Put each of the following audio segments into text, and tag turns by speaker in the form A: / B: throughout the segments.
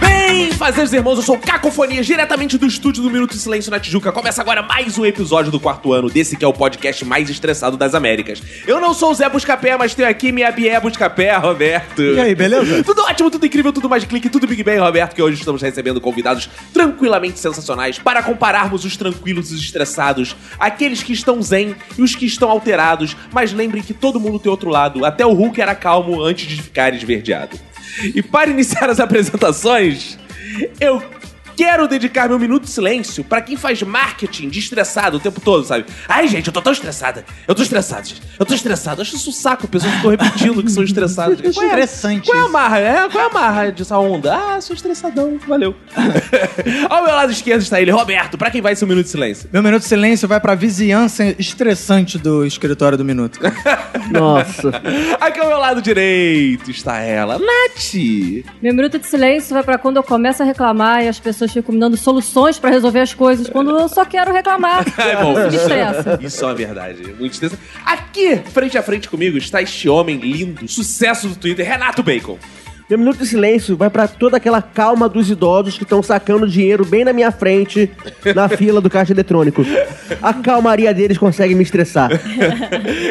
A: Bem, fazendo irmãos, eu sou o Cacofonia, diretamente do estúdio do Minuto de Silêncio na Tijuca. Começa agora mais um episódio do quarto ano desse que é o podcast mais estressado das Américas. Eu não sou o Zé Buscapé, mas tenho aqui minha Bié Buscapé, Roberto.
B: E aí, beleza?
A: Tudo ótimo, tudo incrível, tudo mais clique, tudo Big Bang, Roberto, que hoje estamos recebendo convidados tranquilamente sensacionais para compararmos os tranquilos e os estressados, aqueles que estão zen e os que estão alterados, mas lembrem que todo mundo tem outro lado, até o Hulk era calmo antes de ficar esverdeado. E para iniciar as apresentações, eu quero dedicar meu minuto de silêncio para quem faz marketing de estressado o tempo todo, sabe? Ai, gente, eu tô tão estressada. Eu tô estressado, gente. Eu tô estressado. Eu acho isso um saco, pessoas ficam repetindo que são estressadas. gente. Qual é-
B: Interessante
A: Qual é a
B: isso.
A: marra? É, qual é a marra dessa onda? Ah, sou estressadão. Valeu. Ao meu lado esquerdo está ele, Roberto. Para quem vai ser um minuto de silêncio?
B: Meu minuto de silêncio vai pra vizinhança estressante do escritório do Minuto.
C: Nossa.
A: Aqui ao meu lado direito está ela, Nath.
C: Meu minuto de silêncio vai pra quando eu começo a reclamar e as pessoas ficam me dando soluções pra resolver as coisas, quando eu só quero reclamar.
A: Ai, É bom,
C: Isso me estressa.
A: Isso é uma verdade. Muito estressa. Aqui, frente a frente comigo, está este homem lindo, sucesso do Twitter, Renato Bacon.
D: Meu um minuto de silêncio vai pra toda aquela calma dos idosos que estão sacando dinheiro bem na minha frente, na fila do caixa eletrônico. A calmaria deles consegue me estressar.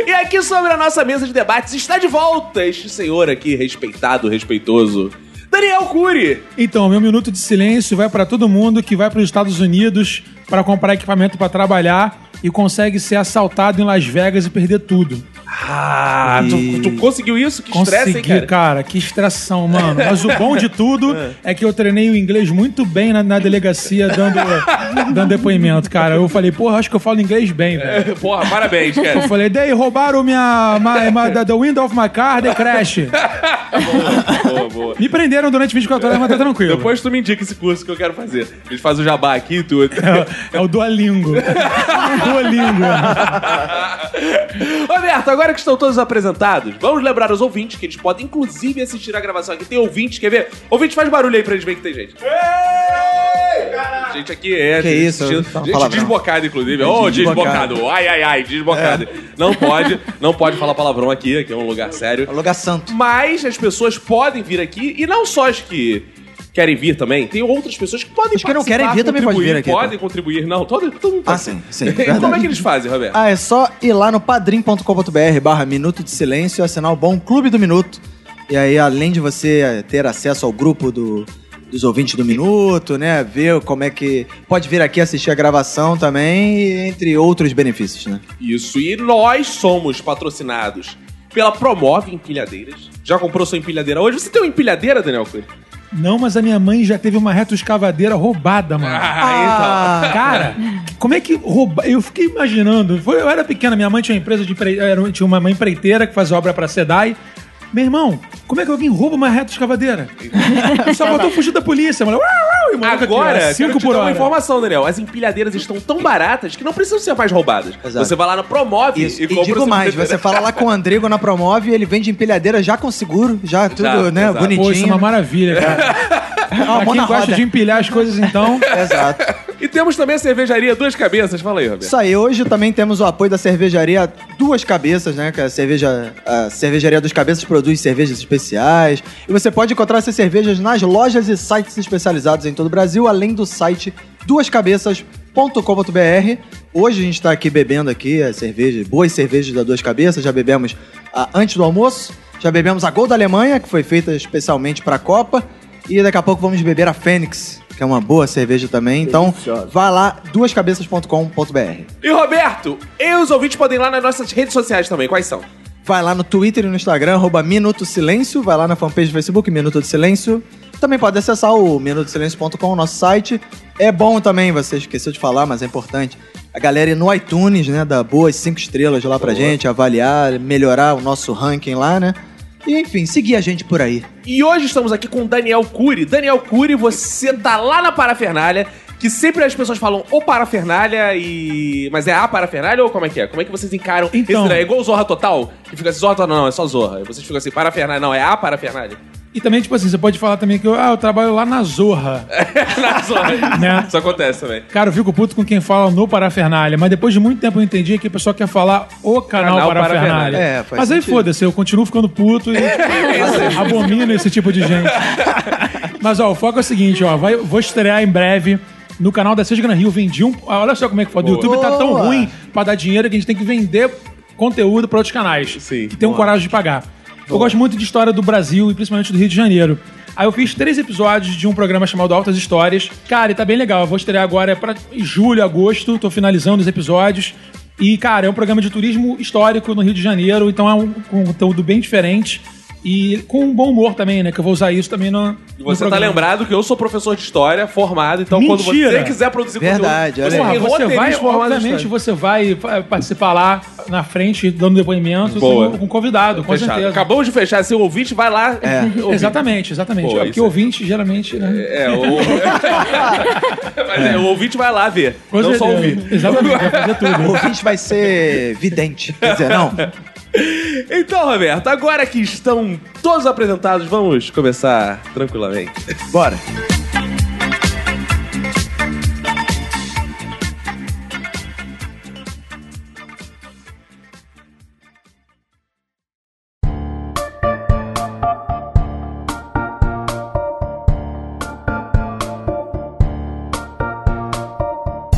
A: E aqui sobre a nossa mesa de debates está de volta este senhor aqui, respeitado, respeitoso, Daniel Cury.
E: Então, meu minuto de silêncio vai pra todo mundo que vai pros Estados Unidos pra comprar equipamento pra trabalhar e consegue ser assaltado em Las Vegas e perder tudo.
A: Ah, tu, tu conseguiu isso? Que estresse, hein,
E: Consegui,
A: cara?
E: cara. que estressão, mano. Mas o bom de tudo é que eu treinei o inglês muito bem na, na delegacia dando, dando depoimento, cara. Eu falei, porra, acho que eu falo inglês bem, velho.
A: Porra, parabéns,
E: Eu
A: cara.
E: falei, daí roubaram minha. My, my- the- the window of my car, the crash.
A: boa, boa.
E: Me prenderam durante 24 horas, mas tá tranquilo.
A: Depois tu me indica esse curso que eu quero fazer. A gente faz o jabá aqui e tudo.
E: É, é o Duolingo. Duolingo.
A: Roberto, agora que estão todos apresentados, vamos lembrar os ouvintes que eles podem, inclusive, assistir a gravação aqui. Tem ouvinte, quer ver? Ouvinte, faz barulho aí pra eles verem que tem gente. Gente aqui é.
B: Que
A: gente,
B: isso, eu
A: Gente,
B: tava
A: gente
B: palavrão.
A: desbocada, inclusive. Ô, oh,
B: desbocada.
A: desbocado. Ai, ai, ai, desbocado.
B: É.
A: Não pode, não pode falar palavrão aqui, aqui é um lugar sério.
B: É um lugar santo.
A: Mas as pessoas podem vir aqui, e não só as que querem vir também, tem outras pessoas que podem
B: As que não
A: participar,
B: querem vir também podem
A: contribuir,
B: vir aqui, tá?
A: Podem contribuir, não. Todo, todo mundo
B: Ah,
A: pode.
B: sim, sim,
A: E como é
B: verdade.
A: que eles fazem, Roberto?
B: Ah, é só ir lá no padrim.com.br barra Minuto de Silêncio e assinar o Bom Clube do Minuto. E aí, além de você eh, ter acesso ao grupo do- dos ouvintes do Minuto, né? Ver como é que... Pode vir aqui assistir a gravação também, e entre outros benefícios, né?
A: Isso, e nós somos patrocinados pela Promove Empilhadeiras. Já comprou sua empilhadeira hoje? Você tem uma empilhadeira, Daniel Coelho?
E: Não, mas a minha mãe já teve uma retroescavadeira roubada, mano. então.
B: Ah,
A: então.
E: Cara, como é que rouba? Eu fiquei imaginando. Foi- eu era pequena, minha mãe tinha uma empresa de empre... era- um, tinha uma mãe empreiteira que fazia obra pra Sedai. Meu irmão, como é que alguém rouba uma retroescavadeira? Só botou fugir da polícia, mano. Uau, uau, e o maluco aqui,
A: Agora,
E: ó,
A: quero
E: cinco
A: te
E: por
A: dar uma
E: hora.
A: informação, Daniel. As empilhadeiras estão tão baratas que não precisam ser mais roubadas.
B: Exato.
A: Você vai lá na Promove
B: Isso.
A: e
B: E,
A: compra
B: digo
A: sua
B: mais, você
A: empilhadeira.
B: fala lá com o Andrigo na Promove e ele vende empilhadeira já com seguro, já tudo,
A: Exato,
B: né,
A: exato.
B: bonitinho.
E: Pô, isso é uma maravilha,
A: Ah,
E: cara.
B: É uma
E: pra
B: mão
E: quem
B: na
E: gosta
B: roda.
E: de empilhar as coisas, então.
B: Exato.
A: E temos também a cervejaria Duas Cabeças. Fala aí, Roberto.
B: Isso aí, hoje também temos o apoio da cervejaria Duas Cabeças, né? Que a, cerveja, a cervejaria Duas Cabeças produz cervejas especiais. E você pode encontrar essas cervejas nas lojas e sites especializados em todo o Brasil, além do site duascabeças.com.br. Hoje a gente está aqui bebendo aqui as cervejas, boas cervejas da Duas Cabeças. Já bebemos a antes do almoço, já bebemos a Gol da Alemanha, que foi feita especialmente para a Copa. E daqui a pouco vamos beber a Fênix, que é uma boa cerveja também. Então, vá lá, duascabeças.com.br.
A: E Roberto, e os ouvintes podem ir lá nas nossas redes sociais também. Quais são?
B: Vai lá no Twitter e no Instagram, arroba Minuto Silêncio. Vai lá na fanpage do Facebook, Minuto de Silêncio. Também pode acessar o minutosilêncio.com, nosso site. É bom também, você esqueceu de falar, mas é importante. A galera ir no iTunes, né? Dar boas cinco estrelas lá pra gente, avaliar, melhorar o nosso ranking lá, né? E enfim, seguir a gente por aí.
A: E hoje estamos aqui com o Daniel Cury. Daniel Cury, você tá lá na parafernália, que sempre as pessoas falam o parafernália e. Mas é a parafernália ou como é que é? Como é que vocês encaram
E: Então.
A: esse daí? É igual o Zorra Total? Que fica assim, Zorra Total, não, é só Zorra. E vocês ficam assim, parafernália, não, é a parafernália?
E: E também, tipo assim, você pode falar também que eu, ah, eu trabalho lá na Zorra.
A: É Na Zorra.
E: Né?
A: Isso acontece também.
E: Cara, eu fico puto com quem fala no parafernália, mas depois de muito tempo eu entendi que o pessoal quer falar o canal,
A: Canal
E: parafernália.
A: Parafernália.
B: É, faz
E: mas aí
B: sentido. É
E: foda-se, eu continuo ficando puto e tipo, abomino esse tipo de gente. mas ó, o foco é o seguinte, ó, vai- vou estrear em breve no canal da Seja Gran Rio, vendi um, ah, olha só como é que foda, o YouTube tá tão
B: Boa.
E: ruim pra dar dinheiro que a gente tem que vender conteúdo pra outros canais
A: Sim.
E: que tenham coragem de pagar. Eu gosto muito de história do Brasil e principalmente do Rio de Janeiro. Aí eu fiz três episódios de um programa chamado Altas Histórias. Cara, e tá bem legal. Eu vou estrear agora pra em julho, agosto. Tô finalizando os episódios. E, cara, é um programa de turismo histórico no Rio de Janeiro. Então é um conteúdo bem diferente. E com um bom humor também, né? Que eu vou usar isso também no.
A: E
E: no
A: você tá
E: programa.
A: lembrado que eu sou professor de história, formado, então quando
E: Mentira.
A: você quiser produzir
B: Verdade,
A: conteúdo,
B: olha aí.
E: Porra,
A: você, tem
E: você
A: roteiristas
E: vai,
A: formados em
E: obviamente,
A: história.
E: você vai eh, participar lá na frente, dando depoimento,
A: Boa.
E: assim, com convidado, com
A: Fechado.
E: certeza.
A: Acabamos de fechar, seu ouvinte vai lá. É,
E: Exatamente, exatamente.
A: Pô,
E: é porque
A: isso é-
E: ouvinte, geralmente, né?
A: É, o... Mas é, o ouvinte vai lá ver.
E: Com
A: não só
E: certeza.
A: ouvir.
E: é né? Exatamente, vai fazer
B: O
E: tudo.
B: ouvinte vai ser vidente. Quer dizer, não.
A: Então, Roberto, agora que estão todos apresentados, vamos começar tranquilamente.
B: Bora.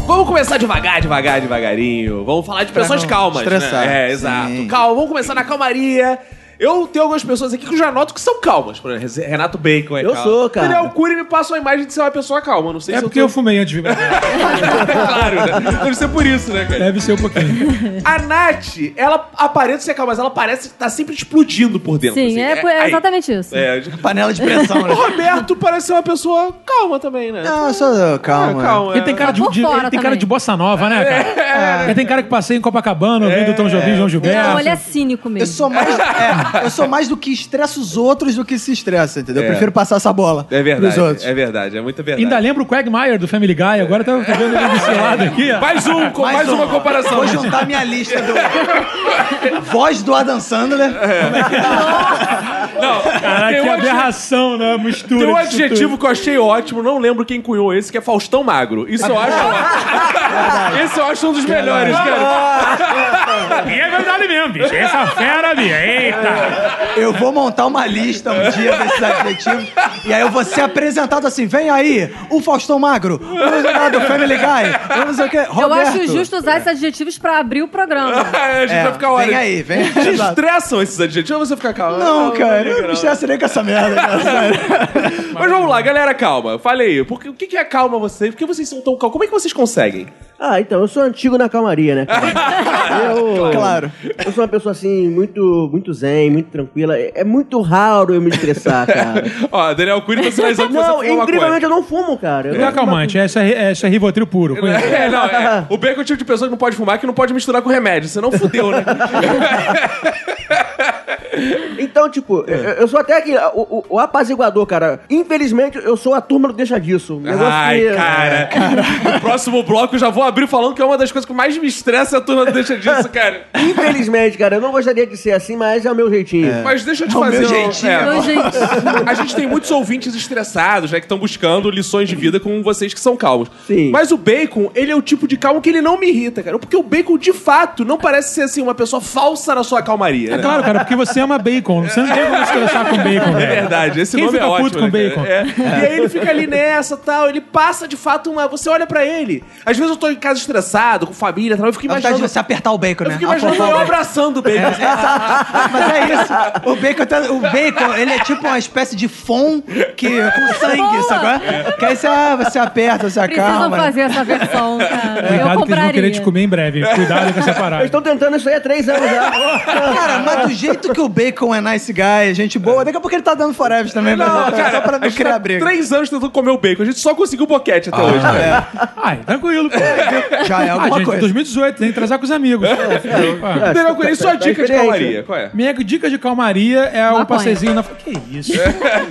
A: Vamos começar devagar, devagar, devagarinho. Vamos falar de pessoas
B: não
A: calmas.
B: estressar.
A: Né? É, exato.
B: Sim.
A: Calma, vamos começar na calmaria. Eu tenho algumas pessoas aqui que eu já noto que são calmas. Por exemplo, Renato Bacon é
D: Eu
A: calmo.
D: sou, cara.
A: Daniel Cury me passa uma imagem de ser uma pessoa calma. Não sei
E: É
A: se
E: porque
A: eu
E: eu
A: tô...
E: fumei antes de vir pra cá.
A: claro, né? Deve ser por isso, né, cara?
E: Deve ser um pouquinho.
A: A Nath, ela aparenta ser calma, mas ela parece que tá sempre explodindo por dentro.
C: Sim,
A: assim.
C: é, é
A: aí.
C: exatamente isso.
A: É,
B: Panela de pressão,
A: O
B: né?
A: Roberto parece ser uma pessoa calma também, né?
B: Ah, só calma.
A: É, calma.
E: Ele tem cara de,
C: Por
E: de- ele
C: fora
E: tem cara
C: também.
E: de bossa nova, né,
A: É,
E: cara? Ele tem cara que passei em Copacabana, ouvindo Tom Jobim, João Gilberto.
C: Não, ele é cínico
B: Eu
C: mesmo.
B: sou mais, é, eu sou mais do que estressa os outros do que se estressa, entendeu? Eu prefiro passar essa bola
A: É
B: pros outros.
A: verdade, é verdade, é muita verdade.
E: Ainda lembra o Quagmire do Family Guy, agora tá vendo ele desse lado aqui, ó.
A: Mais um, com mais, uma comparação.
B: Vou juntar tá minha lista do. Voz do Adam Sandler.
A: Não,
E: Caraca, que
A: tem um adje-
E: aberração, né? Mistura.
A: Tem um
E: disso tudo.
A: adjetivo que eu achei ótimo, não lembro quem cunhou esse, que é Faustão Magro. Isso eu acho. esse eu acho um dos melhores, cara.
E: E é verdade mesmo, bicho. Essa fera, bicho. Eita.
B: Eu vou montar uma lista um dia desses adjetivos. E aí eu vou ser apresentado assim: vem aí, o Faustão Magro, o Leonardo Family Guy, eu não sei o quê.
C: Eu
B: Roberto.
C: acho justo usar esses adjetivos pra abrir o programa.
A: A gente
B: É,
A: vai ficar olha.
B: vem aí, vem
A: Te
B: aí. Exato.
A: estressam esses adjetivos ou você fica calmo?
B: Não, cara, eu não me
A: liga,
B: estresso nem com essa merda, cara. sério.
A: Mas vamos lá, galera, calma. Fala aí, por que- o que que é calma vocês? Por que vocês são tão calmos? Como é que vocês conseguem?
D: Ah, então, eu sou antigo na calmaria, né? cara? eu,
B: Claro.
D: Eu sou uma pessoa, assim, muito, muito zen, muito tranquila. É é muito raro eu me estressar, cara.
A: Ó, Daniel Cury, você vai dizer que você
D: Não,
A: fuma maconha.
D: incrivelmente eu não fumo, cara. Eu
E: Não é
D: não fumo
E: calmante, é, isso é, é, isso é Rivotril puro. conheço.
A: É, não, é. O bacon é o tipo de pessoa que não pode fumar, que não pode misturar com remédio. Você não fudeu, né?
D: Então, tipo,
A: É.
D: eu, eu sou até aqui, o, o- o apaziguador, cara. Infelizmente, eu sou a turma do deixa disso. Um negócio
A: Ai,
D: que-
A: cara. No próximo bloco eu já vou abrir falando que é uma das coisas que mais me estressa é a turma do deixa disso, cara.
D: Infelizmente, cara, eu não gostaria de ser assim, mas é o meu jeitinho.
A: Mas deixa eu te
B: É o
A: fazer
B: meu
A: um-
B: jeitinho.
A: é.
C: Meu jeitinho.
A: A gente tem muitos ouvintes estressados, né? Que estão buscando lições de vida com vocês que são calmos.
D: Sim.
A: Mas o Bacon, ele é o tipo de calmo que ele não me irrita, cara. Porque o Bacon, de fato, não parece ser assim uma pessoa falsa na sua calmaria.
E: É
A: né?
E: claro, cara, porque você ama bacon. Você não tem como se estressar com bacon,
A: É
E: velho.
A: verdade, esse
E: Quem
A: nome
E: fica
A: é ótimo.
E: puto com
A: né,
E: bacon?
A: cara? É. E aí ele fica ali nessa tal, ele passa de fato uma. Você olha pra ele. Às vezes eu tô em casa estressado, com família, tal, eu fico
B: Dá vontade
A: imaginando.
B: Tá de você apertar o bacon,
A: Eu
B: né?
A: fico imaginando
B: Apontar
A: eu
B: o É. bacon.
A: abraçando o bacon. assim.
B: Mas é isso. O bacon, tá- o bacon, ele é tipo uma espécie de fom que, com sangue,
C: Boa.
B: sabe? Que aí você, ah, você aperta, você
C: Precisam
B: acalma.
C: fazer essa versão, cara. Eu
E: Cuidado que eles vão
C: compraria.
E: querer te comer em breve. Cuidado com essa
D: Eles
E: parada.
D: estão tentando isso aí há três anos já.
B: Cara, mas do jeito que o bacon é nice guy, gente boa. Daqui a pouco ele tá dando forever também, mas
A: Não,
B: é
A: cara,
B: só pra
A: a
B: não
A: gente tá
B: criar briga.
A: Três anos tentando comer o bacon. A gente só conseguiu boquete
B: Ah,
A: até
B: é.
A: hoje. né?
E: Ai, tranquilo, pô.
B: Já é
E: Ah,
B: alguma
E: gente,
B: coisa.
E: 2018, tem que transar com os amigos.
A: É.
E: Ah,
A: Entendeu? Com Isso é uma
D: tá
A: dica de
D: diferente.
A: caloria. Qual é?
E: Minha dica de calmaria é
C: Maconha.
E: o passezinho na. Que isso?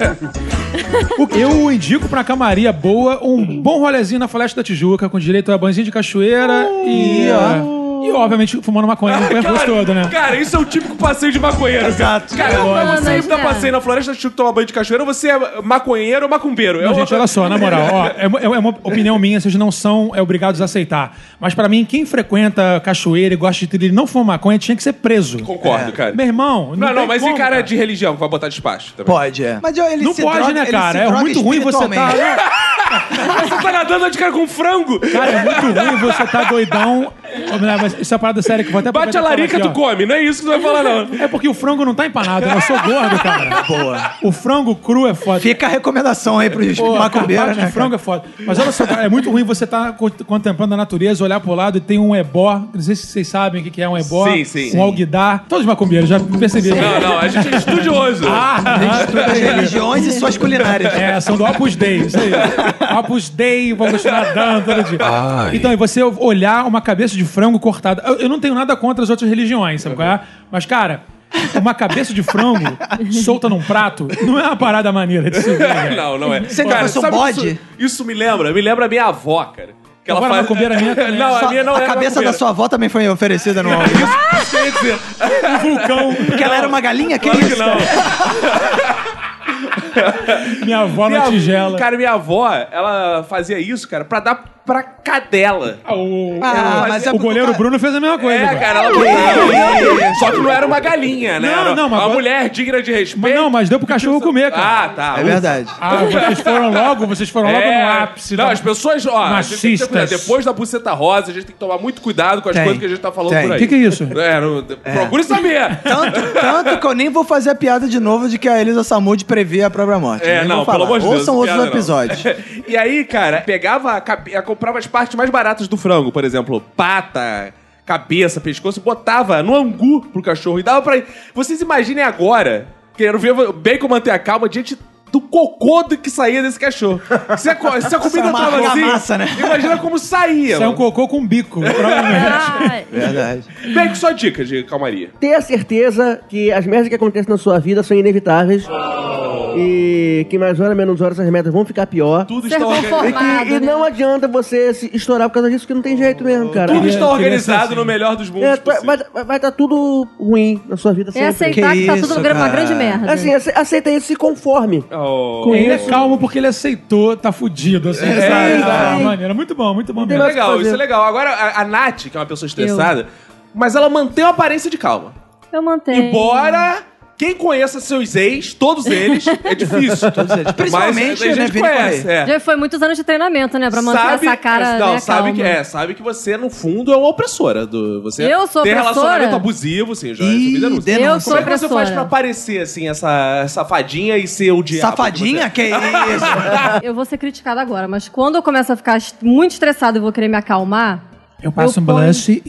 A: É.
E: O que eu indico pra calmaria boa um bom rolezinho na Floresta da Tijuca, com direito a banzinho de cachoeira e. é, E, obviamente, fumando maconha no percurso todo, né?
A: cara, isso é o típico passeio de maconheiro. Exato. Cara,
C: Bananas,
A: você dá
C: né?
A: passeio na floresta, chuta tomar banho de cachoeira, você é maconheiro ou macumbeiro?
E: Não,
A: É o-
E: gente, olha só, na moral, ó, é, mo- é uma opinião minha, vocês não são é, obrigados a aceitar. Mas pra mim, quem frequenta cachoeira e gosta de trilha e não fuma maconha tinha que ser preso.
B: É.
A: Concordo, cara.
E: Meu irmão, não,
A: Não, não,
E: tem
A: mas
E: como,
A: e cara, de religião que vai botar despacho também?
B: Pode, é. Mas ó, ele
E: Não
B: se
E: pode,
B: droga-
E: né,
B: ele
E: cara?
B: se
E: É
B: droga
E: muito ruim você tá.
B: espiritualmente.
A: Você tá nadando de cara com frango?
E: Cara, é muito ruim você tá doidão. Ô, Milena, mas Isso é uma parada séria que eu vou até
A: Bate
E: aproveitar
A: a
E: e falar
A: larica,
E: aqui,
A: tu
E: ó.
A: come. Não é isso que tu vai falar, não.
E: É porque o frango não tá empanado, eu sou gordo, cara.
B: Boa.
E: O frango cru é foda.
B: Fica a recomendação aí pros
E: Pô,
B: macumbeiros,
E: carpaccio
B: né?
E: de frango é foda. Mas olha só, cara, é muito ruim você estar contemplando a natureza, olhar pro lado e tem um ebó. Não sei se vocês sabem o que que é um ebó.
A: Sim, sim.
E: Um
A: Sim.
E: alguidar. Todos macumbeiros, já percebi.
A: Não, não, a gente é estudioso.
E: Ah,
B: As religiões e suas culinárias.
E: É, são do Opus Dei, isso aí. Opus Dei, vamos nadando todo dia. Então, e você olhar uma cabeça de frango cortada. Eu, eu não tenho nada contra as outras religiões, sabe qual é? Mas, cara, uma cabeça de frango solta num prato não é uma parada maneira de se ver, velho.
A: Não, não é.
B: Você
A: cara,
B: trouxe um
A: sabe
B: bode?
A: Isso, isso me lembra, me lembra a minha avó, cara. Que
E: Agora a macumbeira minha também.
A: Não, a
B: Só-
A: minha não é
B: a é
A: era
B: cabeça né? da
A: macumbeira.
B: sua avó também foi oferecida no almoço.
A: Isso que eu ia dizer.
E: Um vulcão.
B: Porque ela era uma galinha? Que
A: Claro que
B: isso?
A: não.
E: Minha avó na
A: Minha-
E: tigela.
A: Cara, minha avó, ela fazia isso, cara, pra dar pra cadela.
E: Ah, o,
B: Ah,
E: o-
B: mas é
E: o goleiro
B: porque-
E: Bruno fez a mesma coisa.
A: É,
E: cara.
A: cara, ela botava. Só que não era uma galinha, né?
E: Não,
A: Era
E: não, mas
A: uma
E: agora-
A: mulher digna de
E: Mas
A: respeito.
E: não, mas deu pro cachorro comer, cara.
A: Ah, tá.
B: É verdade.
E: Ah, vocês foram logo, vocês foram logo
A: É.
E: no ápice.
A: Não,
E: da-
A: as pessoas, ó, a gente tem que ter cuidado.
E: Machistas.
A: depois da buceta rosa, a gente tem que tomar muito cuidado com as
B: Tem.
A: coisas que a gente tá falando
B: Tem.
A: por aí.
E: Que que é isso?
A: É, não- Procure saber.
B: Tanto, tanto que eu nem vou fazer a piada de novo de que a Elisa Samud prevê a própria morte.
A: É,
B: nem
A: não,
B: vou falar.
A: pelo amor de Deus.
B: Ouçam
A: piada
B: outros
A: não.
B: episódios.
A: e aí, cara, pegava, a cabe- a- comprava as partes mais baratas do frango, por exemplo, pata, cabeça, pescoço, botava no angu pro cachorro e dava pra ele. Vocês imaginem agora, quero ver o bacon manter a calma diante do cocô do que saía desse cachorro. Se a, co- se a comida
B: Amarrou
A: tava
B: a
A: assim,
B: massa, né?
A: imagina como saía.
E: Isso é um
A: mano.
E: cocô com bico, provavelmente.
C: Ai,
B: Verdade.
A: Bacon só dicas de calmaria.
D: Tenha certeza que as merdas que acontecem na sua vida são inevitáveis. E que mais hora, menos hora, essas merdas vão ficar pior.
A: Tudo
C: ser
A: está organizado.
D: E, que-
C: conformado,
D: e
C: né?
D: não adianta você se estourar por causa disso, que não tem jeito mesmo, cara.
A: Tudo
E: Queria-
A: está
E: queria ser
A: organizado
E: assim.
A: no melhor dos mundos.
D: É, tu- vai
A: possíveis.
D: estar tudo ruim na sua vida
C: É
D: sempre.
C: aceitar que,
B: Que
C: tá
B: isso,
C: tudo gra- uma
B: cara.
C: grande merda.
D: Assim, ace- aceita isso e se conforme.
A: Oh.
E: Com ele é calmo porque ele aceitou, tá fudido, assim, sabe? Da maneira. Muito bom, muito bom
A: É
E: mesmo.
A: legal,
D: fazer.
A: isso é legal. Agora, a, a Nath, que é uma pessoa estressada, mas ela mantém uma aparência de calma.
C: Eu mantenho.
A: Embora quem conheça seus ex, todos eles, é difícil. todos eles.
B: Principalmente,
A: mas, a
B: né,
A: gente
B: Vini
A: conhece. É.
C: Já foi muitos anos de treinamento, né? Pra manter essa cara.
A: não,
C: né,
A: sabe
C: calma.
A: que é, sabe que você no fundo é uma opressora do você
C: Eu sou
A: tem
C: opressora?
A: relacionamento abusivo, assim, já
B: Ih, um
A: recebi denúncia.
B: denúncia.
C: Eu sou
A: Como é que você
C: opressora.
A: faz pra parecer assim essa safadinha e ser o diabo?
B: Safadinha?
A: que
B: né?
A: é?
B: Que isso?
C: Eu vou ser criticada agora, mas quando eu começo a ficar est- muito estressada e vou querer me acalmar,
E: Eu passo
C: Eu
E: um blush e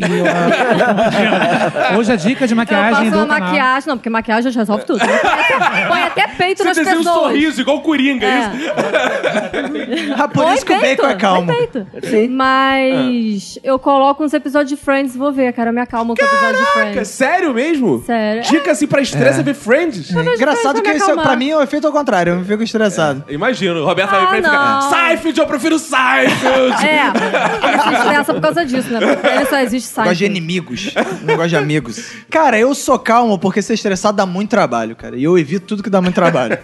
E: eu... Hoje a dica de
C: eu
E: maquiagem
C: passo
E: do
A: um
C: uma
E: canal.
C: maquiagem. Não, porque maquiagem já resolve tudo. né? Põe até, põe até peito
A: Você
C: nas
A: desenha um
C: pessoas.
A: sorriso igual o Coringa, é. isso?
C: É.
B: Ah, por
C: Põe
B: isso que o bacon é
C: peito,
B: calmo.
C: põe peito. Mas eu coloco uns episódios de Friends, vou ver, cara. Eu me acalmo com o episódio de
A: Caraca,
C: Friends.
A: É sério mesmo?
C: Sério.
A: Dica assim pra estresse é ver Friends?
B: Engraçado
C: Pra
B: que
C: me
B: isso, é-
C: acalmar.
B: pra mim é o efeito ao contrário. Eu me fico estressado.
A: Imagino, o Roberto
C: Ah,
A: vai ficar.
C: não.
A: Seinfeld, eu prefiro Seinfeld!
C: É, ele se estressa por causa disso, né? Porque ele só existe
B: Eu gosto de
C: Seinfeld.
B: inimigos. Não gosto de amigos. Cara, eu sou calmo porque ser estressado dá muito trabalho, cara. E eu evito tudo que dá muito trabalho.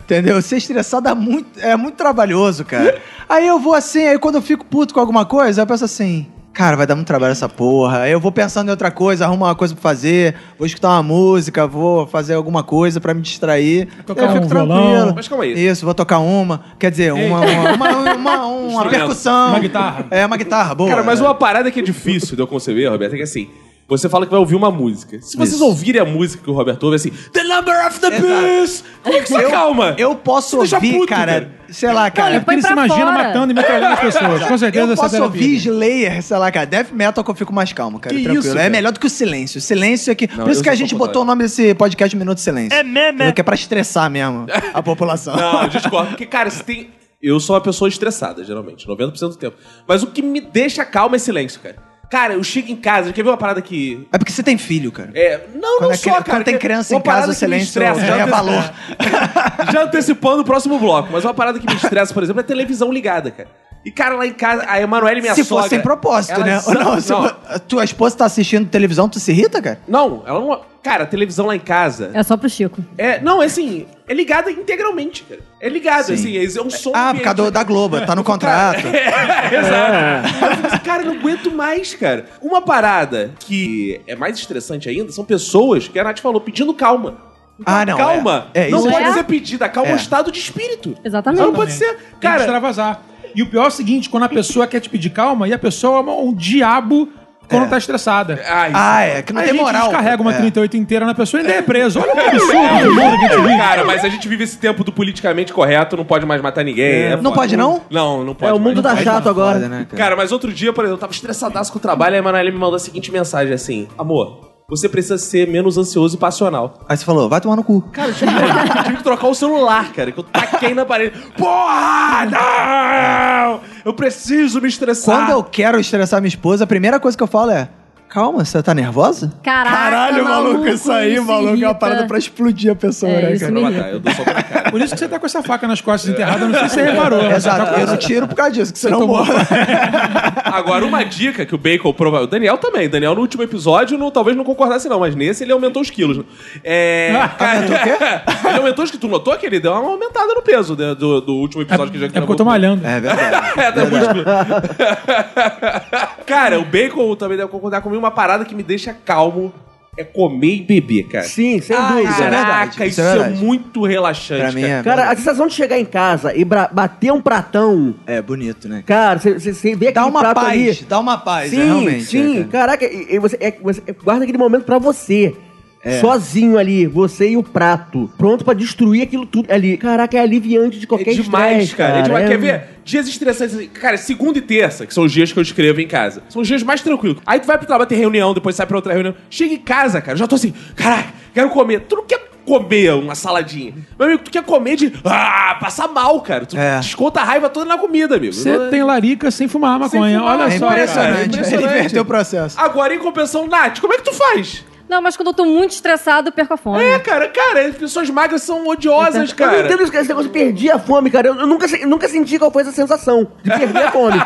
B: Entendeu? Ser estressado dá muito, é muito trabalhoso, cara. Aí eu vou assim, aí quando eu fico puto com alguma coisa, eu penso assim. Cara, vai dar muito trabalho essa porra. Aí Eu vou pensando em outra coisa, arrumo uma coisa pra fazer, vou escutar uma música, vou fazer alguma coisa pra me distrair.
E: Tocar
B: eu fico
E: um
B: tranquilo.
E: violão.
A: Mas calma aí.
B: Isso, vou tocar uma. Quer dizer, uma, uma, uma, uma, uma
A: Instrumento.
B: percussão.
E: Uma guitarra.
B: É, uma guitarra, boa.
A: Cara, mas
B: É.
A: uma parada que é difícil de eu conceber, Roberto, é que assim. Você fala que vai ouvir uma música. Se vocês
B: Isso.
A: ouvirem a música que o Roberto ouve, assim, The Number of the Beast! Como é que você
B: Eu-
A: calma?
B: Eu posso
A: Você deixa
B: ouvir,
A: puto,
B: cara,
A: velho. tá
B: sei lá,
E: Cara, é
B: cara.
E: porque
C: põe
E: ele se
C: pra
E: imagina
C: fora.
E: matando e metralhando as pessoas. Com certeza
B: Eu
E: essa
B: posso ouvir
E: terapia.
B: Slayer, sei lá, cara. Death Metal que eu fico mais calmo, cara.
A: Que
B: tranquilo.
A: isso,
B: é
A: cara?
B: melhor do que o silêncio. O silêncio é que. Por
A: eu
B: isso que
A: sou
B: a gente
A: contrário.
B: botou o nome desse podcast Minuto de Silêncio.
F: É meme.
B: Que é pra estressar mesmo a população.
A: Não, eu discordo. Porque, cara, você tem. Eu sou uma pessoa estressada, geralmente, 90% do tempo. Mas o que me deixa calma é silêncio, cara. Cara, eu chego em casa, quer ver uma parada que.
B: É porque você tem filho, cara.
A: É, não,
B: Quando,
A: não
B: é
A: só,
B: cri-
A: cara.
B: quando tem
A: que-
B: criança
A: uma
B: em casa,
A: parada
B: o
A: que me
B: silêncio
A: estressa, né? já
B: é
A: anteci-
B: valor.
A: Já antecipando o próximo bloco, mas uma parada que me estressa, por exemplo, é a televisão ligada, cara. E, cara, lá em casa, a Emanuele, minha
B: se
A: sogra...
B: for sem propósito,
A: ela
B: né?
A: zan-
B: Não, se
A: não,
B: for- tua esposa tá assistindo televisão, tu se irrita, cara?
A: não, ela não... Cara, a televisão lá em casa...
C: É só pro Chico.
A: É, não, é assim, é ligada integralmente, cara. É ligada, assim, é um som...
B: Ah, por
A: ambiente.
B: causa do- da Globo, tá no contrato.
A: É, Exato. Aí eu fico assim, Cara, eu não aguento mais, cara. Uma parada que é mais estressante ainda são pessoas que a Nath falou pedindo calma.
B: Ah, não,
A: Calma.
B: é. É,
A: não
C: isso
A: pode
C: é-
A: ser pedida. Calma é
B: É.
A: um estado de espírito.
C: Exatamente.
A: Não pode ser.
E: Tem que
A: Cara,
E: extravasar. E o pior é o seguinte, quando a pessoa quer te pedir calma, e a pessoa é um diabo quando tá estressada.
A: ai,
B: Ah, é, que não
E: Aí
B: tem
E: a gente
B: moral.
E: descarrega uma
B: É.
E: 38 inteira na pessoa e ainda é preso. Olha que absurdo do mundo que a gente vive.
A: Cara, mas a gente vive esse tempo do politicamente correto, não pode mais matar ninguém. é
B: Não
A: foda.
B: pode, não?
A: Não, não pode.
D: É, o
A: mais.
D: mundo tá chato agora.
B: um. Foda, né, cara?
A: Cara, mas outro dia, por exemplo, eu tava estressadaço com o trabalho, aí a Emanuele me mandou a seguinte mensagem assim: Amor, você precisa ser menos ansioso e passional.
B: Aí você falou, vai tomar no cu.
A: Cara, eu tive, eu tive que trocar o celular, cara, que eu taquei na parede. Porra! Não! Eu preciso me estressar.
B: Quando eu quero estressar minha esposa, a primeira coisa que eu falo é: Calma, você tá nervosa?
C: Caraca,
A: é
B: é explodir a pessoa, né,
C: É, isso
A: Pra
C: me
A: matar, eu dou só pra cara.
E: Por isso que você tá com essa faca nas costas enterrada, não sei se você
B: É.
E: reparou.
B: né?
E: Você tá
B: Exato,
E: com-
B: eu não tiro por causa disso, que É senão eu
E: tomou-
B: morro.
A: Agora, uma dica que o Bacon provavelmente. O Daniel também. O Daniel, no último episódio, não- talvez não concordasse, não, mas nesse ele aumentou os quilos. É. cara, ele aumentou os que Tu notou que ele deu uma aumentada no peso né, do, do último episódio que já
E: É porque eu tô malhando.
B: É verdade.
A: É, tá muito- Cara, o Bacon também deve concordar comigo. Uma parada que me deixa calmo é comer e beber, cara.
D: Sim, sem
A: Ah,
D: dúvida.
B: isso é
A: Caraca,
B: verdade,
A: isso
B: isso
A: é,
B: é verdade.
A: muito relaxante.
B: Pra mim
A: cara.
B: é.
D: Cara, a sensação de chegar em casa e bra- bater um pratão,
B: É bonito, né?
D: cara, você- você você vê
B: Dá
D: aquele
B: uma
D: prato
B: paz,
D: ali.
B: dá uma paz,
D: sim,
B: é, realmente.
A: né,
D: sim,
B: é, cara.
D: caraca, e, e você, é- você guarda aquele momento pra você.
A: É.
D: Sozinho ali, você e o prato, pronto pra destruir aquilo tudo ali. Caraca, é aliviante de qualquer
A: É demais,
D: estresse,
A: cara. É demais.
D: É-
B: um
A: Quer ver? Dias estressantes. assim. Cara, segunda e terça, que são os dias que eu escrevo em casa. São os dias mais tranquilos. Aí tu vai pro trabalho, tem reunião, depois sai pra outra reunião. Chega em casa, cara, eu já tô assim, caraca, quero comer. Tu não quer comer uma saladinha. Meu amigo, tu quer comer de... Ah, passar mal, cara. Tu
B: É.
A: desconta a raiva toda na comida, amigo.
E: Você tem larica sem fumar maconha.
A: fumar.
E: Olha
B: É
E: só.
A: cara, é
B: impressionante.
A: impressionante.
B: Ele inverteu o processo.
A: Agora, em compensação, Nath, como é que tu faz?
C: Não, mas quando eu tô muito estressado, eu perco a fome.
A: É, cara, cara, as pessoas magras são
B: É,
A: odiosas,
D: Eu não
A: cara.
D: entendo isso, cara. Esse negócio de perder a fome, cara. Eu, eu nunca, se- nunca senti qual foi essa sensação de perder a fome.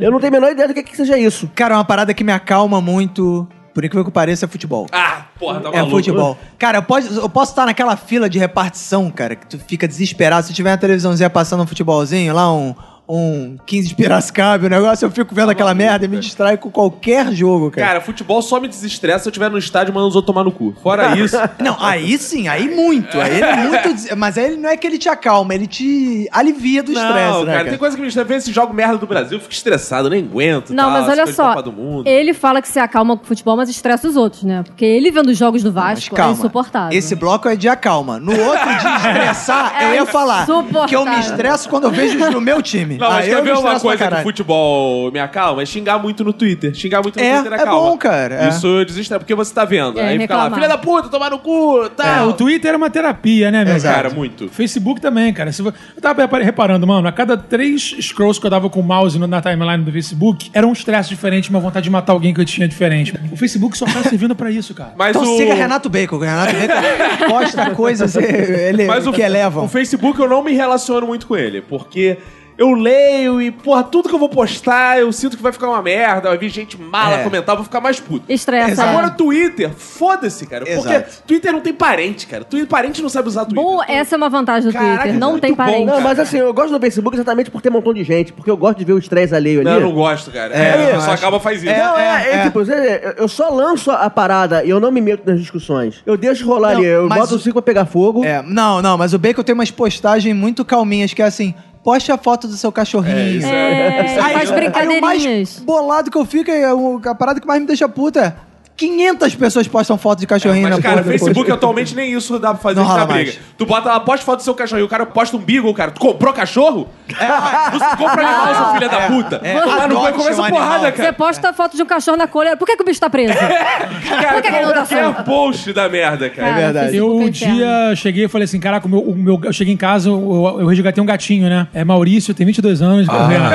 D: eu não tenho a menor ideia do que, que seja isso.
B: Cara, é uma parada que me acalma muito, por incrível que pareça, é futebol.
A: Ah, porra, tá
B: É
A: maluco.
B: futebol. Cara, eu posso, eu posso estar naquela fila de repartição, cara, que tu fica desesperado. Se tiver uma televisãozinha passando um futebolzinho lá, um, um 15 de Piracicaba, o negócio, eu fico
A: Tá
B: vendo aquela merda e me distrai com qualquer jogo, cara.
A: Cara, futebol só me desestressa se eu estiver no estádio mandando os outros tomar no cu. Fora isso.
B: Não, aí sim, aí muito. Aí ele é muito. des- Mas aí ele não é que ele te acalma, ele te alivia do
A: Não,
B: estresse, né?
A: cara,
B: Cara?
A: tem coisa que me estressa. Vê esse jogo merda do Brasil, eu fico estressado, eu nem aguento.
C: Não,
B: tá
A: tal,
C: mas
A: essa
C: olha
A: coisa de
C: só. é-
A: Copa do mundo.
C: Ele fala que se acalma com o futebol, mas estressa os outros, né? Porque ele vendo os jogos do
B: Mas
C: Vasco é insuportável.
B: Esse bloco é de acalma. No outro de estressar,
C: É
B: eu ia falar que eu me
C: insuportável.
B: estresso quando eu vejo os no meu time.
A: Não, mas
B: aí Ah, eu
A: quer
B: me
A: ver uma
B: estresso pra
A: coisa que o
B: caralho.
A: futebol me acalma? É xingar muito no Twitter. Xingar muito no
B: É,
A: Twitter
B: é
A: acalma.
B: bom, cara, é.
A: Isso eu desisto, porque você tá vendo.
C: É,
A: Aí fica lá,
C: reclamar.
A: filha da puta, tomar no cu,
E: É,
A: tal.
E: o Twitter é uma terapia, né, meu?
B: Exato.
A: Cara, muito.
E: Facebook também, cara. Se vo- Eu tava repar- reparando, mano, a cada três scrolls que eu dava com o mouse no- na timeline do Facebook, era um estresse diferente, uma vontade de matar alguém que eu tinha diferente. O Facebook só tá servindo pra isso, cara.
A: Mas
B: Então
A: o...
B: siga Renato Bacon. O Renato Bacon posta coisas eh, ele,
A: Mas o,
B: que elevam.
A: o Facebook eu não me relaciono muito com ele, porque eu leio e, porra, tudo que eu vou postar, eu sinto que vai ficar uma merda, vai vir gente mala
B: É.
A: comentar, eu vou ficar mais puto.
C: Estressa.
B: Exato.
A: Agora, Twitter, foda-se, cara. Porque
B: Exato.
A: Twitter não tem parente, cara. Twitter, parente não sabe usar Twitter.
C: Bom, essa é uma vantagem do
A: Caraca,
C: Twitter.
A: muito
C: Não tem
A: bom,
C: parente.
D: Não,
A: cara.
D: mas assim, eu gosto do Facebook exatamente por ter um montão de gente, porque eu gosto de ver o estresse alheio ali.
A: Não, eu não gosto, cara. É,
B: eu
A: só
B: acho.
A: acaba faz isso.
D: Não, é, é,
B: é.
D: tipo, você- eu- eu só lanço a parada e eu não me meto nas discussões. Eu deixo rolar
B: Não,
D: ali, eu
B: mas
D: boto o
B: o-
D: ciclo pra pegar fogo.
B: É, não, não, mas o Bacon tem umas postagens muito calminhas que é assim: poste a foto do seu cachorrinho.
C: É, faz
B: Aí o mais
C: brincadeirinhas.
B: bolado que eu fico, é o- a parada que mais me deixa puta é. 500 pessoas postam foto de cachorrinho
A: É, Mas,
B: na
A: cara,
B: porra do
A: Facebook
B: post.
A: atualmente nem isso dá pra fazer
B: Não
A: isso na
B: rola
A: briga.
B: mais.
A: Tu bota lá, posta foto do seu cachorro e o cara posta um beagle, cara. Tu comprou cachorro? É, ah, tu se compra animal, seu filho da puta.
B: é.
A: Lá no
B: Adote
A: banco começa
B: um
A: a porrada,
B: animal.
C: Você
A: cara. É
C: posta a foto de um cachorro na coleira. Por que, que o bicho tá preso?
A: Cara,
C: Por que que ele não dá
A: qualquer
C: certo?
A: post da merda, cara.
C: Cara,
B: verdade.
C: o
E: Eu um
C: Facebook é inferno.
E: dia cheguei e falei assim: caraca, o meu, o meu- eu cheguei em casa, eu, eu resgatei um gatinho, né? É Maurício, tem 22 anos. Renan.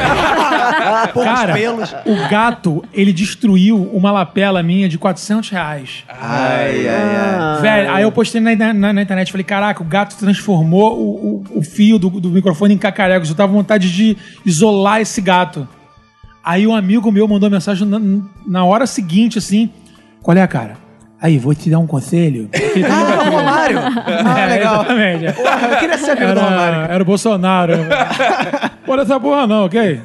B: Ah, pô, os
E: Cara,
B: pelos.
E: o gato, ele destruiu uma lapela minha de 400 reais.
B: Ai, ai, ai.
E: Velho, aí eu postei na, na- na internet, falei, caraca, o gato transformou o, o- o fio do, do microfone em cacarecos. Eu tava com vontade de isolar esse gato. Aí um amigo meu mandou mensagem na, na hora seguinte, assim, qual é, cara? Aí, vou te dar um conselho. Porque tem um
B: Ah,
E: gato-
B: o Romário! Ah,
E: É,
B: legal.
E: Exatamente. é.
B: Porra, eu queria ser amigo do Romário.
E: Era, era o Bolsonaro. Por essa porra não, ok?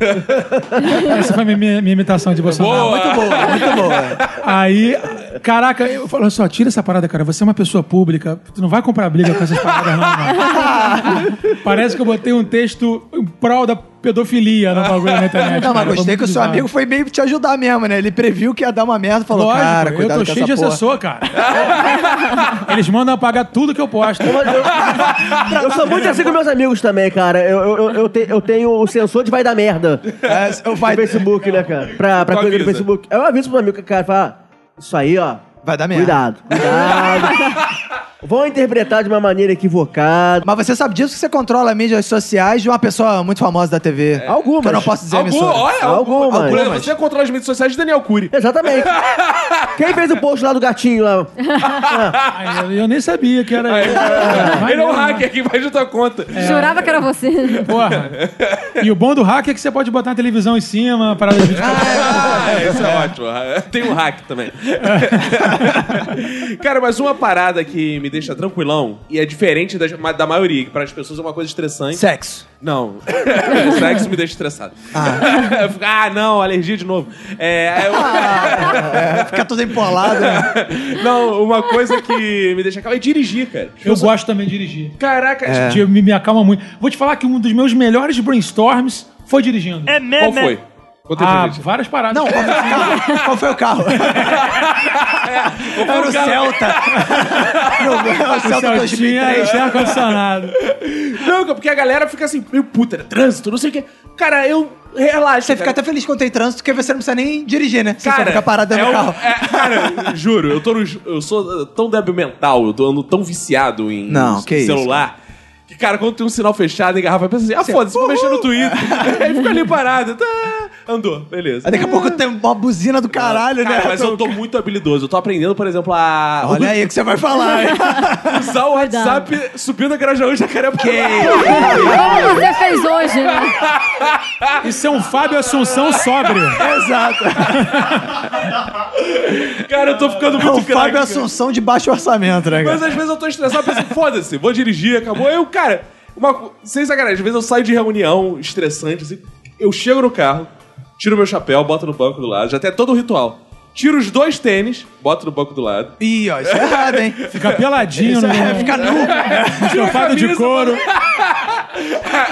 E: Essa foi a minha, minha- minha imitação de Bolsonaro.
A: Boa.
B: Ah, Muito boa, muito boa.
E: Aí, caraca, eu falo olha só, tira essa parada, cara. Você é uma pessoa pública, tu não vai comprar briga com essas paradas, não, mano. Parece que eu botei um texto em prol da pedofilia no bagulho na internet.
B: Não, mas
E: cara. Foi
B: gostei
E: muito
B: que o seu
E: bizarro.
B: amigo foi meio te ajudar mesmo, né? Ele previu que ia dar uma merda, falou,
E: Lógico,
B: cara,
E: eu
B: cuidado
E: tô
B: com
E: cheio de
B: essa porra.
E: assessor, cara. Eles mandam apagar tudo que eu posto.
D: Eu, eu sou muito assim com meus amigos também, cara. Eu, eu, eu- eu te- eu tenho o sensor de vai dar merda.
B: É, eu
D: Vai
B: vai,
D: no Facebook, né, cara? Pra, pra
A: Tu
D: coisa do
A: avisa.
D: Facebook. Eu aviso pro amigo, cara, fala, "Ah, isso aí, ó.
B: vai dar merda.
D: Cuidado, cuidado. Vão interpretar de uma maneira equivocada.
B: Mas você sabe disso que você controla mídias sociais de uma pessoa muito famosa da TV.
D: Algumas.
B: Que eu não posso dizer a
A: Algum,
B: emissora.
A: olha,
D: Algumas.
A: algum- Por exemplo, Você controla as mídias sociais de Daniel Cury.
D: Exatamente. Quem fez o post lá do gatinho lá?
E: Aí eu- eu nem sabia que era ele.
A: Ele é um
E: Maneiro, né?
A: hacker que vai de tua conta.
C: É. Jurava que era você.
E: Porra. E o bom do hack é que você pode botar a televisão em cima, parada de vídeo.
A: Ah, isso é ótimo. Tem um hack também. Cara, mas uma parada que me deixa tranquilão e é diferente das- ma- da maioria, que para as pessoas é uma coisa estressante.
B: Sexo.
A: Não. Sexo me deixa estressado. Ah, não, alergia de novo. É, eu-
B: Ah. Fica todo empolado. Né?
A: não, uma coisa que me deixa calmo é dirigir, cara.
E: Eu gosto também de dirigir.
A: Caraca,
B: É.
E: Isso te- Me, me acalma muito. Vou te falar que um dos meus melhores brainstorms foi dirigindo. É
A: qual foi? Quanto tempo,
E: Ah,
A: gente?
E: várias paradas.
B: Não, assim? qual foi o carro? Qual foi o carro? Era o Celta. Era o Celta
E: Celtinha, é.
B: 2003.
E: sem ar-condicionado.
A: Não, porque a galera fica assim, meio puta, né? trânsito, não sei o quê. Cara, eu relaxa.
B: Você fica até feliz quando tem trânsito, porque você não precisa nem dirigir, né? Você só fica parado
A: é
B: no
A: um-
B: carro.
A: é, cara, juro, eu tô no, eu sou uh, tão débil mental, eu tô ando tão viciado em
B: Não,
A: c-
B: que isso,
A: celular. Que, cara, quando tem um sinal fechado, engarrafa, pensa assim, ah, foda-se, vou mexer
B: Uh!
A: no Twitter. Aí fica ali parado. Tá, andou, beleza.
B: Aí daqui a pouco tem uma buzina do caralho, né?
A: Cara, mas eu tô muito habilidoso. Eu tô aprendendo, por exemplo, a
B: Olha aí o que você vai falar, hein?
A: usar o WhatsApp subindo a Grajaú e Jacarepaguá.
B: É.
C: Como você fez hoje? né?
E: Isso é um Fábio Assunção sóbrio.
B: Exato.
A: Cara, eu tô ficando
B: É
A: muito
B: o
A: craque,
B: Fábio
A: cara.
B: Assunção de baixo orçamento, né,
A: Mas
B: cara?
A: às vezes eu tô estressado, penso, foda-se, vou dirigir, acabou. Eu, cara, uma, co- sem sacanagem, às vezes eu saio de reunião estressante, assim, eu chego no carro, tiro meu chapéu, boto no banco do lado, já tem todo o ritual. Tiro os dois tênis, boto no banco do lado.
B: Ih, ó, isso é errado, hein?
E: Fica peladinho,
B: Isso
E: no
B: é, fica nu.
E: Estofado de
A: camisa.
E: couro.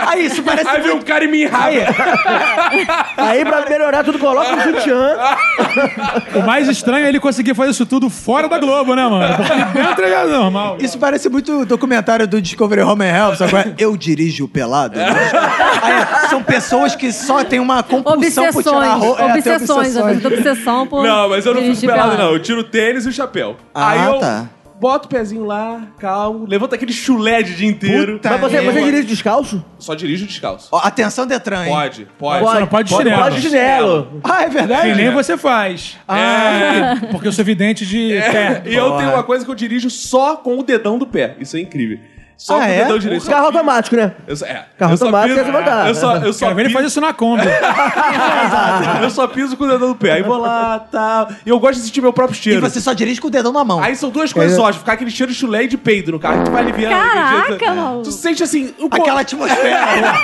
B: Aí, isso parece
A: Aí vem um cara e me enraba.
D: Aí pra melhorar tudo, coloca um sutiã.
E: O mais estranho é ele conseguir fazer isso tudo fora da Globo, né, mano? Porque dentro é normal.
B: Isso parece muito documentário do Discovery Home and Health, sabe? qual é? Eu dirijo pelado. eu dirijo pelado. Aí, são pessoas que só têm uma compulsão por tirar a
C: Obsessões.
B: roupa. É, tem
C: Obsessões. A pessoa tem obsessão por.
A: Não, mas eu não fico
C: dirigir
A: pelado,
C: pelado.
A: não. Eu tiro o tênis e o chapéu.
B: Ah,
A: Aí eu
B: tá.
A: boto o pezinho lá, calmo, levanta aquele chulé de dia inteiro.
B: Puta
D: Mas você,
B: merda.
D: você dirige descalço?
A: Só dirijo descalço.
B: Ó, atenção, Detran, hein?
A: Pode, pode.
E: Só não pode de chinelo.
D: Pode de chinelo.
B: Ah, é verdade? Ah.
E: Que nem você faz. É, porque eu sou vidente de
B: É.
E: pé.
A: É, E eu tenho uma coisa que eu dirijo só com o dedão do pé. Isso é incrível. Só
B: Ah,
A: com
B: é?
A: o dedão direito. Só-
D: Carro automático, né?
A: Eu só, é.
D: Carro
A: eu só
D: automático,
A: piso-
D: você vai dar.
A: Eu só, eu só
E: Quero ver ele
A: piso-
E: fazer isso na Kombi.
A: eu só piso com o dedão do pé. Aí vou lá, tal. E eu gosto de sentir meu próprio
B: E
A: cheiro.
B: você só É. dirige com o dedão na mão.
A: Aí são duas coisas só, de ficar aquele cheiro de chulé e de peido no carro, que tu vai aliviando.
C: Caraca,
A: entendeu?
C: Raul.
A: Tu sente assim... Um po-
B: Aquela atmosfera.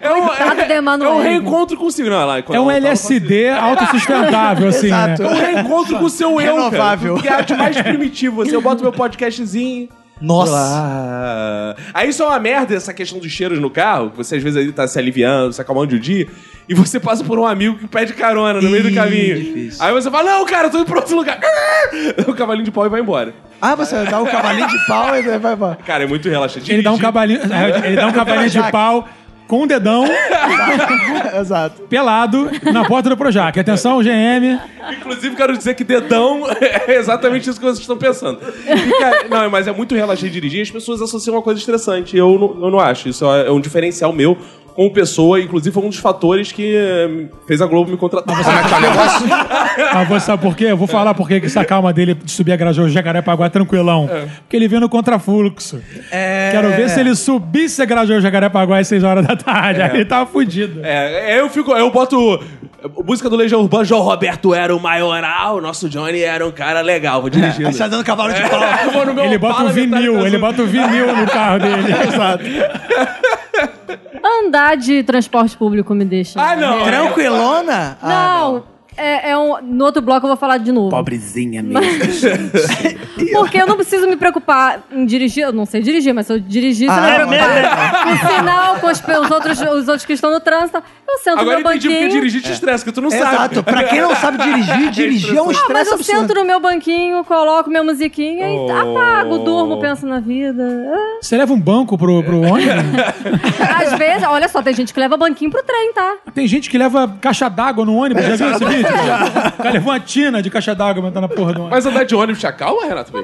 A: é um,
C: Coitado do
A: é, é
C: Emanuel.
A: um reencontro consigo. Não, é lá,
E: É um LSD autossustentável, assim, né?
B: Exato.
A: É um É reencontro com o seu eu,
B: Renovável.
A: cara. Que é a arte mais primitivo. Assim, eu boto meu podcastzinho,
B: Nossa.
A: Lá. Aí isso é uma merda, essa questão dos cheiros no carro. que Você às vezes aí tá se aliviando, se acalmando de um dia. E você passa por um amigo que pede carona no meio do
B: Ih,
A: caminho.
B: difícil.
A: Aí você fala: Não, cara, eu tô indo pra outro lugar. O cavalinho de pau e vai embora.
B: Ah, você dá o cavalinho de pau e vai, vai, vai.
A: Cara, é muito relaxante.
E: Ele dá um cavalinho, ele dá um cavalinho de pau com o dedão
B: Exato.
E: pelado na porta do Projac. Atenção, GM.
A: Inclusive, quero dizer que dedão é exatamente isso que vocês estão pensando. E, cara, não, mas é muito relaxante dirigir. As pessoas associam uma coisa estressante. Eu não, eu não acho. Isso é um diferencial meu como pessoa. Inclusive, foi um dos fatores que eh, fez a Globo me contratar.
E: Ah, vou sabe por quê? Eu vou
A: É.
E: falar por quê que essa calma dele de subir a Grajaú Jacarepaguá é tranquilão.
A: É.
E: Porque ele veio no contrafluxo.
B: É.
E: Quero ver se ele subisse a Grajaú Jacarepaguá às 6 horas da tarde. Aí ele tava fudido.
A: É, eu fico, eu boto música do Legião Urbana, João Roberto era o maioral, nosso Johnny era um cara legal, vou dirigindo.
B: Aí você tá dando cavalo de pau.
A: Eu vou no meu
E: Ele bota um
A: Opala metálico
E: vinil,
A: azul.
E: ele bota um vinil no carro dele. Exato.
C: Andar de transporte público me deixa.
A: Ah, não.
B: Tranquilona? Ah,
C: Não, É, é um, no outro bloco eu vou falar de novo.
D: Pobrezinha mesmo.
C: Porque eu não preciso me preocupar em dirigir. Eu não sei dirigir, mas se eu dirigir, você não
B: Ah,
C: vai
A: é
C: preocupar. Com o sinal, com os, pe- os outros, os outros que estão no trânsito. Eu sento
A: Agora
C: no meu
A: eu entendi porque
C: banquinho. Ah,
A: dirigir te estressa, que tu não sabe.
B: Exato. Pra quem não sabe dirigir, dirigir é um
C: Ah, mas
B: estresse
C: eu
B: absurdo.
C: sento no meu banquinho, coloco minha musiquinha
A: Oh.
C: e apago, durmo, penso na vida. Ah,
E: Você leva um banco pro, pro ônibus?
C: Às vezes, olha só, tem gente que leva banquinho pro trem, tá?
E: Tem gente que leva caixa d'água no ônibus. Já viu esse vídeo? O cara levou uma tina de caixa d'água botando na porra do ônibus.
A: Mas andar de ônibus te acalma, Renato? Bem?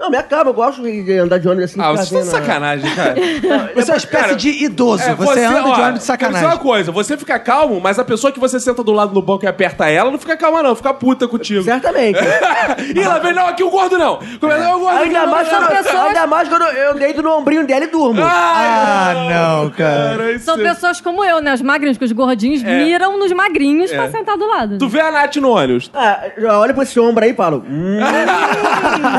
D: Não, me acaba, eu gosto de andar de ônibus assim.
A: Ah,
D: ficar
A: você
C: né?
A: tá de
D: vendo,
A: sacanagem, cara.
B: Você é uma espécie
A: Cara,
B: de idoso.
A: É,
B: você, anda de ônibus
A: ó,
B: de
A: Quero dizer
B: sacanagem.
A: uma coisa, você fica calmo, mas a pessoa que você senta do lado no banco e aperta ela, não fica calma não, fica puta contigo.
D: Certamente.
A: Ih, lá vem, não, aqui o gordo não. Começa, "Não, é o gordo
D: ainda,
A: não,
D: mais
A: não,
D: quando,
A: não,
C: pessoas-
D: ainda mais quando eu deito no ombrinho dela e durmo.
B: Ah, não, cara.
A: isso- é
C: São pessoas como eu, né? Os magrinhos, que os gordinhos miram nos magrinhos pra sentar do lado.
A: É. Tu vê a Nath no ônibus.
D: Ah, já olha pra esse ombro aí, Paulo. Hum.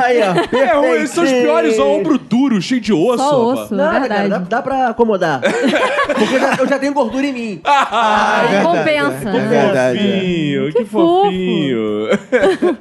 D: aí, ó.
A: É,
D: perfeito.
A: eles são os piores, ó, ombro duro, cheio de osso.
C: Só
A: rapaz.
C: osso,
D: Nada, cara,
C: verdade.
D: dá, dá pra acomodar. Porque eu já, eu já tenho gordura em mim.
C: Ah, compensa.
B: É verdade. é.
A: Fofinho, que,
C: Que fofo.
A: fofinho.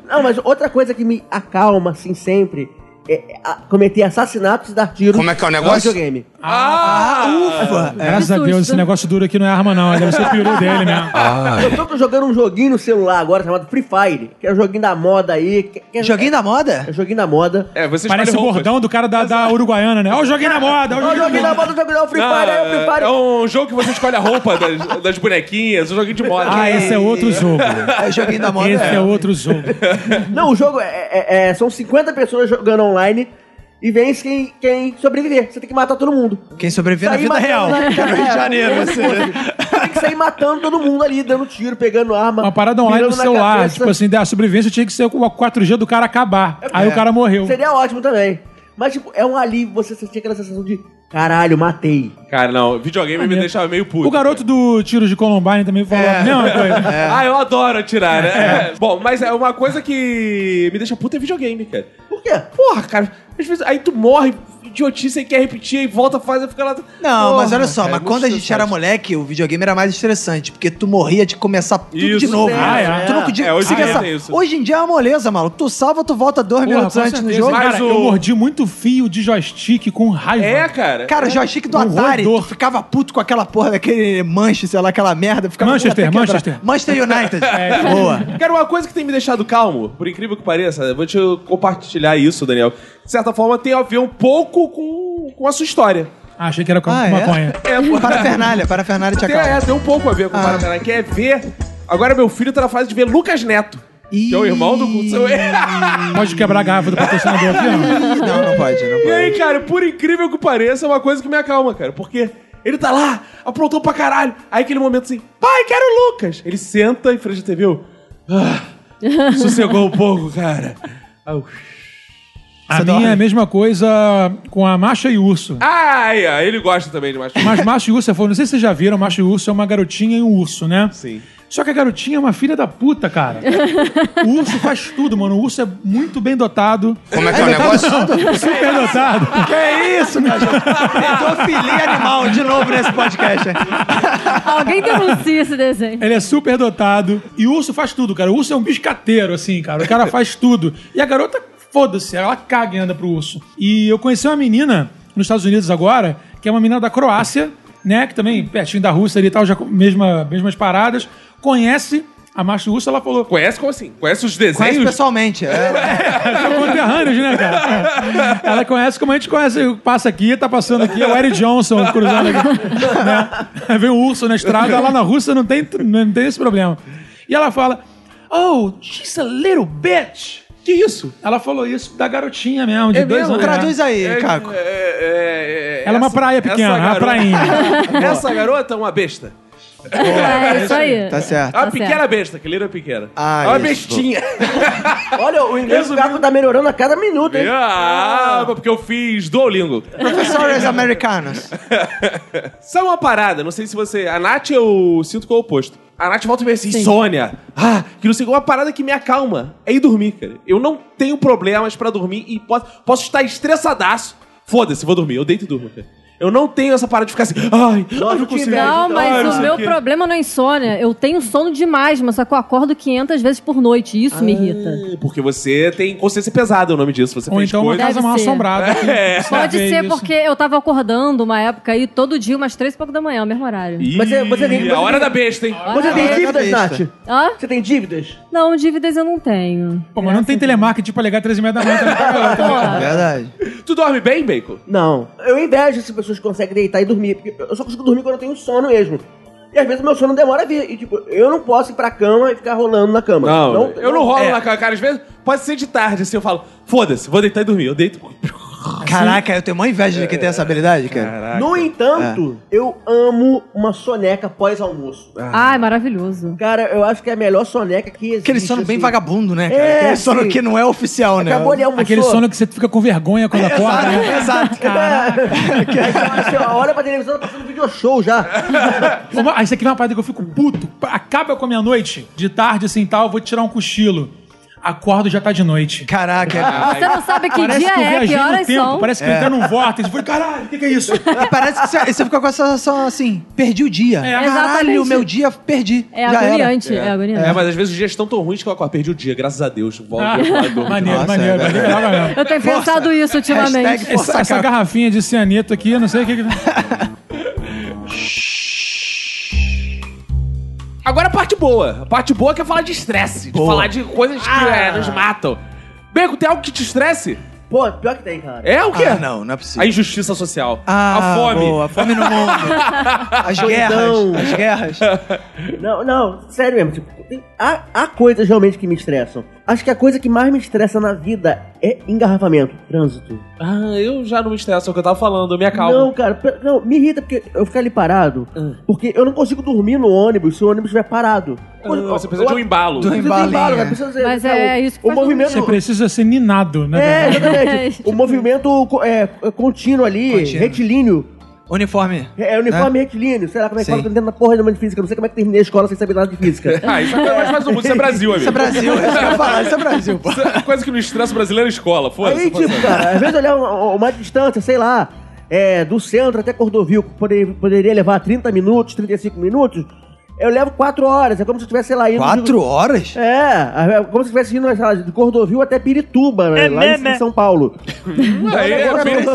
D: Não, mas outra coisa que me acalma, assim, sempre, é a- cometer assassinatos e dar tiro.
F: Como é que é o
D: no
F: negócio?
D: videogame.
A: Ah,
B: Ufa.
E: Graças a
C: Que
E: Deus,
C: susto.
E: esse negócio duro aqui não é arma, não. Deve ser o peru dele mesmo.
B: Ah, é.
D: Eu tô jogando um joguinho no celular agora chamado Free Fire, que é o joguinho da moda aí. Que, que é,
B: Joguinho da moda?
D: É joguinho da moda.
A: É, você
E: Parece o
A: escolhe roupas.
E: bordão do cara da, da Uruguaiana, né? Ó, o joguei na moda, ó, o
D: Ó, O
E: joguei
D: joguinho
E: na
D: da
E: moda.
D: moda, o joguinho da Free
A: Não,
D: Fire, é o Free Fire.
A: é um jogo que você escolhe a roupa das, das bonequinhas, um joguinho de moda.
E: Ah, esse é outro jogo.
B: É joguinho da moda.
E: Esse
B: é.
E: é outro jogo.
B: um
D: Não, o jogo é, é- é- são 50 pessoas jogando online e vence quem, quem sobreviver. Você tem que matar todo mundo.
B: Quem sobreviver na
D: Sair
B: vida
D: matando,
B: real.
D: né?
B: Que é no Rio de Janeiro,
D: É,
B: você,
D: é, Você tem que sair matando todo mundo ali, dando tiro, pegando arma.
E: Uma parada online no
D: mirando na
E: celular.
D: cabeça.
E: Tipo assim, da sobrevivência tinha que ser com a 4G do cara acabar. Aí o cara morreu.
D: Seria ótimo também. Mas, tipo, é um alívio você sentir aquela sensação de caralho, matei.
A: Cara, não, videogame me deixava meio puto.
E: O garoto do Tiros de Columbine também falou a mesma coisa.
A: Ah, eu adoro atirar, né? Bom, mas é uma coisa que me deixa puta é videogame, cara.
D: Por quê?
A: Porra, cara, às vezes aí tu morre, idiotice, aí quer repetir, aí volta a fase e fica lá.
B: Não,
A: Porra,
B: mas olha só,
A: cara,
B: mas
A: é muito
B: quando a gente era
A: estressante.
B: moleque, o videogame era mais estressante, porque tu morria de começar tudo de
A: Isso,
B: novo.
A: é,
E: é.
B: Tu não podia
A: É, hoje
B: conseguir
A: em dia
B: essa-
A: tem isso.
B: Hoje em dia é uma moleza, maluco. Tu salva, tu volta dois
E: Porra,
B: minutos
E: com
B: antes no
E: certeza.
B: jogo.
E: Cara,
A: Mas o-
E: eu mordi muito fio de joystick com raiva.
A: É, cara.
B: Cara, o joystick do
E: Um
B: Atari, tu
E: roedor.
B: ficava puto com aquela porra daquele Manchester, sei lá, aquela merda. Ficava
E: Manchester,
B: puto até
E: Manchester.
B: quebrar. Manchester United. Boa.
A: Cara, uma coisa que tem me deixado calmo, por incrível que pareça, eu vou te compartilhar isso, Daniel. De certa forma, tem a ver um pouco com, com a sua história.
E: Ah, achei que era com
B: Ah, é?
E: maconha.
A: É, porra.
B: Parafernália, parafernália te
A: Tem, é,
B: acalma.
A: tem um pouco a ver com o
B: Ah.
A: Paraná, que é ver. Agora meu filho tá na fase de ver Lucas Neto. Que é o irmão do.
E: Pode quebrar a garrafa do patrocinador aqui, ó.
B: Não, não pode, não
A: E
B: pode.
A: aí, cara, por incrível que pareça, é uma coisa que me acalma, cara. Porque ele tá lá, aprontou pra caralho. Aí aquele momento assim, pai, quero o Lucas. Ele senta em frente à TV, eu... Ah, sossegou um pouco, cara. Aí eu,
E: A minha é a mesma coisa com a Macha e o Urso.
A: Ai, ai, ele gosta também de macho.
E: Mas Macho e Urso, eu falo, não sei se vocês já viram, Macho e Urso é uma garotinha e um urso, né?
A: Sim.
E: Só que a garotinha é uma filha da puta, cara. O urso faz tudo, mano. O urso é muito bem dotado.
F: Como é que é o negócio?
E: Super dotado.
B: Que isso, cara? Pedofilia animal de novo nesse podcast. hein?
C: Alguém um
A: É
C: denuncia esse desenho.
E: Ele é super dotado. E o urso faz tudo, cara. O urso é um biscateiro, assim, cara. O cara faz tudo. E a garota Foda-se, ela caga e anda pro urso. E eu conheci uma menina nos Estados Unidos agora, que é uma menina da Croácia, né? Que também, pertinho da Rússia ali e tal, já com- mesma, mesmas paradas. Conhece a Macho Urso, ela falou.
A: Conhece como assim? Conhece os desenhos?
B: Conhece pessoalmente. É.
E: São conterrâneos, né, cara? É. Ela conhece como a gente conhece, passa aqui, tá passando aqui, é o Eric Johnson cruzando aqui. Né? Aí vem um urso na estrada, lá na Rússia não tem, não tem esse problema. E ela fala: Oh, she's a little bitch.
A: Que isso?
E: Ela falou isso da garotinha mesmo, de
A: É
E: dois
A: mesmo?
E: anos. né?
B: Traduz aí,
A: É,
B: Caco.
A: é, é, é,
E: Ela é uma
A: essa-
E: praia pequena,
A: essa
E: uma
A: garota-
E: prainha.
A: essa garota é uma besta.
C: É isso aí.
B: Tá certo.
A: É uma
C: Tá
A: pequena
C: certo.
A: besta, que lira pequena.
B: Ah,
A: é uma
B: isso.
A: bestinha.
D: Olha, o inglês do Caco tá melhorando a cada minuto, hein?
A: ah, porque eu fiz Duolingo.
B: Professores americanos.
A: Sabe uma parada? Não sei se você. A Nath eu sinto que é o oposto. A Nath volta e meia assim,
C: Sim.
A: Sônia! Ah, que não sei. Uma parada que me acalma é ir dormir, cara. Eu não tenho problemas pra dormir e posso, posso estar estressadaço. Foda-se, vou dormir. Eu deito e durmo, cara. Eu não tenho essa parada de ficar assim, ai, eu não consigo.
C: Não,
A: ai,
C: mas
A: não
C: o
A: sei
C: meu
A: quê."
C: problema não é insônia. Eu tenho sono demais, mas só que eu acordo 500 vezes por noite. e Isso me irrita.
A: Porque você tem consciência pesada, é o nome disso. Você
E: Ou
A: fez
E: então uma
A: coisa.
E: casa mal
C: Deve ser.
E: assombrada. que
A: É.
E: só
C: Pode
E: vê
C: ser
E: isso.
C: porque eu tava acordando uma época aí, todo dia, umas três e pouco da manhã, o mesmo horário.
A: Ih,
D: Você- você tem- você
A: é a hora
D: tem-
A: da besta, hein?
D: Você tem
B: Ah,
D: dívidas,
B: tá
D: Nath?
B: besta.
C: Hã?
D: Você tem dívidas?
C: Não, dívidas eu não tenho.
E: Pô, mas não
C: assim
E: tem telemarketing pra ligar três e meia da manhã também pra garota. né?
C: É.
B: Verdade.
A: Tu dorme bem, Bacon?
D: Não. Eu invejo essas pessoas que conseguem deitar e dormir, porque eu só consigo dormir quando eu tenho sono mesmo. E às vezes meu sono demora a vir. E tipo, eu não posso ir pra cama e ficar rolando na cama.
A: Não, eu não rolo
D: é.
A: na cara, cara. Às vezes pode ser de tarde, assim, eu falo, foda-se, vou deitar e dormir. Eu deito.
B: Caraca, eu tenho uma inveja de quem tem essa habilidade, cara.
D: No entanto, eu amo uma soneca pós-almoço.
B: É.
C: Ai, maravilhoso.
D: Cara, eu acho que é a melhor soneca que existe.
B: Aquele sono bem
D: assim.
B: vagabundo, né,
D: É,
B: cara? Aquele sono
D: sim.
B: que não é oficial, né?
D: Acabou de almoçar.
E: Aquele sono que você fica com vergonha quando acorda, né?
B: Exato.
D: É Aí você olha pra televisão, tá passando video show já.
E: Uma, aí isso aqui é uma parada que eu fico puto. Acaba com a minha noite, de tarde assim tal, eu vou tirar um cochilo. Acordo já tá de noite.
B: Caraca. é.
C: Você não sabe que
E: Parece
C: dia
E: que eu
C: é, que
E: viajei no
C: horas
E: tempo,
C: são. É.
E: parece que eu entrei num vórtice. Eu Falei, caralho, o que, que é isso?
B: E parece que você, você ficou com essa sensação assim, perdi o dia.
E: É.
B: Caralho,
C: Exatamente.
B: o meu dia perdi.
C: É
B: Já era.
C: agoniante, é, agoniante.
A: É, mas às vezes os dias estão tão ruins que eu acordo, perdi o dia, graças a Deus. Volto,
E: Ah,
A: volto.
E: maneiro,
B: é Nossa, é
E: maneiro, vai
B: verdade.
E: legal mesmo.
C: Eu tenho pensado isso ultimamente.
B: Hashtag força,
E: Essa, essa
B: cara.
E: garrafinha de cianeto aqui, eu não sei o que. que...
A: Agora a parte boa. A parte boa é que é falar de estresse, de
B: Boa.
A: falar de coisas que é, nos matam. Bacon, tem algo que te estresse?
D: Pô, pior que tem, cara.
A: É o quê?
B: Ah, não, não é possível.
A: A injustiça social.
B: Ah,
A: a fome.
B: boa, a fome no mundo. As guerras. As guerras.
A: É?
D: Não, não, sério mesmo. Tipo, tem- há, há coisas realmente que me estressam. Acho que a coisa que mais me estressa na vida é engarrafamento, trânsito.
A: Ah, eu já não me estresso, é o que eu tava falando, eu me acalmo.
D: Não, cara, pe- não, me irrita porque eu ficar ali parado.
A: Ah.
D: Porque eu não consigo dormir no ônibus se o ônibus estiver parado. Pô,
A: Ah,
D: eu-
A: Você precisa
D: eu-
A: de um embalo.
B: Do-
D: eu preciso de embalo, cara.
B: Embalinha.
D: Precisa de-
C: Mas
D: cara,
C: é
D: o-
C: isso que
D: O
C: faz todo
D: movimento.
E: Você precisa ser ninado,
A: um
D: É,
E: né?
D: exatamente. o movimento co- é, é contínuo ali,
B: Contínuo.
D: retilíneo.
B: Uniforme.
D: É, é
A: Né?
D: uniforme retilíneo, sei lá como é que
B: Sim.
D: fala, que eu não entendo porra de nome de física, não sei como é que terminei a escola sem saber nada de física.
A: Ah, isso é a coisa mais faz do mundo, isso é Brasil, amigo.
B: Isso é Brasil, é isso que eu ia falar, isso é Brasil, pô.
A: Isso é a coisa que me estressa brasileiro é escola, foda-se.
D: Aí, tipo, cara, às vezes olhar uma, uma distância, sei lá, é, do centro até Cordovil, que poder- poderia levar 30 minutos, 35 minutos, eu levo 4 horas. É como se eu estivesse, sei lá, indo.
B: Quatro horas?
D: É, é como se eu estivesse indo, sei lá, de Cordovil até Pirituba,
B: É,
D: né, lá em São Paulo.
A: Aí é
D: Agora,
A: aperto.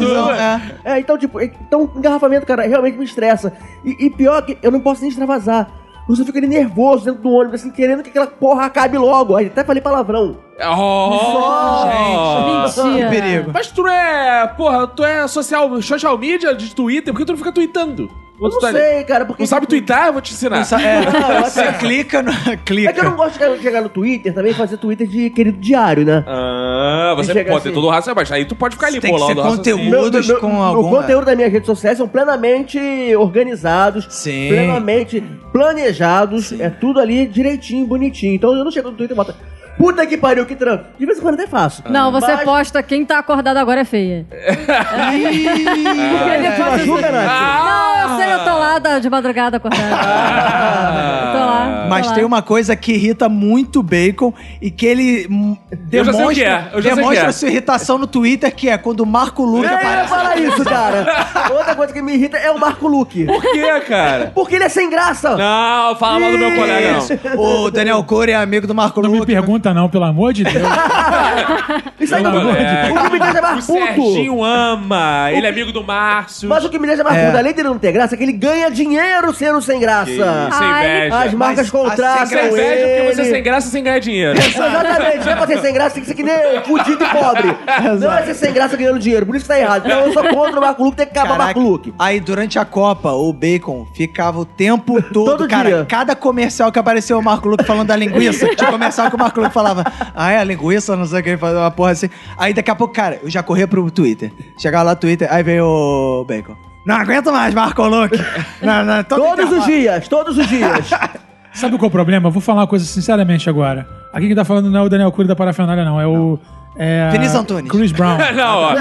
B: É.
D: É, então, tipo, é- então, engarrafamento, cara, realmente me estressa. E, e pior que eu não posso nem extravasar. Eu só fico ali nervoso dentro do ônibus, assim, querendo que aquela porra acabe logo. Aí até falei palavrão.
A: Oh!
C: Mentira.
B: Perigo.
A: Mas tu não é, porra, tu é social, social media de Twitter, por que tu não fica tweetando? tá
D: Eu não sei, cara, porque. tipo,
A: Não sabe twittar? Eu vou te ensinar.
B: Isso é-
D: Não, eu
B: Você
D: até-
B: clica no.
D: É que eu não
B: Clica.
D: gosto de chegar no Twitter também e fazer Twitter de querido diário, né?
A: Ah, você
D: Chega
A: pode
D: assim.
A: ter todo o raciocínio, mas aí tu pode ficar ali
B: Tem que ser
A: bolando assim. o raciocínio.
B: conteúdo. Todos com algum-
D: O conteúdo das minhas redes sociais são plenamente organizados,
B: Sim.
D: plenamente planejados, é tudo ali direitinho, bonitinho. Então eu não chego no Twitter e boto. Puta que pariu, que trampo. De vez em quando até faço.
C: Não, você
D: Mas-
C: posta quem tá acordado agora é feia. Porque
D: Você
C: depois-
D: machuca, Nath?
A: Ah,
C: Não, eu sei, eu tô lá da- de madrugada acordada. Eu tô lá. tô
B: Mas
C: lá.
B: tem uma coisa que irrita muito o Bacon e que ele hum,
A: Eu já sei o
B: demonstra,
A: que é, eu já sei o que
B: demonstra
A: é.
B: sua irritação no Twitter, que é quando o Marco
A: Ah,
B: Luque
D: Eu ia
B: aparece.
D: falar isso, cara. Outra coisa que me irrita é o Marco Luque.
A: Por quê, cara?
D: Porque ele é sem graça.
A: Não, fala mal do meu colega, não.
B: O Daniel Core é amigo do Marco
E: Não me
B: Luque.
E: pergunta, não, pelo amor de Deus.
D: Isso aí não,
A: Não,
D: não
A: moleque.
D: O é que me deixa
A: O
D: mais puto.
A: Serginho ama, ele é amigo do Márcio.
D: Mas o que me deixa mais puto, além dele não ter graça, é que ele ganha dinheiro sendo sem graça.
A: Sem
C: Ah, ele-
A: inveja.
D: As marcas contratam
A: Sem inveja
D: ele.
A: porque você é sem graça sem ganhar dinheiro.
D: Exatamente, não é pra ser sem graça, tem que ser que nem fudido e pobre. Não é ser sem graça ganhando dinheiro, por isso que tá errado. Então eu sou contra o Marco Luque, tem que acabar o Marco Luque.
B: Aí durante a Copa, o Bacon ficava o tempo todo,
D: Todo
B: cara,
D: dia.
B: cada comercial que apareceu o Marco Luque falando da linguiça, tinha comercial que o Marco Luque falava, ah, é a linguiça, não sei o que, ele fazia uma porra assim. Aí daqui a pouco, cara, eu já corria pro Twitter. Chegava lá no Twitter, aí veio o Bacon. Não aguento mais, Marco Luque. Não, não, todo
D: Todos
B: intervalo.
D: os dias, todos os dias.
E: Sabe qual é o problema? Eu vou falar uma coisa sinceramente agora. Aqui quem tá falando não é o Daniel Cury da Parafernália, não. É o. É...
B: Vinícius Antunes.
E: Chris Brown.
A: Não, ó,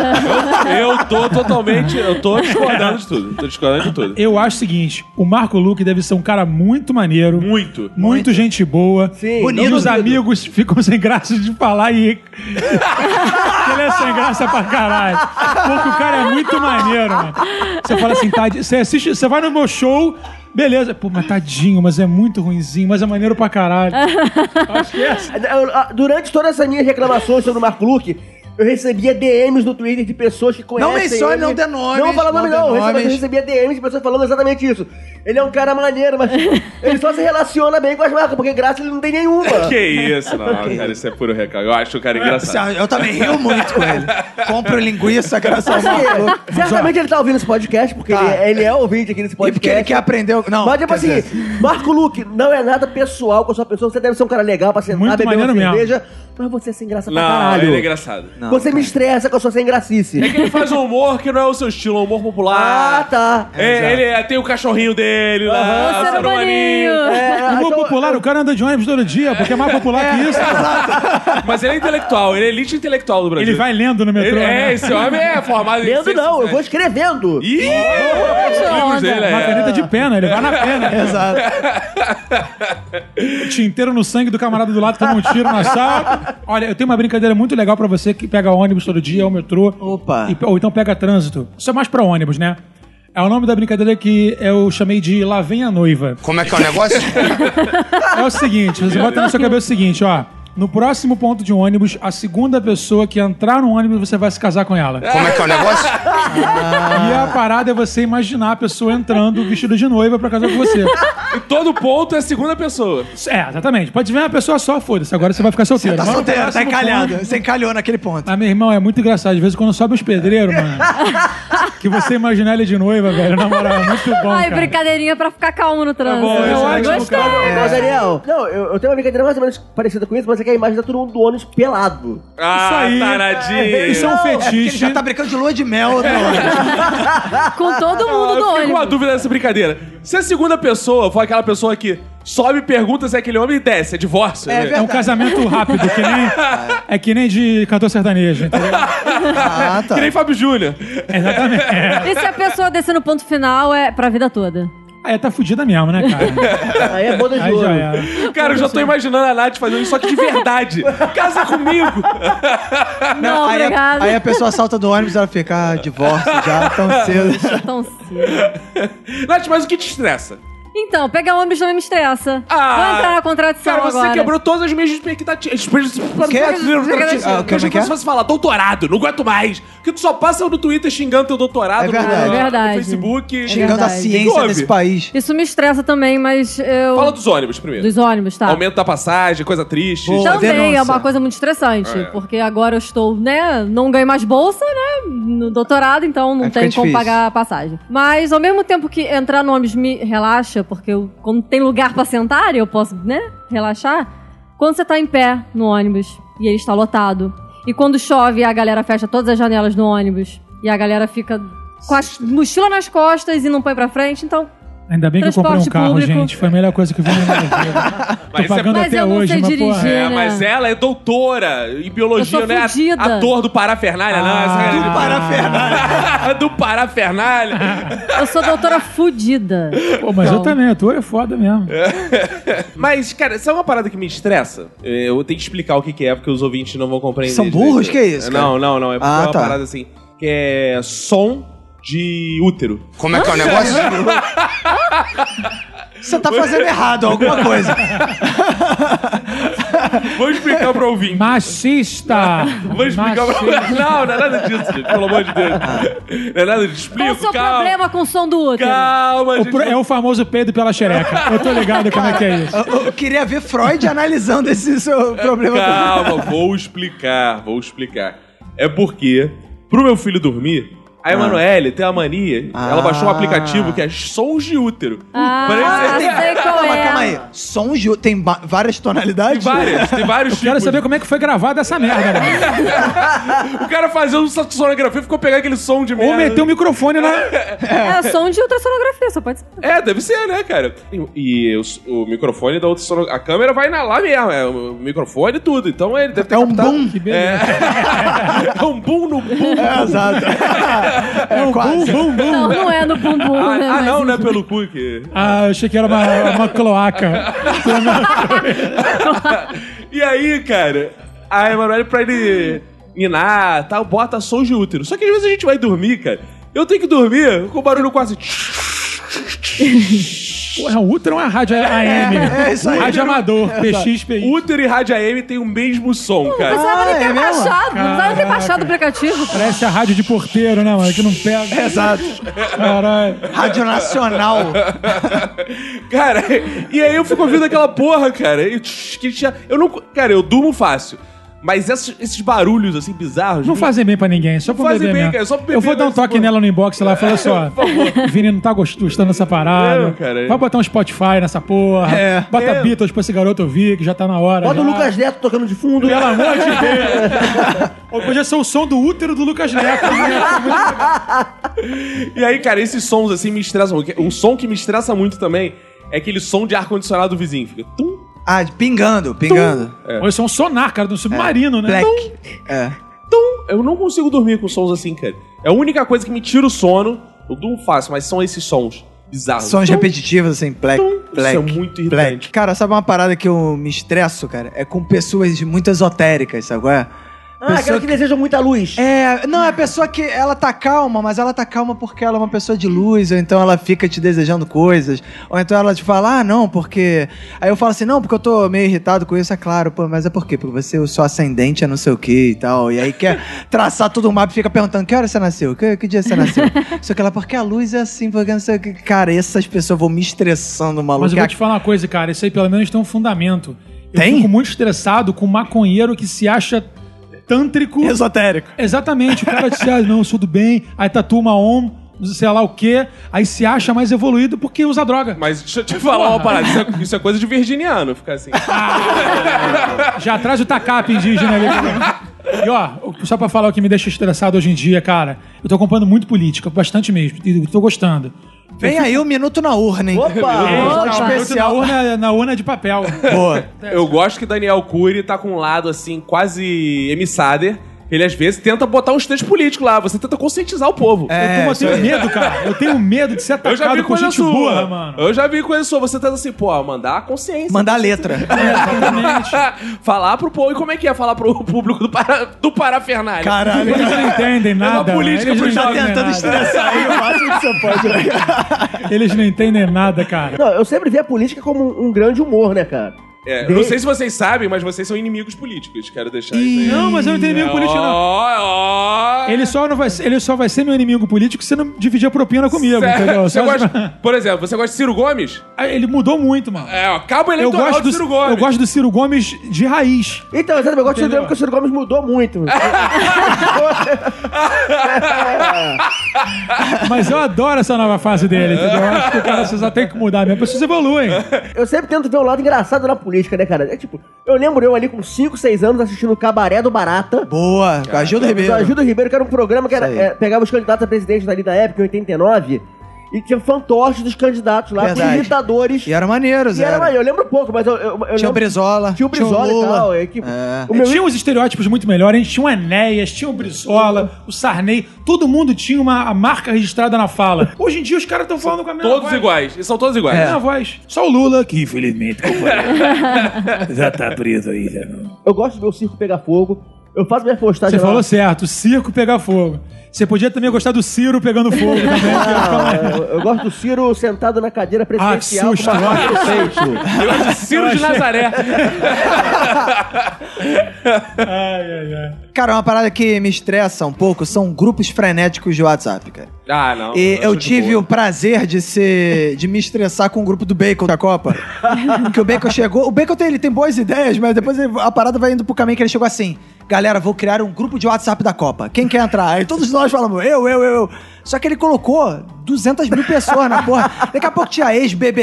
A: eu, eu tô totalmente, eu tô discordando de tudo. Tô discordando de tudo.
E: Eu acho o seguinte: o Marco Luque deve ser um cara muito maneiro.
A: Muito.
E: Muito, gente boa.
D: Sim.
E: Bonito. E os amigos ficam sem graça de falar e. Ele é sem graça pra caralho. Porque o cara é muito maneiro, mano. Você fala assim, tadinho. Você assiste, você vai no meu show, beleza. Pô, mas tadinho, mas é muito ruinzinho, mas é maneiro pra caralho.
D: Ah,
E: Acho que é essa.
D: Eu- a- Durante todas essas minhas reclamações sobre o Marco Luque, eu recebia DMs no Twitter de pessoas que conhecem
B: Não mencione,
D: ele.
B: não dê nomes,
D: Não vou falar nome, não.
B: não dê
D: Eu recebia-
B: nomes.
D: Eu recebia DMs de pessoas falando exatamente isso. Ele é um cara maneiro, mas ele só se relaciona bem com as marcas, porque graça ele não tem nenhuma.
A: Que isso, não, cara, isso é puro recalque. Eu acho o cara
D: é
B: Assim,
A: É engraçado.
B: ó, Eu também rio muito com ele. Compro linguiça, graças ao Marco Luque.
D: Assim, certamente ele tá ouvindo esse podcast, porque
B: Tá.
D: ele, ele é ouvinte aqui nesse
B: E porque
D: podcast.
B: ele quer aprender... o- Não,
D: Mas, tipo
B: quer
D: assim,
B: dizer,
D: Marco Luque, não é nada pessoal com a sua pessoa. Você deve ser um cara legal pra sentar,
E: Muito
D: beber uma
E: maneiro mesmo.
D: cerveja. Mas você é sem graça pra
A: Não,
D: caralho.
A: ele é engraçado.
D: você me estressa com a sua sem gracice.
A: É que ele faz um humor que não é o seu estilo, é um humor popular.
D: Ah, tá.
A: É, ele é- tem o cachorrinho dele lá, tá
C: Ô,
A: o
C: ser
A: ser
C: humaninho.
A: humaninho.
D: É,
E: O humor
D: então-
E: popular, o cara anda de ônibus todo dia, porque é mais popular que isso.
A: Mas ele é intelectual, ele é elite intelectual do Brasil.
E: Ele vai lendo no metrô.
A: Ele-
E: né?
A: é, esse homem é formado em.
D: Lendo
A: ciências
D: não, eu vou
A: sociais.
D: escrevendo.
A: né? Ih! Os livros dele
E: Uma
A: é.
E: caneta de pena, ele vai na pena.
B: Exato.
E: Tinteiro no sangue do camarada do lado, toma um tiro na sala. Olha, eu tenho uma brincadeira muito legal pra você que pega ônibus todo dia, ou metrô.
B: Opa.
E: e- ou então pega trânsito. Isso é mais pra ônibus, né? É o nome da brincadeira que eu chamei de Lá Vem a Noiva.
F: Como é que é o negócio?
E: É o seguinte, você bota na sua cabeça o seguinte, ó. No próximo ponto de ônibus, a segunda pessoa que entrar no ônibus, você vai se casar com ela.
F: Como é que é o negócio?
E: E a parada é você imaginar a pessoa entrando vestida de noiva pra casar com você.
A: E todo ponto é a segunda pessoa.
E: É, exatamente. Pode vir uma pessoa só, foda-se. Agora você vai ficar solteiro.
B: Tá
E: Mas no
B: solteiro, tá
D: assim,
E: próximo
B: encalhado. Você encalhou naquele ponto.
E: Ah, meu irmão, é muito engraçado. Às vezes quando sobe os pedreiros, mano. que você imaginar ele de noiva, velho. Na moral, é muito bom.
C: Ai,
E: cara.
C: brincadeirinha pra ficar calmo no trânsito.
E: bom, isso é ótimo,
C: Gostei.
E: cara.
D: Ô, Daniel, não, eu, eu tenho uma brincadeira mais ou menos parecida com isso, mas é que a imagem da todo mundo do ônibus pelado.
A: Ah,
E: Isso aí.
A: taradinho.
E: Isso é um
B: É porque ele
E: fetiche.
B: já tá brincando de lua de mel,
A: É.
B: né?
C: Com todo mundo do
A: Eu fiquei com uma
C: ônibus.
A: dúvida dessa brincadeira. Se a segunda pessoa for aquela pessoa que sobe e pergunta se é aquele homem e desce, é divórcio. né?
E: É um casamento rápido, que nem, é que nem de cantor sertanejo, entendeu?
B: Ah, tá.
A: Que nem Fábio Júnior.
E: Exatamente. É.
C: E se a pessoa descer no ponto final, é pra vida toda.
E: Aí tá fudida mesmo, né, cara?
D: Aí é boda de
E: Aí
D: ouro.
E: já era.
A: Cara, eu já tô imaginando a Nath fazendo isso, só que de verdade. Casa comigo.
C: Não,
B: aí, a,
C: obrigada.
B: aí a pessoa salta do ônibus e ela fica, ah, divórcio já, tão cedo.
C: Tão cedo.
A: Nath, mas o que te estressa?
C: Então, pegar ônibus também me estressa.
A: Ah.
C: Vou entrar na contradição
A: Cara, você
C: agora.
A: quebrou todas as minhas expectativas.
B: Quê? Ah,
A: Que
B: como é
A: eu
B: que é?
A: começo a falar doutorado, não aguento mais. Porque tu só passa no Twitter xingando teu doutorado
B: É
A: no-
B: verdade. É
C: É
A: no,
C: verdade.
A: Facebook.
B: Xingando a
C: verdade.
B: ciência
A: Ouve.
B: desse país.
C: Isso me estressa também, mas eu...
A: Fala dos ônibus primeiro.
C: Dos ônibus, tá?
A: Aumento da passagem, coisa triste.
B: Boa.
C: Também
B: denúncia.
C: é uma coisa muito estressante,
A: É.
C: porque agora eu estou, né, não ganho mais bolsa, né, no doutorado, então não
B: Aí É fica
C: tem como
B: difícil.
C: pagar a passagem. Mas ao mesmo tempo que entrar no ônibus me relaxa, porque eu, como tem lugar pra sentar, eu posso, né, relaxar. Quando você tá em pé no ônibus e ele está lotado, e quando chove a galera fecha todas as janelas no ônibus e a galera fica com a mochila nas costas e não põe pra frente, então
E: Ainda bem que eu comprei um
C: Transporte
E: carro,
C: público.
E: gente. Foi a melhor coisa que eu vi na minha vida. Tô
A: Mas isso é-
E: pagando
C: Mas
E: até
C: eu não
E: hoje,
C: sei
E: mas porra.
C: dirigir.
A: É,
C: né?
A: mas ela é doutora em biologia,
C: Eu sou
A: não é
C: fudida.
A: a- ator do Parafernália, não.
E: Ah.
A: Essa
E: Do
A: Parafernália. do Parafernália.
C: eu sou doutora fudida.
E: Pô, mas eu
C: Então-
E: também, eu tô é foda mesmo.
A: Mas, cara, isso é uma parada que me estressa. É, Eu tenho que explicar o que que é, porque os ouvintes não vão compreender.
B: São
A: direito.
B: burros? Que isso, cara?
A: Não, não, não. É porque
B: Ah,
A: é uma
B: tá.
A: parada assim, que é som de útero.
F: Como é que é o negócio?
B: Você tá fazendo errado alguma coisa.
A: Vou explicar pra ouvir.
E: Machista!
A: Vou explicar pra. Não, não é nada disso, gente. Pelo amor de
B: Ah.
A: Deus. Não é nada disso.
C: Qual o
A: Explico,
C: seu
A: calma.
C: problema com o som do útero?
A: Calma,
E: O
A: gente.
E: pro- é o famoso peido pela xereca. Eu tô ligado como é que é isso.
B: Eu, eu queria ver Freud analisando esse seu problema.
A: Calma, vou explicar, vou explicar. É porque, pro meu filho dormir,
B: Ah.
A: a Emanuele tem uma mania, ela baixou um aplicativo que é sons de útero.
C: Ah,
A: Pra ele-
C: sei qual
B: Calma,
C: é.
B: calma aí. Som de... Tem ba- várias
A: Tem
B: tonalidades?
A: vários, tem vários
E: Quero
A: tipos.
E: saber como é que foi gravada essa merda, né? mano.
A: O cara fazendo um sonografia ficou pegando aquele som de
E: Ou
A: merda.
E: meter o microfone né? na.
C: É som de ultrassonografia, só pode ser.
A: É, deve ser, né, cara? E, e o, o microfone da outra sono... A câmera vai na lá mesmo, é o microfone e tudo. Então ele deve ter
B: É um boom.
E: Que beleza.
A: é um boom no boom.
B: É, exato. É, quase.
C: Não, não é no bumbum.
A: Ah,
C: né,
A: ah,
C: mas-
A: não, não é pelo cu que...
E: Ah, eu achei que era uma, uma cloaca.
A: E aí, cara, a Emanuele, pra ele minar, tal, bota som de útero. Só que às vezes a gente vai dormir, cara. Eu tenho que dormir com o barulho quase.
E: Porra, o Ultra é uma rádio AM.
B: É, é isso aí.
E: Rádio amador, PXPI.
A: Útero e rádio AM tem o mesmo som,
C: Não
A: cara.
C: precisava
B: Ah,
C: nem ter
B: é mesmo?
C: baixado. Não precisava ter
E: Caraca.
C: baixado o aplicativo.
E: Parece a rádio de porteiro, né, mano? Que não pega.
B: Exato.
E: Caralho.
B: Rádio Nacional.
A: Cara, e aí eu fico ouvindo aquela porra, cara. E que tinha- eu não. Cara, eu durmo fácil. Mas esses, esses barulhos, assim, bizarros.
E: Não
A: me-
E: fazem bem pra ninguém, só pra um
A: Fazem
E: bebê
A: bem,
E: mesmo.
A: cara, só pro bebê
E: Eu vou dar um
A: mesmo,
E: toque
A: pô. É,
E: nela no inbox lá e falar assim, ó. Vini não tá gost- gostando dessa parada.
A: Não, cara. é.
E: Vai botar um Spotify nessa porra. Bota Beatles pra esse garoto ouvir, que já tá na hora.
D: Bota o
E: já.
D: Lucas Neto tocando de fundo.
E: Pelo amor de Deus. Ou podia ser o som do útero do Lucas Neto.
A: E aí, cara, esses sons, assim, me estressam. Um som que me estressa muito também é aquele som de ar-condicionado do vizinho. Fica tum,
B: Ah, pingando, pingando.
E: Ou isso é um sonar, cara, do submarino, né?
B: Black.
E: Então,
B: É.
A: Então, eu não consigo dormir com sons assim, cara. É a única coisa que me tira o sono. Eu durmo fácil, mas são esses sons bizarros.
B: Sons
A: Tum,
B: repetitivos, assim, black,
A: tum.
B: black.
A: Isso é muito irritante.
B: Black. Cara, sabe uma parada que eu me estresso, cara? É com pessoas muito esotéricas, sabe? qual é?
D: Ah, aquela que deseja muita luz.
B: É, não, é a pessoa que ela tá calma, mas ela tá calma porque ela é uma pessoa de luz, ou então ela fica te desejando coisas, ou então ela te fala, ah, não, porque. Aí eu falo assim, não, porque eu tô meio irritado com isso, é claro, pô, mas é por quê? Porque você, o seu ascendente é não sei o que e tal, e aí quer traçar todo o mapa e fica perguntando, que hora você nasceu? Que, que dia você nasceu? Só que ela, porque a luz é assim, porque não sei o que. Cara, essas pessoas vão me estressando, maluco. É
E: Mas eu vou te falar uma coisa, cara. Isso aí pelo menos tem um fundamento. Eu
B: Tem?
E: fico muito estressado com um maconheiro que se acha tântrico.
B: Esotérico.
E: Exatamente. O cara disse, ah, não, eu sou do bem. Aí tatua uma OM, sei lá o quê. Aí se acha mais evoluído porque usa droga.
A: Mas deixa eu te falar uma parada. Isso é, isso é coisa de virginiano, ficar assim.
E: Já traz o tacape indígena ali. né, E ó, só pra falar o que me deixa estressado hoje em dia, cara. Eu tô acompanhando muito política, bastante mesmo. E tô gostando.
B: Vem aí o minuto na urna, hein?
D: Opa!
B: Episódio
E: Não,
B: especial.
E: Na urna, na urna de papel.
B: Boa.
A: eu gosto que Daniel Cury tá com um lado, assim, quase emissáder. Ele, às vezes, tenta botar um estante político lá. Você tenta conscientizar o povo.
B: É,
E: eu, tô- eu tenho medo, cara. Eu tenho medo de ser
A: Eu já vi
E: atacado com
A: coisa
E: gente
A: sua.
E: burra, mano.
A: Eu já vi coisa sua. Você tenta assim, pô, mandar a consciência.
B: Mandar a letra.
E: Exatamente.
A: falar pro povo. E como é que é falar pro público do, para, do Parafernália?
B: Caralho.
E: Eles não entendem
A: uma
E: nada. né?
A: política
E: eles,
A: pro
E: não
A: jovem,
E: entendem
B: tentando
E: nada.
B: estressar aí o máximo que você pode. né?
E: eles não entendem nada, cara.
D: Não, eu sempre vi a política como um um grande humor, né, cara?
A: É, eu não sei se vocês sabem, mas vocês são inimigos políticos. Quero deixar isso aí.
E: Não, mas eu não entendi meio política, não.
A: Ó, ó.
E: Ele só, não vai, ser- ele só vai ser meu inimigo político se não dividir a propina comigo,
A: Sério?
E: entendeu?
A: Você
E: Só-
A: gosta, por exemplo, você gosta de Ciro Gomes?
E: Ah, Ele mudou muito, mano.
A: É, ó, cabo
E: Eu
A: eleitoral
E: gosto,
A: de
E: do,
A: Ciro Gomes.
E: eu gosto do Ciro Gomes de raiz.
D: Então, exatamente, eu gosto de
E: Entendeu?
D: porque o Ciro Gomes mudou muito.
E: Mas eu adoro essa nova fase dele, entendeu? Eu acho que o cara só tem que mudar mesmo. As pessoas evoluem.
D: Eu sempre tento ver o lado engraçado na política, né, cara? É tipo, eu lembro eu ali com 5, 6 anos assistindo o Cabaré do Barata.
B: Boa. Ajuda o
D: Do
B: Ribeiro.
D: Ajuda o Ribeiro, que era um programa que era,
B: Isso aí.
D: é, pegava os candidatos a presidente ali da época, em 89, e tinha fantoches dos candidatos lá, com
B: Verdade.
D: imitadores.
B: E era maneiro,
D: E era,
B: Zé.
D: maneiro. eu lembro pouco, mas eu, eu, eu
B: Tinha o
D: lembro...
B: Brizola.
D: Tinha o Brizola e
B: Lula.
D: tal. É que
B: É.
D: O meu
E: Tinha uns estereótipos muito melhores. A gente tinha o Enéas, tinha o Brizola, o Sarney. Todo mundo tinha uma a marca registrada na fala. Hoje em dia os caras estão falando com a mesma
A: Todos
E: voz.
A: iguais. E são todos iguais.
B: É.
E: A mesma voz. É. Só o Lula que, infelizmente, tá
D: Eu gosto de ver o circo pegar fogo. Eu faço minha postagem
E: Você
D: lá.
E: falou certo, o circo pegar fogo. Você podia também gostar do Ciro pegando fogo também.
D: Ah, eu, eu gosto do Ciro sentado na cadeira
E: ah, que
D: presidencial.
E: susto.
A: Ciro de Nazaré.
E: Ai, ai, ai.
B: Cara, é uma parada que me estressa um pouco são grupos frenéticos de WhatsApp, cara.
A: Ah, não.
B: E eu
A: acho de
B: tive um
A: boa.
B: o prazer de ser. de me estressar com o grupo do Bacon da Copa. que o Bacon chegou. O Bacon tem, ele tem boas ideias, mas depois ele- a parada vai indo pro caminho que ele chegou assim. Galera, vou criar um grupo de WhatsApp da Copa. Quem quer entrar? Aí todos nós falamos, eu, eu, eu. eu. Só que ele colocou 200 mil pessoas na porra. Daqui a pouco tinha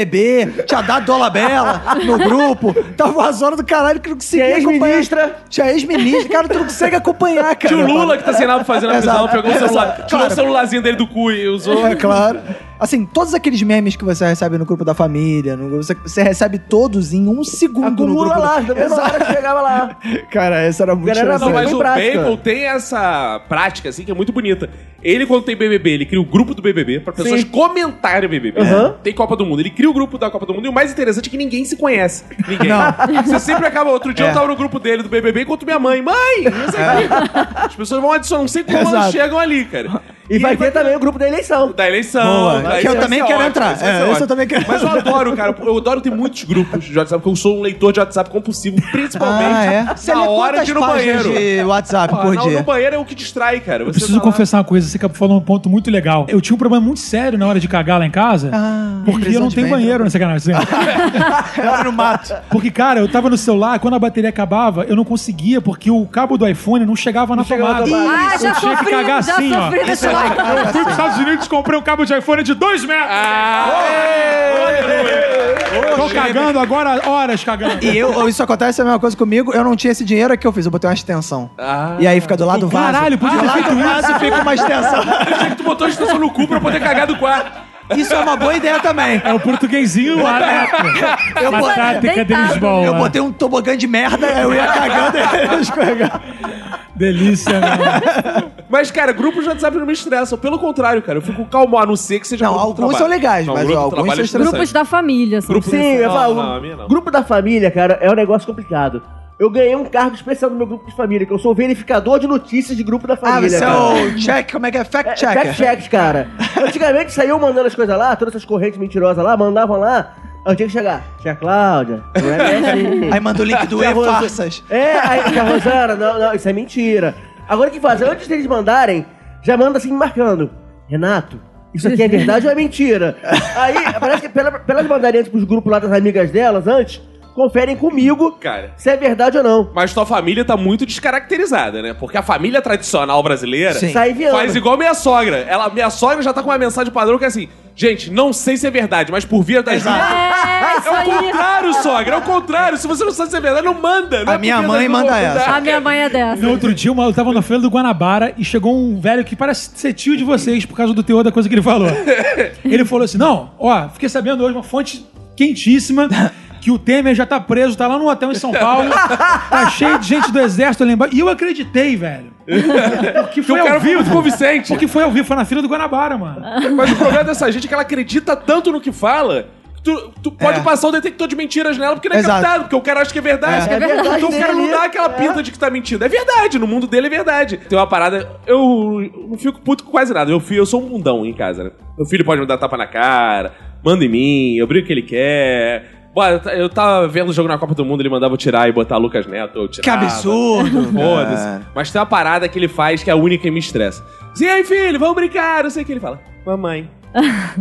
B: ex-BBB, tinha dado Dola Bela no grupo. Tava uma zona do caralho que não conseguia
D: Tinha
B: acompanhar.
D: ex-ministra.
B: Tinha ex-ministra, cara, tu não consegue acompanhar, cara.
A: Tinha o Lula que tá sem nada pra fazer na prisão,
B: Exato.
A: pegou o celular,
B: Exato.
A: tirou
B: Claro.
A: o celularzinho dele do cu e usou.
B: É claro. Assim, todos aqueles memes que você recebe no grupo da família, no- você, você recebe todos em um segundo. no
D: Acumula
B: grupo
D: lá, da
B: da-
D: mesma hora que chegava lá.
B: Cara, essa era muito
D: Galera,
A: Não,
B: estrangeira.
A: mas
D: Bem
A: o
D: prática.
A: Bacon tem essa prática, assim, que é muito bonita. Ele, quando tem BBB, ele cria o grupo do BBB pra pessoas
D: Sim.
A: comentarem o BBB.
D: Aham.
A: Tem Copa do Mundo. Ele cria o grupo da Copa do Mundo e o mais interessante é que ninguém se conhece. Ninguém.
B: Não.
A: Você sempre acaba... Outro dia
B: É.
A: eu tava no grupo dele, do BBB, e encontro minha mãe. Mãe! Não sei o quê. As pessoas vão adicionar, não sei como elas
B: Exato.
A: chegam ali, cara.
D: E vai
A: ele
D: ter também o grupo da eleição.
A: Da eleição.
B: Boa,
A: vai-
B: que eu
A: vai
B: também
A: ser
B: quero
A: é ótimo,
B: entrar.
A: vai ser
B: É, esse eu
A: ótimo.
B: também quero.
A: Mas eu adoro, cara. Eu adoro ter muitos grupos de WhatsApp, porque eu sou um leitor de WhatsApp compulsivo, principalmente
B: Ah, é?
A: na
B: lê
A: hora
B: quantas
A: de ir no
B: páginas
A: banheiro.
B: de WhatsApp
A: Porra,
B: por
A: não, no
B: dia?
A: banheiro é o que distrai, cara. tá
E: Eu preciso confessar uma coisa, você acabou- falou um ponto muito legal. Eu tinha um problema muito sério na hora de cagar lá em casa,
B: Ah,
E: porque eu
B: prisão
E: não
B: de
E: tenho
B: ventre.
E: banheiro nessa canal.
B: Era no mato.
E: Porque, cara, eu tava no celular, quando a bateria acabava, eu não conseguia, porque o cabo do iPhone não chegava na
D: chegava na
E: tomada.
D: tomada.
C: Ah, já
E: eu tinha que
C: sofri,
E: cagar
C: já
E: assim, ó.
C: sofri desse lado.
E: Eu fui pros Estados Unidos e comprei um cabo de iPhone de 2 metros.
C: Ah,
E: Tô cagando agora, horas cagando.
B: E eu, isso acontece é a mesma coisa comigo. Eu não tinha esse dinheiro aqui, eu fiz. Eu botei uma extensão. e aí fica do lado vaso.
E: Caralho, podia ter feito
B: do
E: isso.
B: vaso fica uma extensão.
A: Tu botou a estação no cu pra poder cagar do quarto.
B: Isso é uma boa ideia também.
E: É o portuguesinho lá, né?
B: Eu,
E: A
B: bo-
E: tática
C: Deitado.
E: deles bola.
B: eu botei um tobogã de merda, eu ia cagando e escorregando.
E: Delícia, né?
A: Mas, cara, grupos de WhatsApp não me estressam. Pelo contrário, cara. Eu fico calmo, a não ser que seja
B: Não,
A: grupo do
B: alguns
A: trabalho.
B: são legais,
A: Não,
B: mas
A: grupo do
B: alguns
A: trabalho
B: são
A: é estressante.
C: Grupos da família, assim. são
A: Grupo-
C: grupos.
D: Sim, eu
A: Não,
D: falo,
A: não, a minha não.
D: grupo da família, cara, é um negócio complicado. Eu ganhei um cargo especial no meu grupo de família, que eu sou verificador de notícias de grupo da
B: Ah,
D: família.
B: você é
D: cara.
B: o check, como é que é? Fact checker.
D: Fact checks, cara. Antigamente saiu mandando as coisas lá, todas essas correntes mentirosas lá, mandavam lá. Eu tinha que chegar. Tia Cláudia, não é bem assim.
B: Aí manda o link do
C: Tá,
D: Tia
B: E
D: Rosa-
B: Farsas.
D: É, aí, tia Rosana, não, não, isso é mentira. Agora o que faz? Antes deles mandarem, já manda assim, marcando. Renato, isso aqui é verdade ou é mentira? Aí, parece que pela- pelas mandarem antes pros grupos lá das amigas delas, antes, conferem comigo
A: Cara.
D: se é verdade ou não.
A: Mas tua família tá muito descaracterizada, né? Porque a família tradicional brasileira
B: Sim.
D: Sai enviando.
A: faz igual minha sogra. Ela, minha sogra já tá com uma mensagem padrão que é assim: gente, não sei se é verdade, mas por via das
B: Exato.
C: É,
A: É
C: isso
A: o
C: aí.
A: contrário, sogra. É o contrário. Se você não sabe se é verdade, não manda. Não
B: A
A: é
B: minha
A: porque
B: mãe
A: não
B: manda
A: vou
B: essa.
A: mandar,
C: A minha mãe é dessa.
E: No outro dia, uma- eu tava na feira do Guanabara e chegou um velho que parece ser tio de vocês por causa do teor da coisa que ele falou. Ele falou assim: Não, ó, fiquei sabendo hoje uma fonte quentíssima que o Temer já tá preso, tá lá num hotel em São Paulo, tá cheio de gente do exército ali embaixo. E eu acreditei, velho. Porque
A: Porque
E: foi
A: o
E: ao
A: cara foi muito
E: vivo.
A: convincente.
E: Porque foi ao vivo, foi na feira do Guanabara, mano.
A: Mas o problema dessa gente é que ela acredita tanto no que fala. que Tu, tu pode passar o detector de mentiras nela porque não é
B: É. Exato.
A: captado, porque o cara acha que é verdade.
C: É verdade
A: Então o cara não
D: dele.
A: dá aquela pinta de que tá mentindo. É verdade, no mundo dele é verdade. Tem uma parada, eu não fico puto com quase nada. Eu, fi- eu sou um mundão em casa, né? Meu filho pode me dar tapa na cara, manda em mim, eu brigo o que ele quer. Bom, eu ta- eu tava vendo o jogo na Copa do Mundo, ele mandava eu tirar e botar Lucas Neto. Eu
B: Que
A: tirava.
B: absurdo.
A: Foda-se.
B: cara.
A: Mas tem uma parada que ele faz que é a única que me estressa. Assim, "E aí, filho, vamos brincar, não sei o que. Ele fala, mamãe.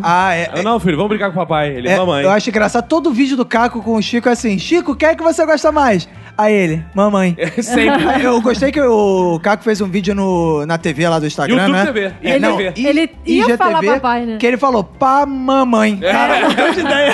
B: Ah, é.
A: Eu, não, filho, vamos brincar com o papai. Ele,
B: é-
A: mamãe.
B: eu acho engraçado todo vídeo do Caco com o Chico é assim: Chico, quem é que você gosta mais? Aí ele, mamãe.
A: É, Sempre.
B: Aí Eu gostei que o Caco fez um vídeo no, na TV lá do Instagram,
A: YouTube
B: né?
A: TV.
B: É, não,
C: Ele-
B: I-
C: ele ia
B: IGTV,
C: falar papai, né?
B: Que ele falou, pá, mamãe. Cara, mudou de ideia.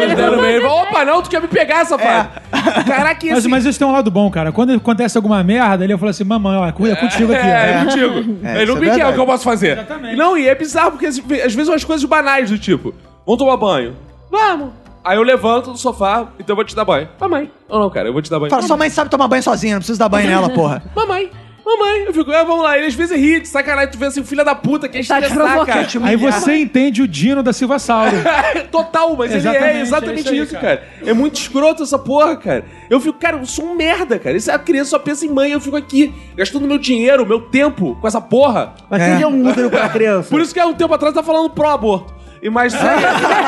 A: Ele dando meio. Opa, não, tu quer me pegar, safado.
B: É.
A: Caraca,
E: Mas,
A: esse...
E: mas isso tem um lado bom, cara. Quando acontece alguma merda, ele fala assim: Mamãe, ó, é contigo aqui.
A: É, é
E: né?
A: contigo.
B: É,
A: Ele
B: isso
A: não
B: é
A: me quer,
B: verdade.
A: o que eu posso fazer?
E: Exatamente.
A: Não, e é bizarro, porque às ve- às vezes umas coisas banais do tipo, vamos tomar banho. Vamos. Aí eu levanto do sofá, então eu vou te dar banho. Mamãe. Não, não, cara, eu vou te dar banho.
B: Fala, sua mãe sabe tomar banho sozinha, não precisa dar banho nela, porra.
A: Mamãe. mamãe. Eu fico, ah, vamos lá. Ele às vezes ri, de sacanagem. Tu vê assim, o filho da puta, quer
C: Tá te
A: estressar, cara.
C: provocando.
E: Aí você entende o Dino da Silva Sauro.
A: Total, mas ele é
E: Exatamente,
A: exatamente
E: é isso aí,
A: isso, cara. É muito escroto essa porra, cara. Eu fico, cara, eu sou um merda, cara. Isso, a criança só pensa em mãe, eu fico aqui, gastando meu dinheiro, meu tempo com essa porra.
B: É.
D: Mas
C: é
D: seja um útero pra criança.
A: Por isso que há um tempo atrás tá falando pró-aborto. E mais.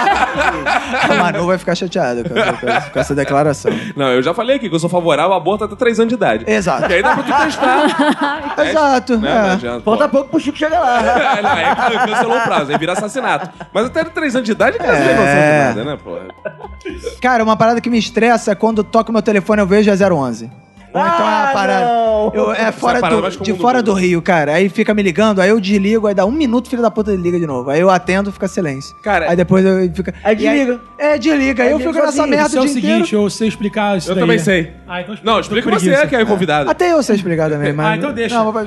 B: A Manu vai ficar chateada com essa- com essa declaração.
A: Não, eu já falei aqui que eu sou favorável ao aborto até 3 anos de idade.
B: Exato.
A: E aí dá pra tu testar.
B: É. Exato.
A: Né? Não
B: é.
A: adianta.
D: Falta pouco pro Chico chegar lá.
A: É, não, aí cancelou o prazo, aí vira assassinato. Mas até 3 anos de idade, cara, não é inocente de nada, né, porra?
B: Cara, uma parada que me estressa é quando toca o meu telefone eu vejo é 011. Ou então é
D: Ah,
B: uma parada.
D: não.
B: Eu- é
A: é
B: fora
A: a parada
B: do,
A: mais comum
B: de
A: do
B: fora
A: mundo.
B: do Rio, cara. Aí fica me ligando, aí eu desligo, aí dá um minuto, filho da puta, ele liga de novo. Aí eu atendo, fica silêncio.
A: Cara-
B: aí depois eu fica.
D: Aí
B: e
D: desliga.
B: é, desliga. Aí eu fico
D: desliga
B: nessa
D: sozinho.
B: merda
E: Isso é
B: o
E: o
B: dia
E: seguinte,
B: inteiro.
E: eu sei explicar isso
A: Eu
E: daí.
A: também sei.
E: Ah, então explica.
A: Não,
E: Tô
A: explica
E: com
A: você,
E: preguiça.
A: que é o convidado.
B: Até eu sei explicar também, mas.
E: Ah, então deixa.
B: Não, vou-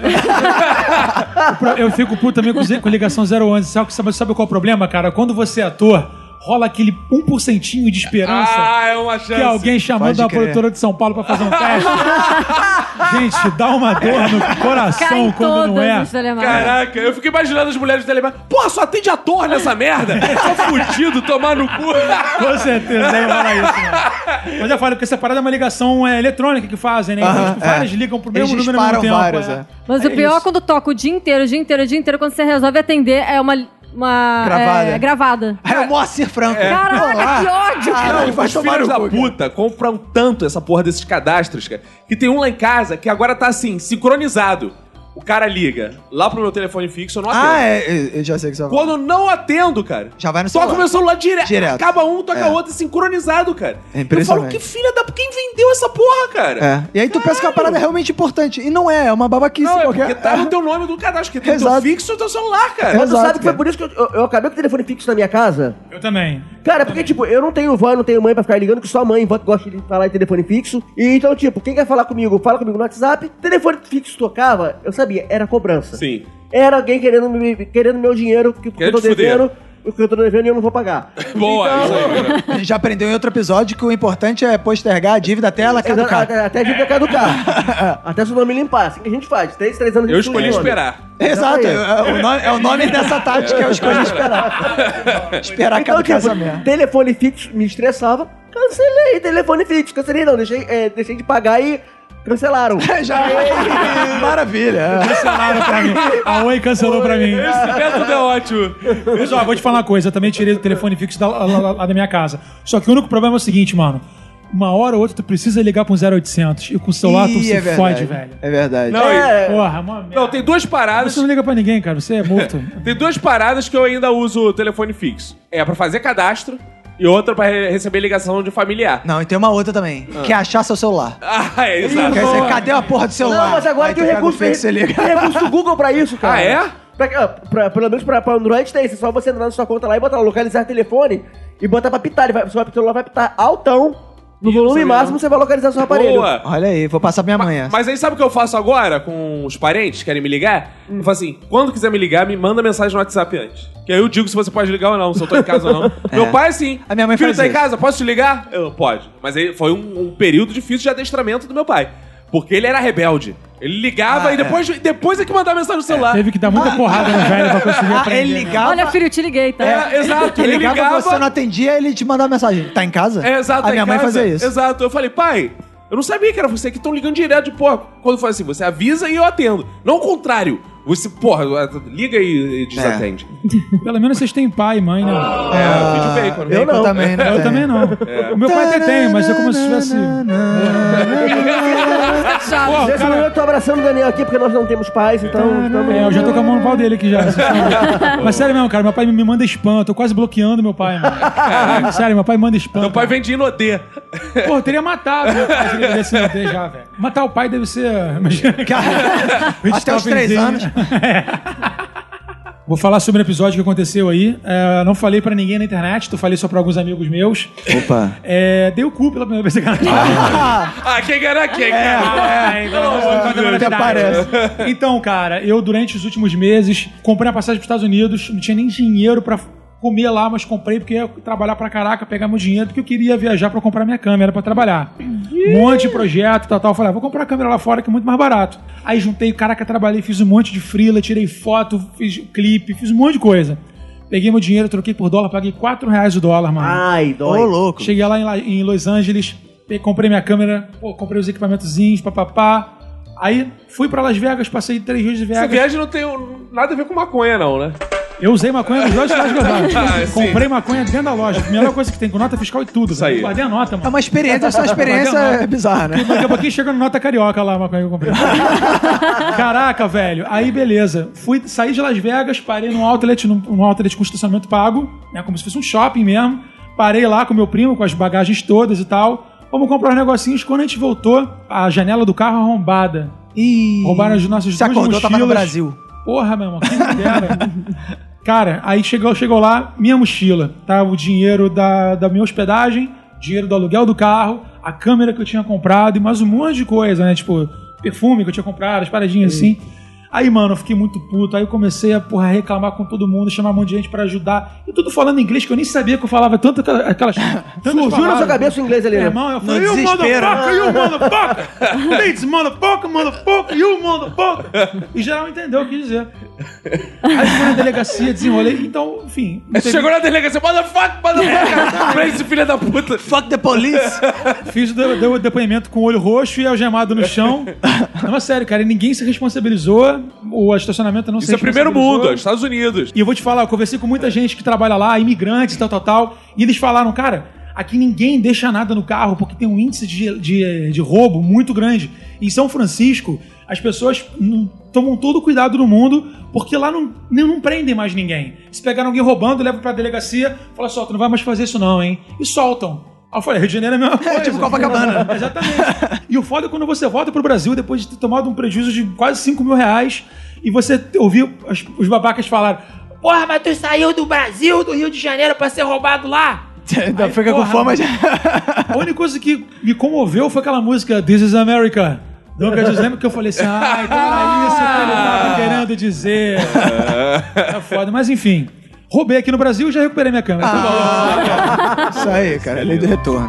E: Eu fico puto também com, ze- com ligação 011. Sabe, sabe, sabe qual é o problema, cara? Quando você é ator, rola aquele 1% de esperança.
A: Ah, é uma
E: que
A: chance.
E: alguém chamando
B: Pode
E: a
B: crer.
E: produtora de São Paulo pra fazer um teste. Gente, dá uma dor no
C: Cai
E: coração quando não é.
C: todas os telemarketing.
A: Caraca, eu fiquei imaginando as mulheres do telemarketing. Porra, só atende ator nessa merda. Só fudido, tomar no cu.
E: Com certeza, não rola isso, não. Mas eu falo que essa parada é uma ligação é, eletrônica que fazem, né? Então,
B: Aham,
E: tipo,
B: é.
E: várias ligam pro
B: Eles
E: mesmo número ao mesmo
B: disparam
E: tempo.
B: várias,
E: é.
B: é.
C: Mas o
E: É
C: pior
E: isso.
C: é quando toca o dia inteiro, o dia inteiro, o dia inteiro, quando você resolve atender, é uma. uma
B: Gravada.
C: É, gravada.
B: aí eu Moacir Franco.
E: é.
C: Caraca, que ódio!
B: Caralho, vai
A: Os
B: tomar
A: filhos da
B: no cu.
A: puta compram tanto essa porra desses cadastros, cara, que tem um lá em casa que agora tá assim, sincronizado. O cara liga lá pro meu telefone fixo, eu não atendo.
B: Ah, é, eu- eu já sei o que você vai falar.
A: Quando eu não atendo, cara.
B: Já vai no
A: toca
B: celular.
A: o meu celular direto.
B: Direto.
A: Acaba um, toca
B: É.
A: outro, sincronizado, cara.
B: É
A: eu falo,
B: impressionante.
A: que filha da. Quem vendeu essa porra, cara?
B: É. E aí tu pensa que a parada é realmente importante. E não é, é uma babaquice
A: Não, é
B: qualquer.
A: porque tá no teu nome do cadastro, que tem o teu
B: Exato.
A: fixo e o teu celular, cara.
D: Mas tu
B: Exato,
D: sabe que foi
B: cara.
D: por isso que eu, eu- eu acabei com o telefone fixo na minha casa?
E: Eu também.
D: Cara, porque, tipo, eu não tenho vó, eu não tenho mãe pra ficar ligando, que só mãe e vó que gosta de falar em telefone fixo. E então, tipo, quem quer falar comigo, fala comigo no WhatsApp. Telefone fixo tocava, eu sabia, era cobrança.
A: Sim.
D: Era alguém querendo, me, querendo meu dinheiro, que, que eu
A: Querendo
D: tô
A: te fuder.
D: devendo, o que eu tô devendo e eu não vou pagar.
A: Boa, isso aí, cara.
B: A gente já aprendeu em outro episódio que o importante é postergar a dívida até ela
D: Exato,
B: caducar.
D: Até, até a gente caducar. até se o nome limpar. Assim que a gente faz. Três, três anos de
A: Eu escolhi
D: estudo.
A: esperar.
D: Exato
B: Exato,
D: aí.
B: é, é o nome, é o nome dessa tática, é eu escolhi esperar. esperar
D: Então,
B: cada
D: tipo,
B: casamento.
D: telefone fixo me estressava. Cancelei telefone fixo. Cancelei não, deixei, é, deixei de pagar e cancelaram.
B: Já é. Maravilha.
E: Cancelaram pra mim. A Oi cancelou pra mim.
A: Esse método é ótimo.
E: Mas ó, vou te falar uma coisa, eu também tirei o telefone fixo da, lá, lá- lá da minha casa. Só que o único problema é o seguinte, mano. Uma hora ou outra tu precisa ligar pra um 0800 e com o celular tu
B: Ih,
E: se
B: é verdade.
E: fode, velho.
B: É verdade.
A: Não, e-
D: É,
E: Porra, mó merda.
A: não, tem duas paradas.
E: Você não liga pra ninguém, cara, você é morto.
A: Tem duas paradas que eu ainda uso o telefone fixo. É pra fazer cadastro e outra pra re- receber ligação de familiar.
B: Não, e tem uma outra também, que é achar seu celular.
A: Ah, é, exato.
B: Quer dizer, cadê a porra do celular?
D: Não, mas agora
B: Aí
D: tem o
B: tu pega
D: recurso,
B: fake, você
D: tem,
B: liga.
D: tem recurso do Google pra isso, cara.
A: Ah, é?
D: Pra- ah, pra- pelo menos pra, pra Android tem. É só você entrar na sua conta lá e botar lá, localizar telefone e botar pra pitar. Ele vai, seu celular vai pitar altão. No volume máximo você vai localizar seu aparelho.
A: Boa.
B: Olha aí, vou passar pra minha mãe. essa.
A: Mas aí sabe o que eu faço agora com os parentes que querem me ligar? Eu falo assim, quando quiser me ligar, me manda mensagem no WhatsApp antes. Que aí eu digo se você pode ligar ou não, se eu tô em casa ou não. Meu pai, assim,
B: É. A minha mãe
A: filho,
B: faz
A: tá em
B: isso.
A: casa? Posso te ligar? Eu, pode. Mas aí foi um, um período difícil de adestramento do meu pai. Porque ele era rebelde. Ele ligava
B: Ah,
A: e depois, depois é que mandava mensagem no celular.
E: Teve que dar muita porrada no velho pra conseguir
B: Ah,
E: aprender.
B: ele
E: né?
B: ligava.
C: Olha, filho, eu te liguei, tá?
A: É, exato.
B: Ele
A: Ele
B: ligava,
A: ligava,
B: você não atendia, ele te mandava mensagem. Tá em casa?
A: É, exato.
B: A
A: em
B: minha mãe
A: casa.
B: fazia isso.
A: Exato. Eu falei, pai, eu não sabia que era você que estão ligando direto de porra. Quando foi assim, você avisa e eu atendo. Não o contrário. Você, porra, liga
B: É.
A: e, e desatende.
E: Pelo menos vocês têm pai e mãe, né?
A: É,
B: Ah,
A: vídeo bacon. né?
B: eu não. também, não
E: Eu
B: tenho.
E: também É. não. O meu pai até tem, mas é como se tivesse.
C: Chaves.
D: Nesse momento eu tô abraçando o Daniel aqui porque nós não temos pais, então... estamos-
E: É, eu já tô com a mão no pau dele aqui já. mas sério mesmo, cara, meu pai me manda spam, eu tô quase bloqueando meu pai, mano. Sério, meu pai manda spam.
A: Meu pai vem de Inodê.
E: cara. Pô, eu teria matado meu pai se ele desse meu D já, velho. Matar o pai deve ser. Imagina.
B: Até os três anos.
E: É. Vou falar sobre um episódio que aconteceu aí. É, não falei pra ninguém na internet, tu falei só pra alguns amigos meus.
B: Opa.
E: É, dei o cu pela primeira vez, cara.
A: Ah, quem era quem, cara?
E: É,
B: Até parece.
E: Então, cara, eu durante os últimos meses comprei a passagem para os Estados Unidos, não tinha nem dinheiro para comer lá, mas comprei porque ia trabalhar pra caraca, pegar meu dinheiro, porque eu queria viajar pra comprar minha câmera pra trabalhar. Um monte de projeto, tal, tal. Falei, ah, vou comprar a câmera lá fora que é muito mais barato. Aí juntei, caraca, trabalhei, fiz um monte de frila, tirei foto, fiz clipe, fiz um monte de coisa. Peguei meu dinheiro, troquei por dólar, paguei 4 reais o dólar, mano.
D: Ai,
B: Ô,
D: dói.
B: louco.
E: Cheguei lá em, La- em Los Angeles, pe- comprei minha câmera, pô, comprei os equipamentozinhos, papapá. Aí fui pra Las Vegas, passei três dias de
B: É.
A: Essa
E: Vegas.
A: viagem não tem um, nada a ver com maconha, não, né?
E: Eu usei maconha nos dois lugares que eu
A: Ah,
E: tava.
A: sim.
E: Comprei maconha dentro da loja. Primeira coisa que tem, com nota fiscal e tudo.
A: Isso aí.
E: Eu Guardei a
B: É
E: nota, mano.
B: uma experiência, essa é uma experiência bizarra, né?
E: Daqui a pouquinho chega no nota carioca lá, a maconha que eu comprei. Caraca, velho. Aí, beleza. Fui, saí de Las Vegas, parei num outlet, num, num outlet com estacionamento pago, né? Como se fosse um shopping mesmo. Parei lá com meu primo, com as bagagens todas e tal. Vamos comprar uns negocinhos. Quando a gente voltou, a janela do carro é arrombada.
B: E...
E: Roubaram as nossas
B: Se
E: duas
B: acordou, tava no
E: mochilas.
B: Brasil.
E: Porra, meu irmão, quem me dera. Cara, aí chegou, chegou lá, minha mochila, tá? O dinheiro da, da minha hospedagem, dinheiro do aluguel do carro, a câmera que eu tinha comprado e mais um monte de coisa, né? Tipo, perfume que eu tinha comprado, as paradinhas assim. Aí, mano, eu fiquei muito puto. Aí eu comecei a porra, reclamar com todo mundo, chamar um monte de gente pra ajudar. E tudo falando inglês, que eu nem sabia que eu falava tanto aquela- aquelas. É,
D: Surgiu na sua cabeça o inglês ali,
E: Meu
D: né?
E: irmão, eu falei,
B: No
E: you
B: desespero.
E: motherfucker, you motherfucker! Please, motherfucker, motherfucker, you motherfucker! E geral entendeu o que dizer. Aí fui na delegacia, desenrolei, então, enfim. não teve-
A: Chegou na delegacia, motherfucker,
B: É.
A: motherfucker! Pra esse filho da puta!
B: Fuck the police!
E: Fiz o de- deu o depoimento com o olho roxo e algemado no chão. Não, mas sério, cara, e ninguém se responsabilizou, o estacionamento não
A: Isso
E: se
A: é primeiro mundo,
E: responsabilizou.
A: é Estados Unidos.
E: E eu vou te falar, eu conversei com muita gente que trabalha lá, imigrantes, tal, tal, tal. E eles falaram, cara, aqui ninguém deixa nada no carro porque tem um índice de, de, de roubo muito grande. Em São Francisco, as pessoas não- tomam todo o cuidado do mundo porque lá não, não, não prendem mais ninguém. Se pegaram alguém roubando, levam pra delegacia, fala só, tu não vai mais fazer isso não, hein? E soltam. Aí eu falei, Rio de Janeiro é a mesma coisa.
B: tipo Copacabana.
E: Exatamente. E o foda é quando você volta pro Brasil depois de ter tomado um prejuízo de quase 5 mil reais e você ouvir as- os babacas falar: Porra, mas tu saiu do Brasil, do Rio de Janeiro, pra ser roubado lá.
B: Ainda fica com
E: porra,
B: fama já.
E: A única coisa que me comoveu foi aquela música This is America. Duncan Jones lembra que eu falei assim: Ah, então era isso que ele tava querendo dizer. É foda, mas enfim. Roubei aqui no Brasil e já recuperei minha câmera. Tá bom.
B: Isso aí, cara. Lei do retorno.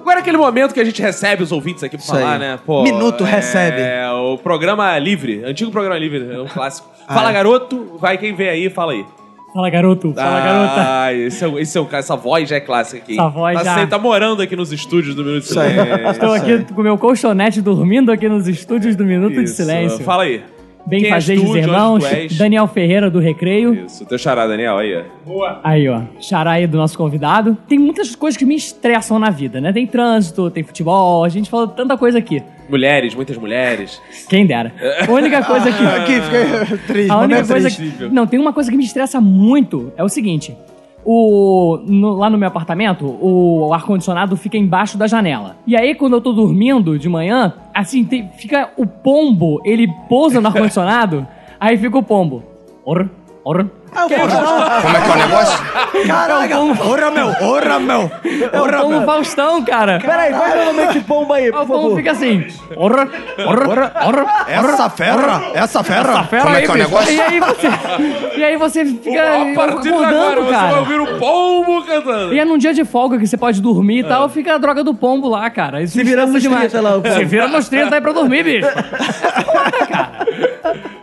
A: Agora é aquele momento que a gente recebe os ouvintes aqui pra
B: Isso
A: falar,
B: aí.
A: né? Pô,
B: Minuto recebe.
A: É, o programa livre, antigo programa livre, é um clássico.
G: Ah,
A: Fala, garoto, vai quem vem aí, fala aí.
G: Fala, garoto. Fala, garota.
A: Ah, esse é, o- esse é, o- essa voz já é clássica aqui.
G: Essa voz
A: tá,
G: já-
A: Você tá morando aqui nos estúdios do Minuto de
B: aí.
A: Silêncio.
G: Estou aqui com o meu colchonete dormindo aqui nos estúdios do Minuto de
A: Isso.
G: Silêncio.
A: Fala aí.
G: Bem
A: Quem és
G: fazer
A: tu,
G: dos
A: de onde
G: irmãos.
A: tu és?
G: Daniel Ferreira do Recreio.
A: Isso, teu xará, Daniel, aí. ó.
G: Aí, ó. Xará aí do nosso convidado. Tem muitas coisas que me estressam na vida, né? Tem trânsito, tem futebol, a gente falou tanta coisa aqui.
A: Mulheres, muitas mulheres.
G: Quem dera. A única coisa que.
B: Aqui, fiquei triste.
G: A única
B: momento
G: coisa
B: triste.
G: que... Não, tem uma coisa que me estressa muito. É o seguinte. O, no- lá no meu apartamento, o ar-condicionado fica embaixo da janela. E aí, quando eu tô dormindo de manhã, assim, tem- fica o pombo, ele pousa no ar-condicionado, aí fica o pombo. Or, or.
B: Ah, eu falo,
H: Como é que é o negócio?
B: Caraca! Ora, meu! Ora, meu!
G: É o pombo Faustão, cara.
D: Peraí, faz novamente bomba aí,
G: Aí o
D: por
G: pombo
D: favor.
G: fica assim. Orra, orra, orra.
H: Essa fera, essa fera.
G: Pera
H: Como é
G: aí,
H: que é o
G: bicho.
H: negócio?
G: E aí você, e aí você fica
A: a partir de agora,
G: acordando,
A: você vai
G: cara.
A: ouvir o pombo cantando.
G: E é num dia de folga que você pode dormir e tal, fica a droga do pombo lá, cara. Isso
D: É. Se
G: me
D: vira
G: estressa
D: nos 30 lá, o pombo.
G: Se vira nos 30 aí pra dormir, bicho.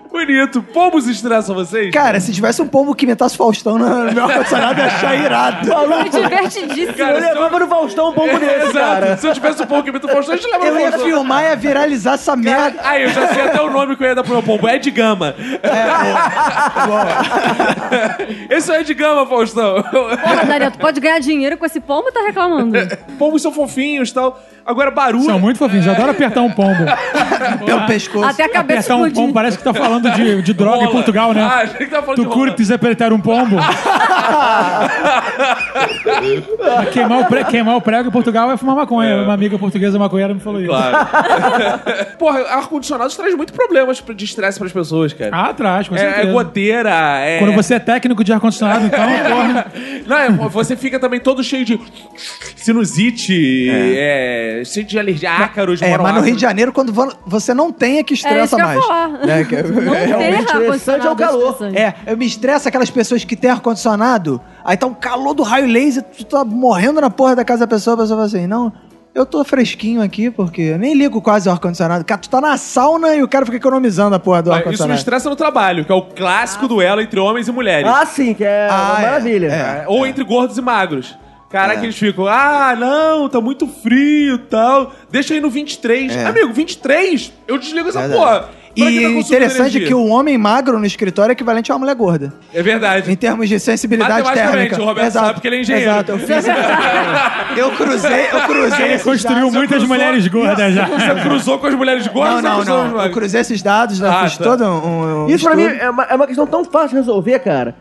A: Bonito. Pombos estressam vocês?
B: Cara, se tivesse um pombo que imitasse Faustão na- no meu ar-condicionado, eu ia achar irado.
C: É divertidíssimo.
D: Eu levava no Faustão um pombo desse,
A: Exato.
D: cara.
A: Se eu tivesse um pombo que imita o Faustão, a gente leva
B: Eu
A: no
B: ia
A: Faustão.
B: filmar, ia viralizar essa merda.
A: Ah, eu já sei até o nome que eu ia dar pro meu pombo. É de Gama. É, Esse é o Ed Gama, Faustão.
C: Porra, Daria, tu pode ganhar dinheiro com esse pombo tá reclamando?
A: É. Pombos são fofinhos e tal. Agora, barulho.
E: São muito fofinhos, eu adoro apertar um pombo.
B: Pelo pescoço.
C: Até a cabeça
E: Apertar um
C: explodir.
E: pombo, parece que tá falando de, de droga em
A: Rola.
E: Portugal, né?
A: Ah, achei que tava falando
E: Tu
A: de rola.
E: curtes apertar um pombo? queimar, o pre- queimar o prego em Portugal é fumar maconha. Uma amiga portuguesa maconheira me falou isso.
A: Claro. Porra, ar-condicionado traz muito problemas de estresse pras pessoas, cara.
E: Ah, atrás, com
A: é, é
E: certeza.
A: goteira, é...
E: Quando você é técnico de ar-condicionado, então, porra.
A: Não, é, você fica também todo cheio de...
I: sinusite, é. cheio de alergia a ácaros,
B: É, mas no
I: monoácaros.
B: Rio de Janeiro, quando van- você não tem, é que
C: É isso
B: estressa
C: que eu ia
B: mais.
C: falar.
B: Né, que-
C: Não
B: é,
C: tem
D: realmente
C: ar-condicionado
D: interessante é o calor.
C: estressante.
B: É, eu me estressa aquelas pessoas que têm ar-condicionado, aí tá um calor do raio laser, tu tá morrendo na porra da casa da pessoa, a pessoa fala assim, não, eu tô fresquinho aqui, porque eu nem ligo quase o ar-condicionado. Cara, tu tá na sauna e o cara fica economizando a porra do
A: Mas Isso me
B: ar-condicionado.
A: estressa no trabalho, que é o clássico duelo entre homens e mulheres.
D: Ah, sim, que é
B: Ah,
D: uma
B: é,
D: maravilha.
B: é.
A: Ou entre gordos e magros. Caraca, eles ficam, ah, não, tá muito frio e tal. Deixa aí no 23.
B: É.
A: Amigo, 23? Eu desligo essa
B: Verdade.
A: porra. Pra que tá
B: E
A: consumindo
B: interessante
A: energia?
B: que o homem magro no escritório é equivalente a uma mulher gorda.
A: É verdade.
B: Em termos de sensibilidade
A: Matematicamente,
B: térmica.
A: o Roberto sabe porque ele é engenheiro.
B: Exato, eu fiz. eu cruzei, eu cruzei.
E: Ele
B: esses
E: construiu
B: dados, eu
E: muitas
B: cruzou-
E: mulheres gordas já.
A: Você cruzou com as mulheres
B: Não,
A: gordas ou
B: não,
A: cruzou com
B: não.
A: as
B: Eu
A: magras?
B: cruzei esses dados, já
A: Ah,
B: fiz
A: tá.
B: todo um. um
D: Isso pra mim
B: estudo.
D: é uma, é uma questão tão fácil de resolver, cara.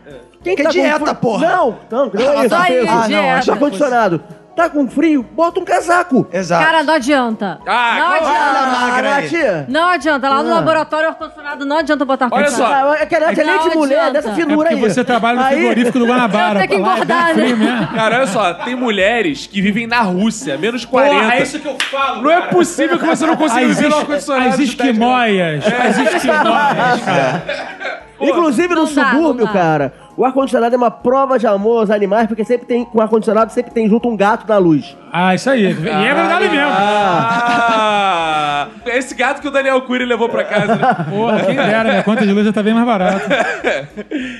D: Quem
B: Que dieta, porra?
D: Não, não, não é isso.
C: Só isso,
B: Ah, não,
C: dieta.
B: acho
D: Tá condicionado. Tá com frio? Bota um casaco.
B: Exato.
C: Cara, não adianta.
A: Ah,
C: não
A: qual-
C: adianta.
E: Tá
B: Ah, magra aí.
D: tia.
C: Não adianta.
B: Ah.
C: Lá no laboratório, o ar-condicionado não adianta botar
A: Olha
C: ar-condicionado.
A: só.
D: Ah, é que ela é excelente
C: Não
D: mulher
C: adianta.
D: dessa
E: É
D: figura
E: porque
D: aí.
E: você trabalha no
D: Aí-
E: frigorífico do Guanabara.
C: Tem que
E: pô, lá é bem
C: engordar, né?
E: frio mesmo.
A: Cara, olha só, tem mulheres que vivem na Rússia, menos 40.
E: Porra, é isso que eu falo.
A: Não é possível que você não
E: As,
A: consiga viver no
E: es,
A: ar-condicionado.
E: as
A: de É. 10 graus.
E: esquimóias. As esquimóias, cara.
D: Inclusive no
C: Não dá,
D: subúrbio,
C: não dá.
D: cara, o ar-condicionado é uma prova de amor aos animais, porque sempre tem, com ar-condicionado, sempre tem junto um gato na luz.
E: Ah, isso aí. E é verdade mesmo.
A: Ah, é esse gato que o Daniel Cury levou pra casa. né?
E: Porra, quem dera, né? Conta de luz já tá bem mais barata.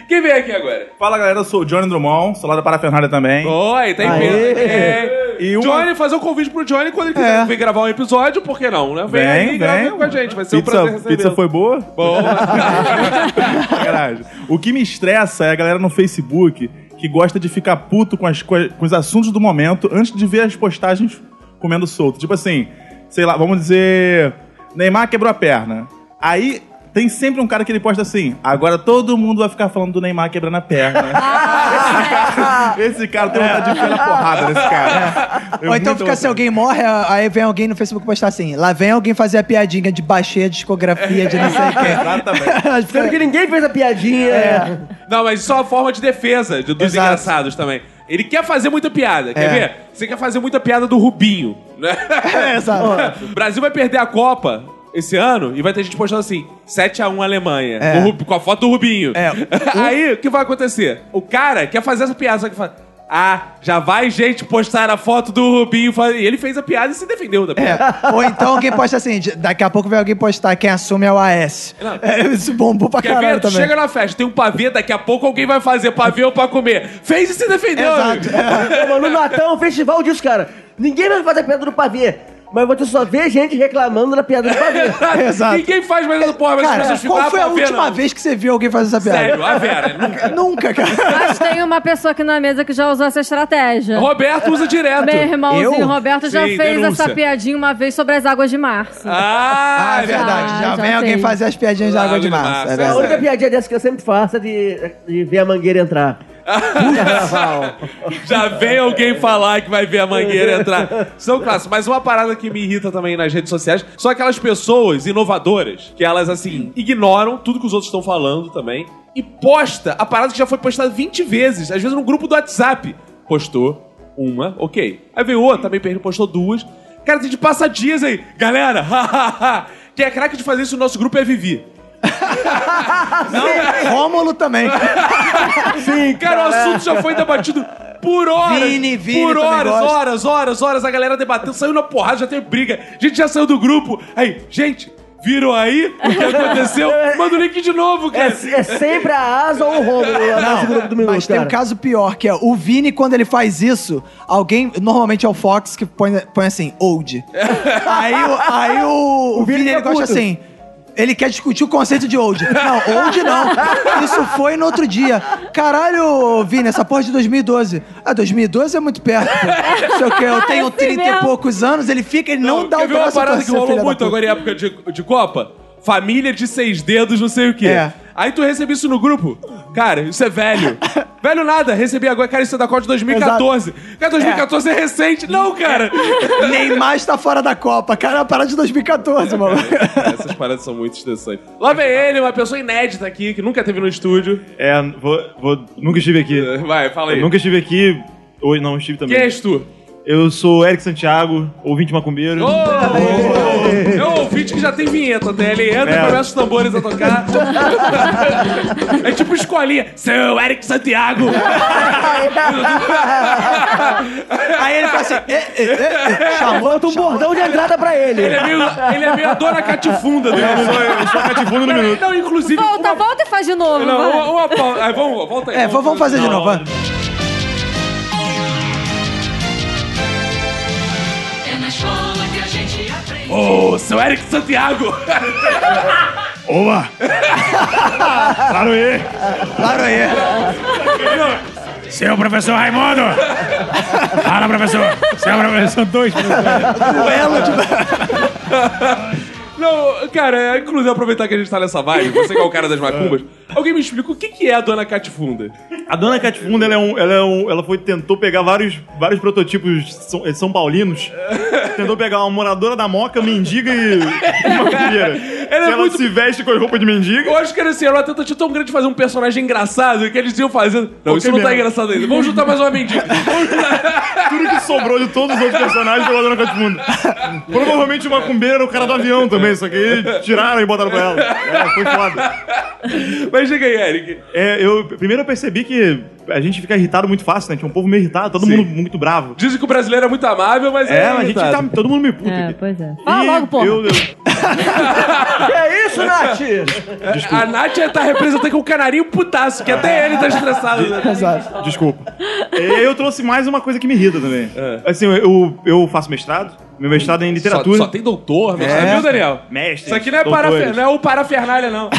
A: Quem vem aqui agora?
F: Fala galera, eu sou o Johnny Drummond, sou lá da Parafernália também.
A: Oi, tá em
D: Aê.
A: peso. É.
F: E uma- É.
A: Johnny, fazer um convite pro Johnny quando ele quiser vir gravar um episódio, por que não, né? Vem, aí e grava com a gente, vai ser
F: pizza,
A: um prazer receber.
F: Pizza foi boa? Sacanagem. O que me estressa é a galera no Facebook que gosta de ficar puto com, as, coi- com os assuntos do momento antes de ver as postagens comendo solto. Tipo assim, sei lá, vamos dizer. Neymar quebrou a perna. Aí tem
B: tipo,
F: sempre um cara que ele posta assim: agora todo mundo vai ficar falando do Neymar quebrando a perna.
C: Ah,
F: Esse cara tem vontade de enfiar na porrada nesse cara. Eu
B: Ou então
F: muito
B: fica se
F: vontade.
B: alguém morre, aí vem alguém no Facebook postar assim: lá vem alguém fazer a piadinha de baixei a discografia de não sei quem.
F: Exatamente.
E: É.
D: Sendo que ninguém fez a piadinha.
A: Não, mas isso é uma forma de defesa de- dos
B: Exato.
A: engraçados também. Ele quer fazer muita piada, quer
B: É.
A: ver? Você quer fazer muita piada do Rubinho, né?
B: É, exato.
A: O Brasil vai perder a Copa esse ano e vai ter gente postando assim: 7x1 Alemanha.
B: É.
A: O Ru- com a foto do Rubinho.
B: É.
A: Aí, o que vai acontecer? O cara quer fazer essa piada, só que fala. Ah, já vai gente postar a foto do Rubinho. fa- E ele fez a piada e se defendeu da piada.
B: É. Ou então alguém posta assim: de- daqui a pouco vai alguém postar quem assume é o AS. É, isso bombou pra
A: Quer ver?
B: caralho
A: Tu
B: também.
A: chega na festa, tem um pavê, daqui a pouco alguém vai fazer pavê ou pra comer. Fez e se defendeu,
B: Exato.
A: amigo.
D: Pô, mano, no Natal, um festival disso, cara. Ninguém vai fazer a piada do pavê. Mas você só vê gente reclamando da piada do pavê.
B: É. Exato.
A: Ninguém faz mais essa porra, mas as
B: Cara,
A: pessoas ficam
B: qual
A: "Ah,
B: foi a
A: pavê,
B: última
A: não."
B: vez que você viu alguém fazer essa piada?
A: Sério, a Vera. né? nunca.
B: Nunca, cara.
C: Mas tem uma pessoa aqui na mesa que já usou essa estratégia.
A: Roberto usa direto.
C: Meu irmãozinho
B: Eu?
C: Roberto já
A: Sim,
C: fez
A: denúncia.
C: essa piadinha uma vez sobre as águas de março.
A: Ah,
B: Ah, é verdade. Já,
C: já
B: vem alguém
C: sei.
B: fazer as piadinhas de
A: Ah,
B: água de
A: de
B: massa.
A: massa.
B: É
D: a
B: verdade.
D: única piadinha dessa que eu sempre faço é de, de ver a mangueira entrar.
A: Já vem alguém falar que vai ver a mangueira entrar. São clássicos. Mas uma parada que me irrita também nas redes sociais são aquelas pessoas inovadoras que elas, assim, ignoram tudo que os outros estão falando também e posta a parada que já foi postada 20 vezes, às vezes no grupo do WhatsApp. Postou uma, ok. Aí veio outra, também perdeu, postou duas. Cara, tem de passar dias aí. Galera, hahaha. Quem é craque de fazer isso no nosso grupo é a Vivi.
B: Rômulo também.
A: Sim, cara, o assunto já foi debatido por horas.
B: Vini, Vini
A: por
B: também
A: horas,
B: gosta.
A: horas, horas, horas. A galera debatendo, saiu na porrada, já teve briga. A gente já saiu do grupo. Aí, gente, viram aí o que aconteceu? Manda o link de novo,
D: É,
A: cara.
D: é sempre a asa ou o Rômulo lá nesse grupo do Minuto,
B: Mas tem um
D: cara.
B: caso pior, que é o Vini, quando ele faz isso, alguém, normalmente é o Fox, que põe, põe assim, old. aí o, aí o, o Vini,
D: Vini
B: ele
D: fica
B: gosta
D: puto.
B: assim. Ele quer discutir o conceito de old. Não, old não. Isso foi no outro dia. Caralho, Vini, essa porra é de 2012. Ah, 2012 é muito perto. pô. Não sei o quê, eu
A: É
B: tenho
C: Esse
B: 30 e
C: mesmo.
B: poucos anos, ele fica, ele não, dá
A: assim Quer
B: o
A: ver uma
B: braço a
A: parada que
B: torcer, filha
A: rolou
B: da
A: muito
B: puta.
A: agora em época de, de Copa? Família de seis dedos, não sei o quê.
B: É.
A: Aí tu recebe isso no grupo. Cara, isso é velho. velho nada. Recebi agora, cara, isso é da Copa de 2014. Cara, 2014 é. recente. Não, cara.
B: É. Neymar está tá fora da Copa. Cara, é uma parada de 2014, mano.
A: Essas paradas são muito estressantes. Lá vem ele, uma pessoa inédita aqui, que nunca teve no estúdio. É,
J: É, vou, vou- nunca estive aqui.
A: Vai, fala aí.
J: Eu nunca estive aqui. Hoje não estive também.
A: Quem és tu?
J: Eu sou Eric Santiago, ouvinte macumbeiro.
A: Ô, ô, ô, ô. É um ouvinte que já tem vinheta, né? Ele entra e
J: É.
A: começa os tambores a tocar. é tipo escolinha. Seu Eric Santiago.
B: Aí ele fala assim, é, é, é, chamou.
D: Bota um bordão de entrada pra ele.
A: Ele é meio, ele é meio a dona catifunda do
J: É, Eu sou, eu sou catifundo no
A: Peraí,
J: minuto.
A: Não, então, inclusive...
C: Volta, volta e faz de novo.
A: Não,
C: vai.
A: uma, uma, pausa. Aí, vamos, volta aí.
B: É, v- vamos fazer de novo. vai.
A: Ô, seu Eric Santiago.
J: Olá! claro aí!
B: Claro aí.
J: Seu professor Raimundo! Fala, professor! Seu professor dois.
A: Não, cara, é, inclusive aproveitar que a gente tá nessa vibe, você que é o cara das macumbas, alguém me explica o que que é a dona catifunda?
J: A dona Catifunda, ela, é um, ela, é um, ela foi, tentou pegar vários, vários prototipos são, eh, são paulinos. tentou pegar uma moradora da Moca, mendiga e e macumbeira. Que
A: é
J: Ela,
A: muito-
J: se veste com as roupas de mendiga.
A: Eu acho que era assim, era uma tentativa tão grande de fazer um personagem engraçado que eles iam fazendo. Não, isso não tá
J: mesmo.
A: engraçado ainda. Vamos juntar mais uma mendiga. Vamos juntar-
J: Tudo que sobrou de todos os outros personagens pegou a dona Catifunda. Provavelmente o macumbeiro era o cara do avião também, só que aí tiraram e botaram pra ela. É, foi foda.
A: Mas chega aí, Eric.
J: É, eu, primeiro eu percebi que a gente fica irritado muito fácil, né? Tinha um povo meio irritado, todo mundo muito bravo.
A: Dizem que o brasileiro é muito amável, mas
J: É, a gente
A: irritado.
J: tá. Todo mundo meio puto
C: É,
J: aqui.
C: pois é. Fala
J: E
C: logo, porra.
J: eu- eu-
D: Que é isso, Nath?
A: A Nath tá representando com o canarinho putaço, que até ele tá estressado. né?
J: Desculpa. E eu trouxe mais uma coisa que me irrita também. Assim, eu, eu faço mestrado. Meu mestrado é em literatura.
A: É.
J: É.
A: Só, só tem doutor, mas sabe, viu, Daniel?
J: Mestre.
A: Isso aqui não é,
J: doutores.
A: parafer... não é o parafernália, não.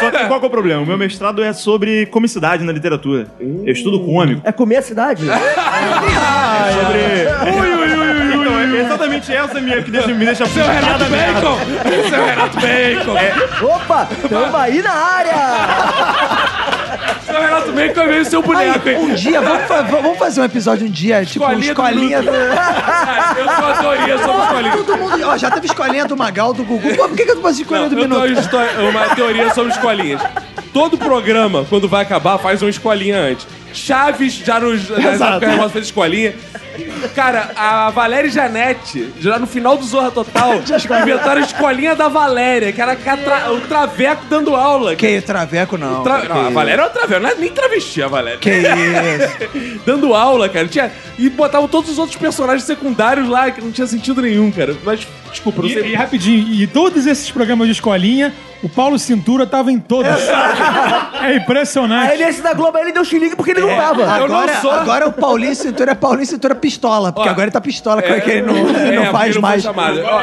J: Só que qual que é o problema? O meu mestrado é sobre comicidade na literatura. Eu estudo cômico.
D: É comer a cidade?
J: Sobre. Então, é exatamente essa minha que deixa, me deixa
A: Seu Renato Bacon! Seu Renato Bacon!
J: É,
D: Opa, tamo aí na área!
A: Seu Renato Bacon é meio seu boneco, hein?
B: Um dia, vamos, fa- vamos fazer um episódio um dia, tipo,
A: Escolinha do
B: escolinha do. um
A: Eu só adoria sobre o Escolinha.
B: Todo mundo. Ó, já teve escolinha do Magal, do Gugu. Pô, por que, que eu não faço escolinha é
A: Não,
B: do
A: eu
B: Minuto?
A: tenho uma histó- uma teoria sobre escolinhas. Todo programa, quando vai acabar, faz uma escolinha antes. Chaves já nos. Já nos fez escolinha. Cara, a Valéria e Janete, já no final do Zorra Total, inventaram a escolinha da Valéria, que era ca- tra- o Traveco dando aula.
B: Que traveco, não.
A: Tra-
B: que...
A: Não, a Valéria é o Traveco, não é nem travesti a Valéria.
B: Que isso.
A: dando aula, cara. Tinha... E botavam todos os outros personagens secundários lá, que não tinha sentido nenhum, cara. Mas, desculpa, não
E: E,
A: sei.
E: e rapidinho, e todos esses programas de escolinha, o Paulo Cintura tava em todos. É impressionante.
D: Aí nesse da Globo ele deu xilique porque ele não tava.
A: eu não
B: Agora,
A: sou-
B: agora o Paulinho Cintura é Paulinho Cintura pistola, porque
A: Ó,
B: agora ele tá pistola, é, que ele não,
A: é,
B: ele não
A: é,
B: faz
A: porque
B: mais.
A: foi chamado. Ó,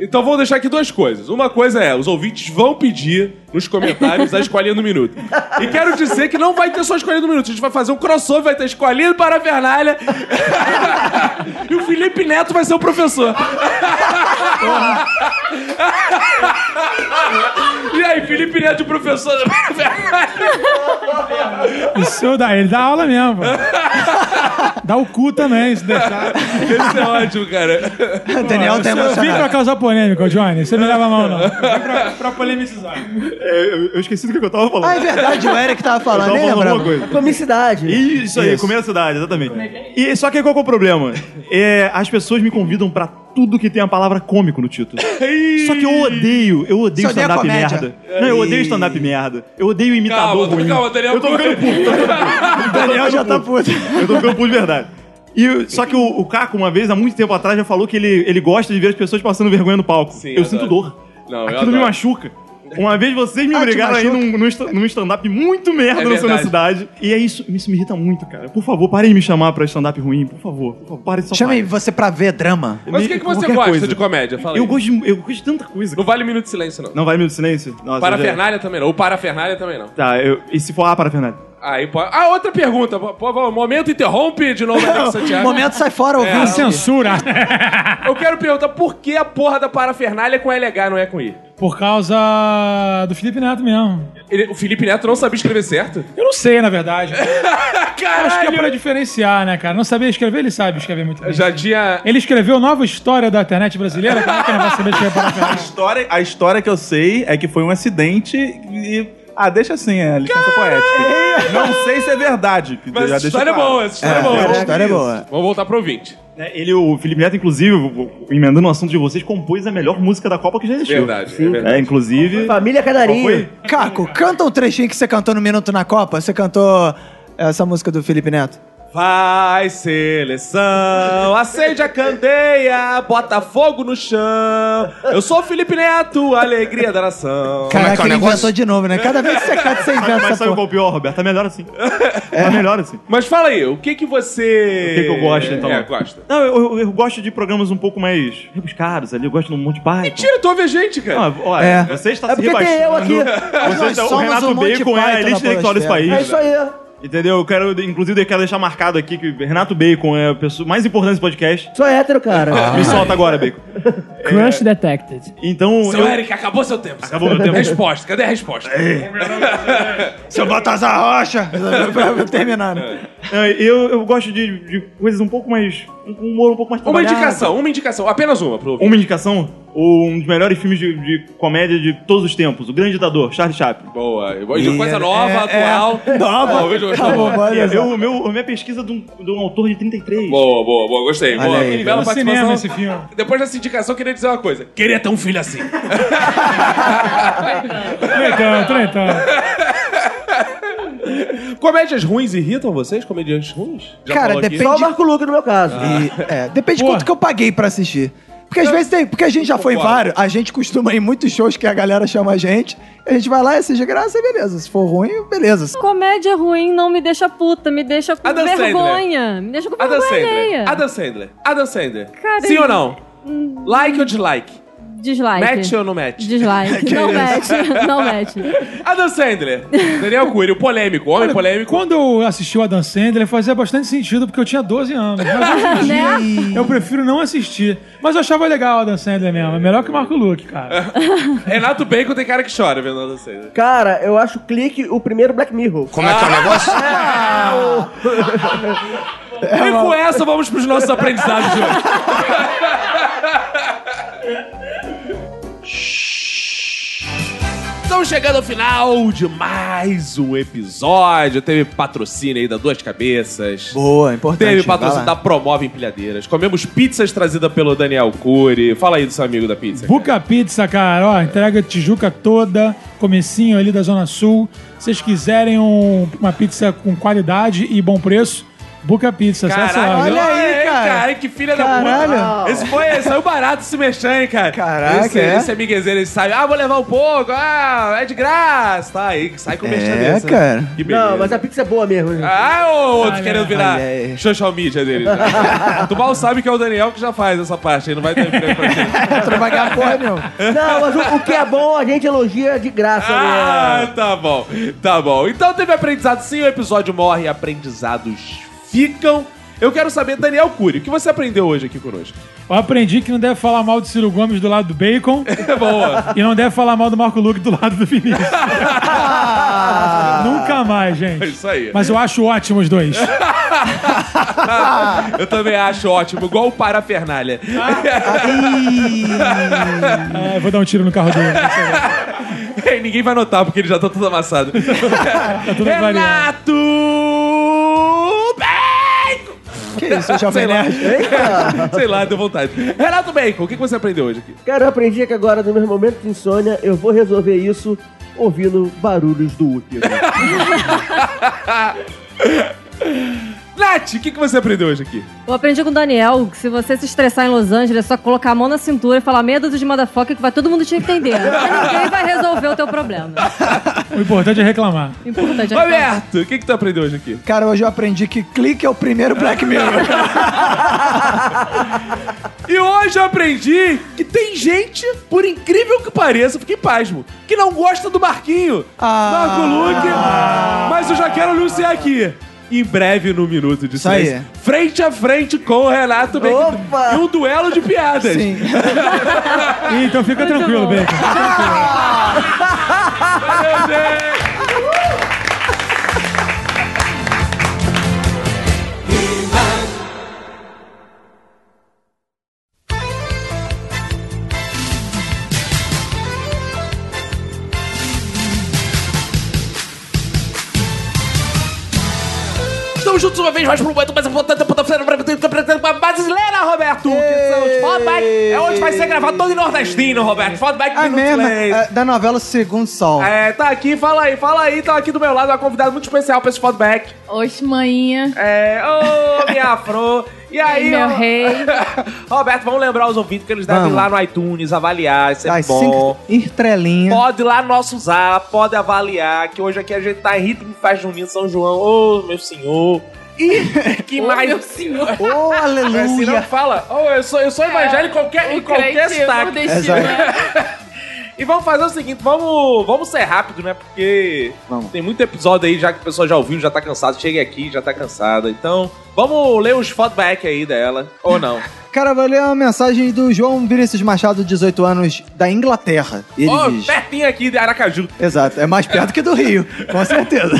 A: Então vou deixar aqui duas coisas. Uma coisa é, os ouvintes vão pedir nos comentários a escolinha do minuto. E quero dizer que não vai ter só a escolinha do minuto. A gente vai fazer um crossover, vai ter escolinha do Parafernália. e o Felipe Neto vai ser o professor. e aí, Felipe Neto, o professor do Parafernália.
E: Isso dá, ele dá aula mesmo. dá o cu também, se deixar.
A: Isso é ótimo, cara.
B: Daniel tá
E: Eu vim pra
B: emocionado.
E: causar polêmica, Johnny. Você não leva a mão, não. Eu vim pra, pra polemizar.
J: É, eu, eu esqueci do que eu tava falando.
B: Ah, é verdade, o Eric tava
J: eu
B: falando,
J: tava
B: nem
J: falando
B: lembrava.
J: alguma coisa.
D: Comer cidade.
J: Isso aí, comer a cidade, exatamente. E só que qual que é o problema? É, as pessoas me convidam pra tudo que tem a palavra cômico no título. só que eu odeio, eu odeio
B: Você odeia
J: stand-up
B: comédia?
J: merda. Não, eu odeio stand-up merda. Eu odeio imitador
A: Calma,
J: ruim.
A: calma, Daniel.
J: eu tô ficando puto. tô ficando puto.
B: Daniel já tá puto.
J: Eu tô ficando puto de verdade. E, só que o, o Caco, uma vez, há muito tempo atrás, já falou que ele, ele gosta de ver as pessoas passando vergonha no palco.
A: Sim,
J: eu
A: eu
J: sinto
A: adoro.
J: dor.
A: Não, eu
J: Aquilo me
A: adoro.
J: machuca. Uma vez vocês me
B: Ah, te
J: obrigaram a ir
B: machuca.
J: num, num sta- num stand-up muito merda
A: É
J: no Céu da
A: verdade.
J: Cidade. E é isso, isso me irrita muito, cara. Por favor, parem de me chamar pra stand-up ruim, por favor. Por favor parem só
B: Chamei
J: parem.
B: você pra ver drama.
A: Mas o que, que você
J: Qualquer
A: gosta
J: coisa.
A: de comédia? Fala aí.
J: Eu gosto, de, eu gosto de tanta coisa.
A: Não
J: cara.
A: vale minuto de silêncio, não.
J: Não vai meu silêncio? Nossa,
A: Parafernália também não. Ou parafernália também não.
J: já- Tá, eu, e se for a parafernália?
A: Aí pode. Ah, outra pergunta. Pô, pô, momento interrompe de novo Alex
B: O
A: Santiago.
B: momento sai
A: É,
B: fora, ouviu?
E: A censura.
A: Eu quero perguntar por que a porra da parafernália é com LH, não é com I?
E: Por causa do Felipe Neto mesmo.
A: Ele- o Felipe Neto não sabia escrever certo?
E: Eu não sei, na verdade. Acho que é pra
A: Caralho!
E: diferenciar, né, cara? Não sabia escrever, ele sabe escrever muito bem.
A: Já tinha.
E: Ele escreveu Nova História da Internet Brasileira. é Como é que ele não vai saber escrever para
J: A história, a história que eu sei é que foi um acidente e
F: Ah, deixa assim, é licença poética. Não sei se é verdade. que
A: Mas
F: já
A: essa
F: deixa
A: história é
F: claro.
A: boa, essa história é, boa.
B: a história é boa.
A: Vamos voltar pro ouvinte.
J: Né, Ele, o Felipe Neto, inclusive, o- o- emendando o assunto de vocês, compôs a melhor música da Copa que já existiu.
A: Verdade, é verdade.
J: É, inclusive.
D: Família
J: Qual foi?
D: Canarinho.
B: Caco, canta o trechinho que você cantou no Minuto na Copa. Você cantou essa música do Felipe Neto.
A: Vai, seleção, acende a candeia, bota fogo no chão. Eu sou o Felipe Neto, a alegria da nação.
B: Caraca,
K: que é o
B: ele
K: negócio?
B: inventou de novo, né? Cada vez que você canta, você
J: Mas,
B: inventa
J: mas
B: essa
J: sabe
B: porra.
J: qual é o pior, Roberto? É melhor assim. É melhor assim.
A: Mas fala aí, o que que você...
J: O que que eu gosto, então?
A: É, gosta.
J: Não, eu, eu- eu gosto de programas um pouco mais rebuscados ali, eu gosto um do Monty Python.
A: Mentira, tu ouve a gente, cara.
J: Ah, olha,
B: É.
J: você está
D: É
J: se
D: porque tem eu aqui.
J: Você
B: Nós
J: está, o
B: somos um o
J: Renato
B: Monty
J: Bacon é
B: Python
J: a
B: na
J: elite intelectual desse país.
D: É isso aí.
J: Entendeu? Eu quero, inclusive, eu quero deixar marcado aqui que Renato Bacon é a pessoa mais importante desse podcast.
D: Sou hétero, cara.
A: Ah.
J: Me solta agora, Bacon. É.
L: Crush Detected.
J: Então.
A: Seu
J: eu-
A: Eric, acabou seu tempo.
J: Acabou meu tempo. É,
A: Resposta, cadê a resposta?
B: Seu Baltazar Rocha! pra terminar, né?
J: É, Eu, eu gosto de, de coisas um pouco mais. um um humor um pouco mais
A: Uma
J: trabalhado.
A: indicação, uma indicação, apenas uma pro ouvinte.
J: Uma indicação? O- Um dos melhores filmes de, de comédia de todos os tempos, O Grande Ditador, Charlie Chaplin.
A: Boa, coisa
J: é,
A: nova, atual.
B: Nova.
A: Talvez
J: Tá
A: gostou.
J: Eu, o meu, a minha pesquisa de um, de um autor de 33.
A: Boa, boa, boa, gostei. Boa,
B: aí,
A: bela
J: tá
E: No cinema
A: participação.
E: esse filme.
A: Depois dessa indicação, eu queria dizer uma coisa. Queria ter um filho assim.
E: Trentão, trentão.
A: Comédias ruins irritam vocês? Comediantes ruins?
B: Cara,
A: falou aqui.
B: depende-
D: Só o Marco Luca no meu caso.
B: E, é, depende de
E: Porra.
B: quanto que eu paguei pra assistir. Porque às vezes tem, porque a gente já foi em vários, a gente costuma ir em muitos shows que a galera chama a gente, a gente vai lá e assiste de graça, e beleza. Se for ruim, beleza.
C: Comédia ruim não me deixa puta, me deixa com
A: Adam Sandler.
C: vergonha. Me deixa com
A: Adam
C: vergonha alheia.
A: Sandler. Adam Sandler. Adam Sandler.
C: Cara,
A: Sim
C: eu-
A: ou não? Like ou dislike?
C: Dislike.
A: Match ou não match?
C: Dislike. não match. Não Né? match.
A: Adam Sandler. Daniel Coelho, polêmico. Homem polêmico.
E: Quando eu assisti o Adam Sandler, fazia bastante sentido, porque eu tinha 12 anos. Mas hoje em
C: Né?
E: dia, eu prefiro não assistir. Mas eu achava legal o Adam Sandler mesmo. É melhor que o Marco Luque, cara.
A: Renato Bacon tem cara que chora vendo Adam Sandler.
D: Cara, eu acho clique o primeiro Black Mirror.
K: Como é que é o negócio?
B: É,
A: e com essa, vamos pros nossos aprendizados de hoje. Estamos chegando ao final de mais um episódio. Teve patrocínio aí da Duas Cabeças.
B: Boa, é importante.
A: Teve
B: vai
A: patrocínio
B: lá.
A: da Promove Empilhadeiras. Comemos pizzas trazida pelo Daniel Cury. Fala aí do seu amigo da pizza.
E: Buca Pizza, cara. Ó, entrega Tijuca toda, comecinho ali da Zona Sul. Se vocês quiserem um- uma pizza com qualidade e bom preço, Buca Pizza.
D: é
E: acessa lá, viu?
B: olha aí,
A: hein,
B: cara.
A: Que filha da puta.
B: Caralho.
A: Esse foi, saiu barato esse mexer, hein, cara.
B: Caraca,
A: Esse,
B: é?
A: esse amiguezinho, ele sai. Ah, vou levar um pouco. Ah, é de graça. Tá aí, sai com o mexer
B: É,
A: desse, né?
B: cara.
A: Que beleza.
D: Não, mas a pizza é boa mesmo. gente.
A: Ah, o outro querendo virar
B: Olha aí.
A: social media dele. Né? tu mal sabe que é o Daniel que já faz essa parte. Ele não vai ter emprego pra ti.
B: Tu não vai ganhar porra nenhuma.
D: Não, mas o, o que é bom a gente elogia de graça.
A: Ah,
D: né?
A: tá bom, tá bom. Então teve aprendizado sim, o episódio morre, aprendizados ficam. Eu quero saber, Daniel Cury, o que você aprendeu hoje aqui conosco?
E: Eu aprendi que não deve falar mal de Ciro Gomes do lado do Bacon
A: É boa.
E: e não deve falar mal do Marco Luque do lado do Vinícius. Nunca mais, gente.
A: É isso aí.
E: Mas eu acho ótimo os dois.
A: Eu também acho ótimo, igual o Parafernália.
E: Ah, É, eu vou dar um tiro no carro dele.
A: E Ninguém vai notar, porque ele já tá todo amassado.
E: Tá tudo
A: Renato! Bacon!
B: Que isso, eu já
A: Sei
B: falei. né?
A: lá. Sei lá, deu vontade. Renato Bacon, o que que você aprendeu hoje aqui?
D: Cara, eu aprendi que agora, no meu momento de insônia, eu vou resolver isso ouvindo barulhos do útero.
A: Nath, o que que você aprendeu hoje aqui?
C: Eu aprendi com o Daniel que se você se estressar em Los Angeles, é só colocar a mão na cintura e falar medo de motherfucker que vai todo mundo te entender. Ninguém vai resolver o teu problema.
E: O importante é reclamar.
C: Importante. é que-
A: Roberto, o que que tu aprendeu hoje aqui?
B: Cara, hoje eu aprendi que clique é o primeiro Black Mirror.
A: E hoje eu aprendi que tem gente, por incrível que pareça, fiquei pasmo, que não gosta do Marquinho,
B: Ah.
A: Marco Luque. Mas eu já quero anunciar aqui. Em breve, no Minuto de
B: Isso aí.
A: Silêncio, frente a frente com o Renato Bacon.
D: Opa!
A: E um duelo de piadas. Ah.
B: Sim.
E: Ih, Então fica
C: Muito
E: tranquilo,
C: bom.
E: Bacon.
A: Voltamos juntos uma vez mais pro momento mais importante da plataforma brasileira, Roberto! Que são os Fallback. É onde vai ser gravado todo em nordestino, Roberto. Fallback
B: A
A: Minuto
B: mesma
A: Silêncio.
B: é, da novela Segundo Sol.
A: É, tá aqui, fala aí, fala aí. Tá aqui do meu lado uma convidada muito especial pra esse Fallback.
M: Oxe, maninha.
A: É, ô, minha afro. E aí,
M: meu
A: ó-
M: rei.
A: Roberto, vamos lembrar os ouvintes que eles devem ir
B: Vamos.
A: lá no iTunes avaliar, isso é
B: das
A: bom.
B: cinco estrelinhas.
A: Pode ir lá no nosso zap, pode avaliar, que hoje aqui a gente tá em ritmo de faz junino São João. Ô, meu senhor. E que
M: Ô,
A: mais?
M: meu senhor. É,
B: Ô,
A: É assim, não
B: aleluia!
A: fala, ô, eu sou, eu sou evangélico em qualquer, em
M: O
A: qualquer
M: crente
A: sotaque.
M: nordestino, né?
A: E vamos fazer o seguinte, vamos, vamos ser rápido, né? Porque
B: Vamos.
A: tem muito episódio aí já que o pessoal já ouviu, já tá cansado. Chega aqui, já tá cansada. Então, vamos ler os feedback aí dela. Ou não.
B: Cara, vou ler uma mensagem do João Vinícius Machado, 18 anos, da Inglaterra. E ele
A: Ó,
B: diz...
A: pertinho aqui de Aracaju.
B: Exato, é mais perto que do Rio, com certeza.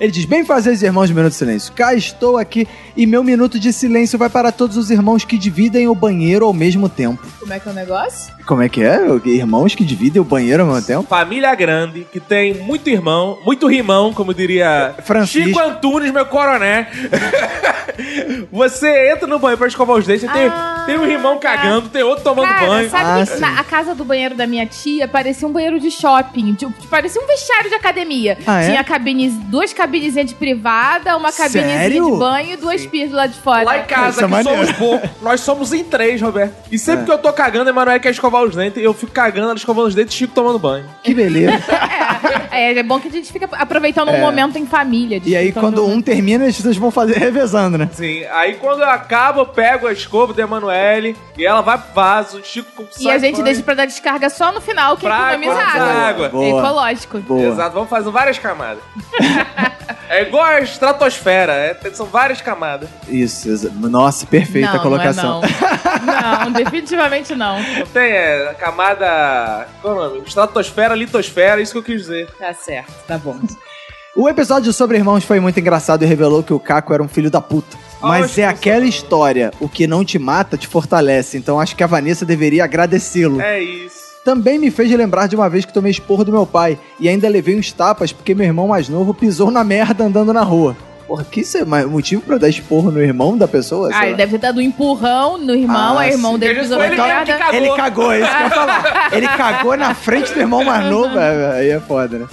B: Ele diz: Bem fazeres, irmãos do Minuto de Silêncio. Cá estou aqui e meu minuto de silêncio vai para todos os irmãos que dividem o banheiro ao mesmo tempo.
M: Como é que é o negócio?
B: Como é que é? Irmãos que dividem o banheiro ao mesmo tempo?
A: Família grande, que tem muito irmão, muito rimão, como diria
B: Francisco.
A: Chico Antunes, meu coroné. Você entra no banheiro pra escovar os dentes, e tem,
M: Ah,
A: tem um rimão
M: tá.
A: cagando, tem outro tomando
M: Cara,
A: banho.
M: sabe
B: Ah,
M: que
B: sim.
M: na, a casa do banheiro da minha tia parecia um banheiro de shopping. Tipo, parecia um vestiário de academia.
B: Ah, é?
M: Tinha cabines, duas cabinezinhas de privada, uma cabinezinha
B: Sério?
M: de banho e duas pias do lado de fora.
A: Lá em casa,
B: Isso é
A: que
B: maneiro.
A: somos poucos. Nós somos em três, Roberto. E sempre
B: É.
A: que eu tô cagando, a Emanuele quer escovar os dentes. Eu fico cagando, ela escovando os dentes e Chico tomando banho.
B: Que beleza.
M: É, é bom que a gente fica aproveitando um momento em família. de
B: É. E aí,
M: todo
B: quando
M: mundo.
B: um termina, eles vocês vão fazer revezando, né?
A: Sim. Aí quando eu acabo, eu pego a escova da Emanuele e ela vai pro vaso, o Chico
M: E
B: um
A: sai
M: a gente
A: banho.
M: deixa pra dar descarga só no final, que
A: Pra
M: economiza
A: economizar
M: água.
A: água.
M: É ecológico.
B: Boa.
A: Exato, vamos fazendo várias camadas. é igual a estratosfera, é, tem- são várias camadas.
B: Isso, exa- Nossa, perfeita
M: não,
B: a colocação.
M: Não, é não. não, definitivamente não.
A: Tem é, a camada. Qual é o nome? Estratosfera, litosfera, é isso que eu quis dizer.
M: Tá certo, tá bom.
B: O episódio sobre irmãos foi muito engraçado e revelou que o Caco era um filho da puta. Mas
A: Oxe,
B: é aquela história, o que não te mata te fortalece, então acho que a Vanessa deveria agradecê-lo.
A: É isso.
B: Também me fez lembrar de uma vez que tomei esporro do meu pai e ainda levei uns tapas porque meu irmão mais novo pisou na merda andando na rua. Porra, que isso é ma- motivo pra eu dar esporro no irmão da pessoa?
M: Ah,
B: Sei
M: ele
B: lá.
M: deve ter dado um empurrão no irmão,
B: Ah,
M: aí o irmão
B: sim.
M: dele
A: Porque
M: pisou
A: foi
M: na
A: ele mesmo
M: piada.
A: que cagou.
B: Ele cagou, é isso que eu ia falar. Ele cagou na frente do irmão mais novo, é, aí é foda, né?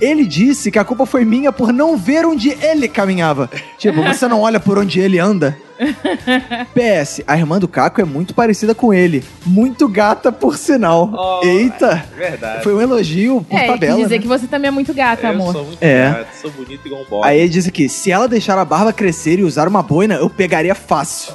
B: Ele disse que a culpa foi minha por não ver onde ele caminhava. Tipo, você não olha por onde ele anda? PS, a irmã do Caco é muito parecida com ele. Muito gata, por sinal.
A: Oh,
B: Eita!
A: Verdade.
B: Foi um elogio por
M: É, ele
B: tabela.
M: quis dizer
B: né?
M: que você também é muito gata,
A: eu
M: amor.
A: sou muito
B: É.
A: gato, sou bonito igual um bola.
B: Aí ele diz aqui: se ela deixar a barba crescer e usar uma boina, eu pegaria fácil.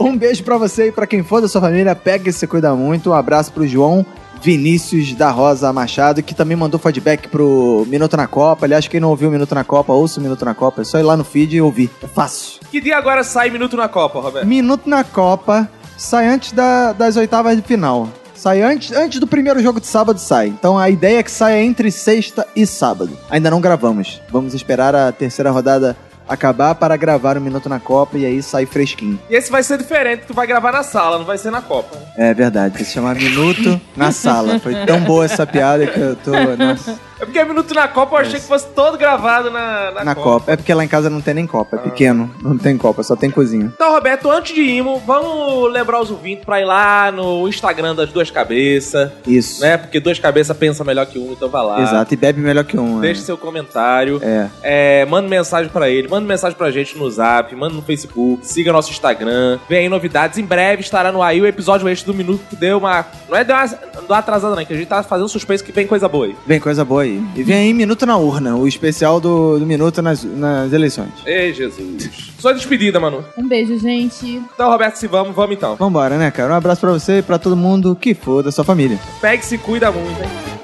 B: um beijo pra você e pra quem for da sua família. Pega e se cuida muito. Um abraço pro João Vinícius da Rosa Machado, que também mandou feedback pro Minuto na Copa. Aliás, quem não ouviu o Minuto na Copa, ouça o Minuto na Copa. É só ir lá no feed e ouvir. É fácil.
A: Que dia agora sai minuto na Copa, Roberto?
B: Minuto na Copa sai antes da- das oitavas de final. Sai antes, antes do primeiro jogo de sábado, sai. Então a ideia é que saia entre sexta e sábado. Ainda não gravamos. Vamos esperar a terceira rodada acabar para gravar o Minuto na Copa e aí sai fresquinho.
A: E esse vai ser diferente, tu vai gravar na sala, não vai ser na Copa.
B: É verdade, se chamar Minuto na Sala. Foi tão boa essa piada que eu tô nossa,
A: É porque minuto na Copa eu achei que fosse todo gravado na, na,
B: na
A: Copa.
B: Copa. É porque lá em casa não tem nem Copa, é pequeno. Não tem Copa, só tem cozinha.
A: Então, Roberto, antes de irmos, vamos lembrar os ouvintes pra ir lá no Instagram das Duas Cabeças,
B: Isso.
A: né? Porque Duas Cabeças pensa melhor que um, então vai lá.
B: Exato, e bebe melhor que um. né?
A: Deixe seu comentário,
B: É.
A: é, manda mensagem pra ele, manda mensagem pra gente no Zap, manda no Facebook, siga nosso Instagram, vem aí novidades. Em breve estará no aí o episódio extra do Minuto que deu uma... Não é deu uma, deu uma atrasada não, é que a gente tá fazendo suspense que vem coisa boa aí.
B: Vem coisa boa aí. E vem aí Minuto na Urna, o especial do, do Minuto nas, nas eleições.
A: Ei, Jesus. Só despedida, Manu.
M: Um beijo, gente.
A: Então, Roberto, se vamos, vamos então.
B: Vambora, né, cara? Um abraço pra você e pra todo mundo que for da sua família.
A: Pegue e se cuida muito, hein?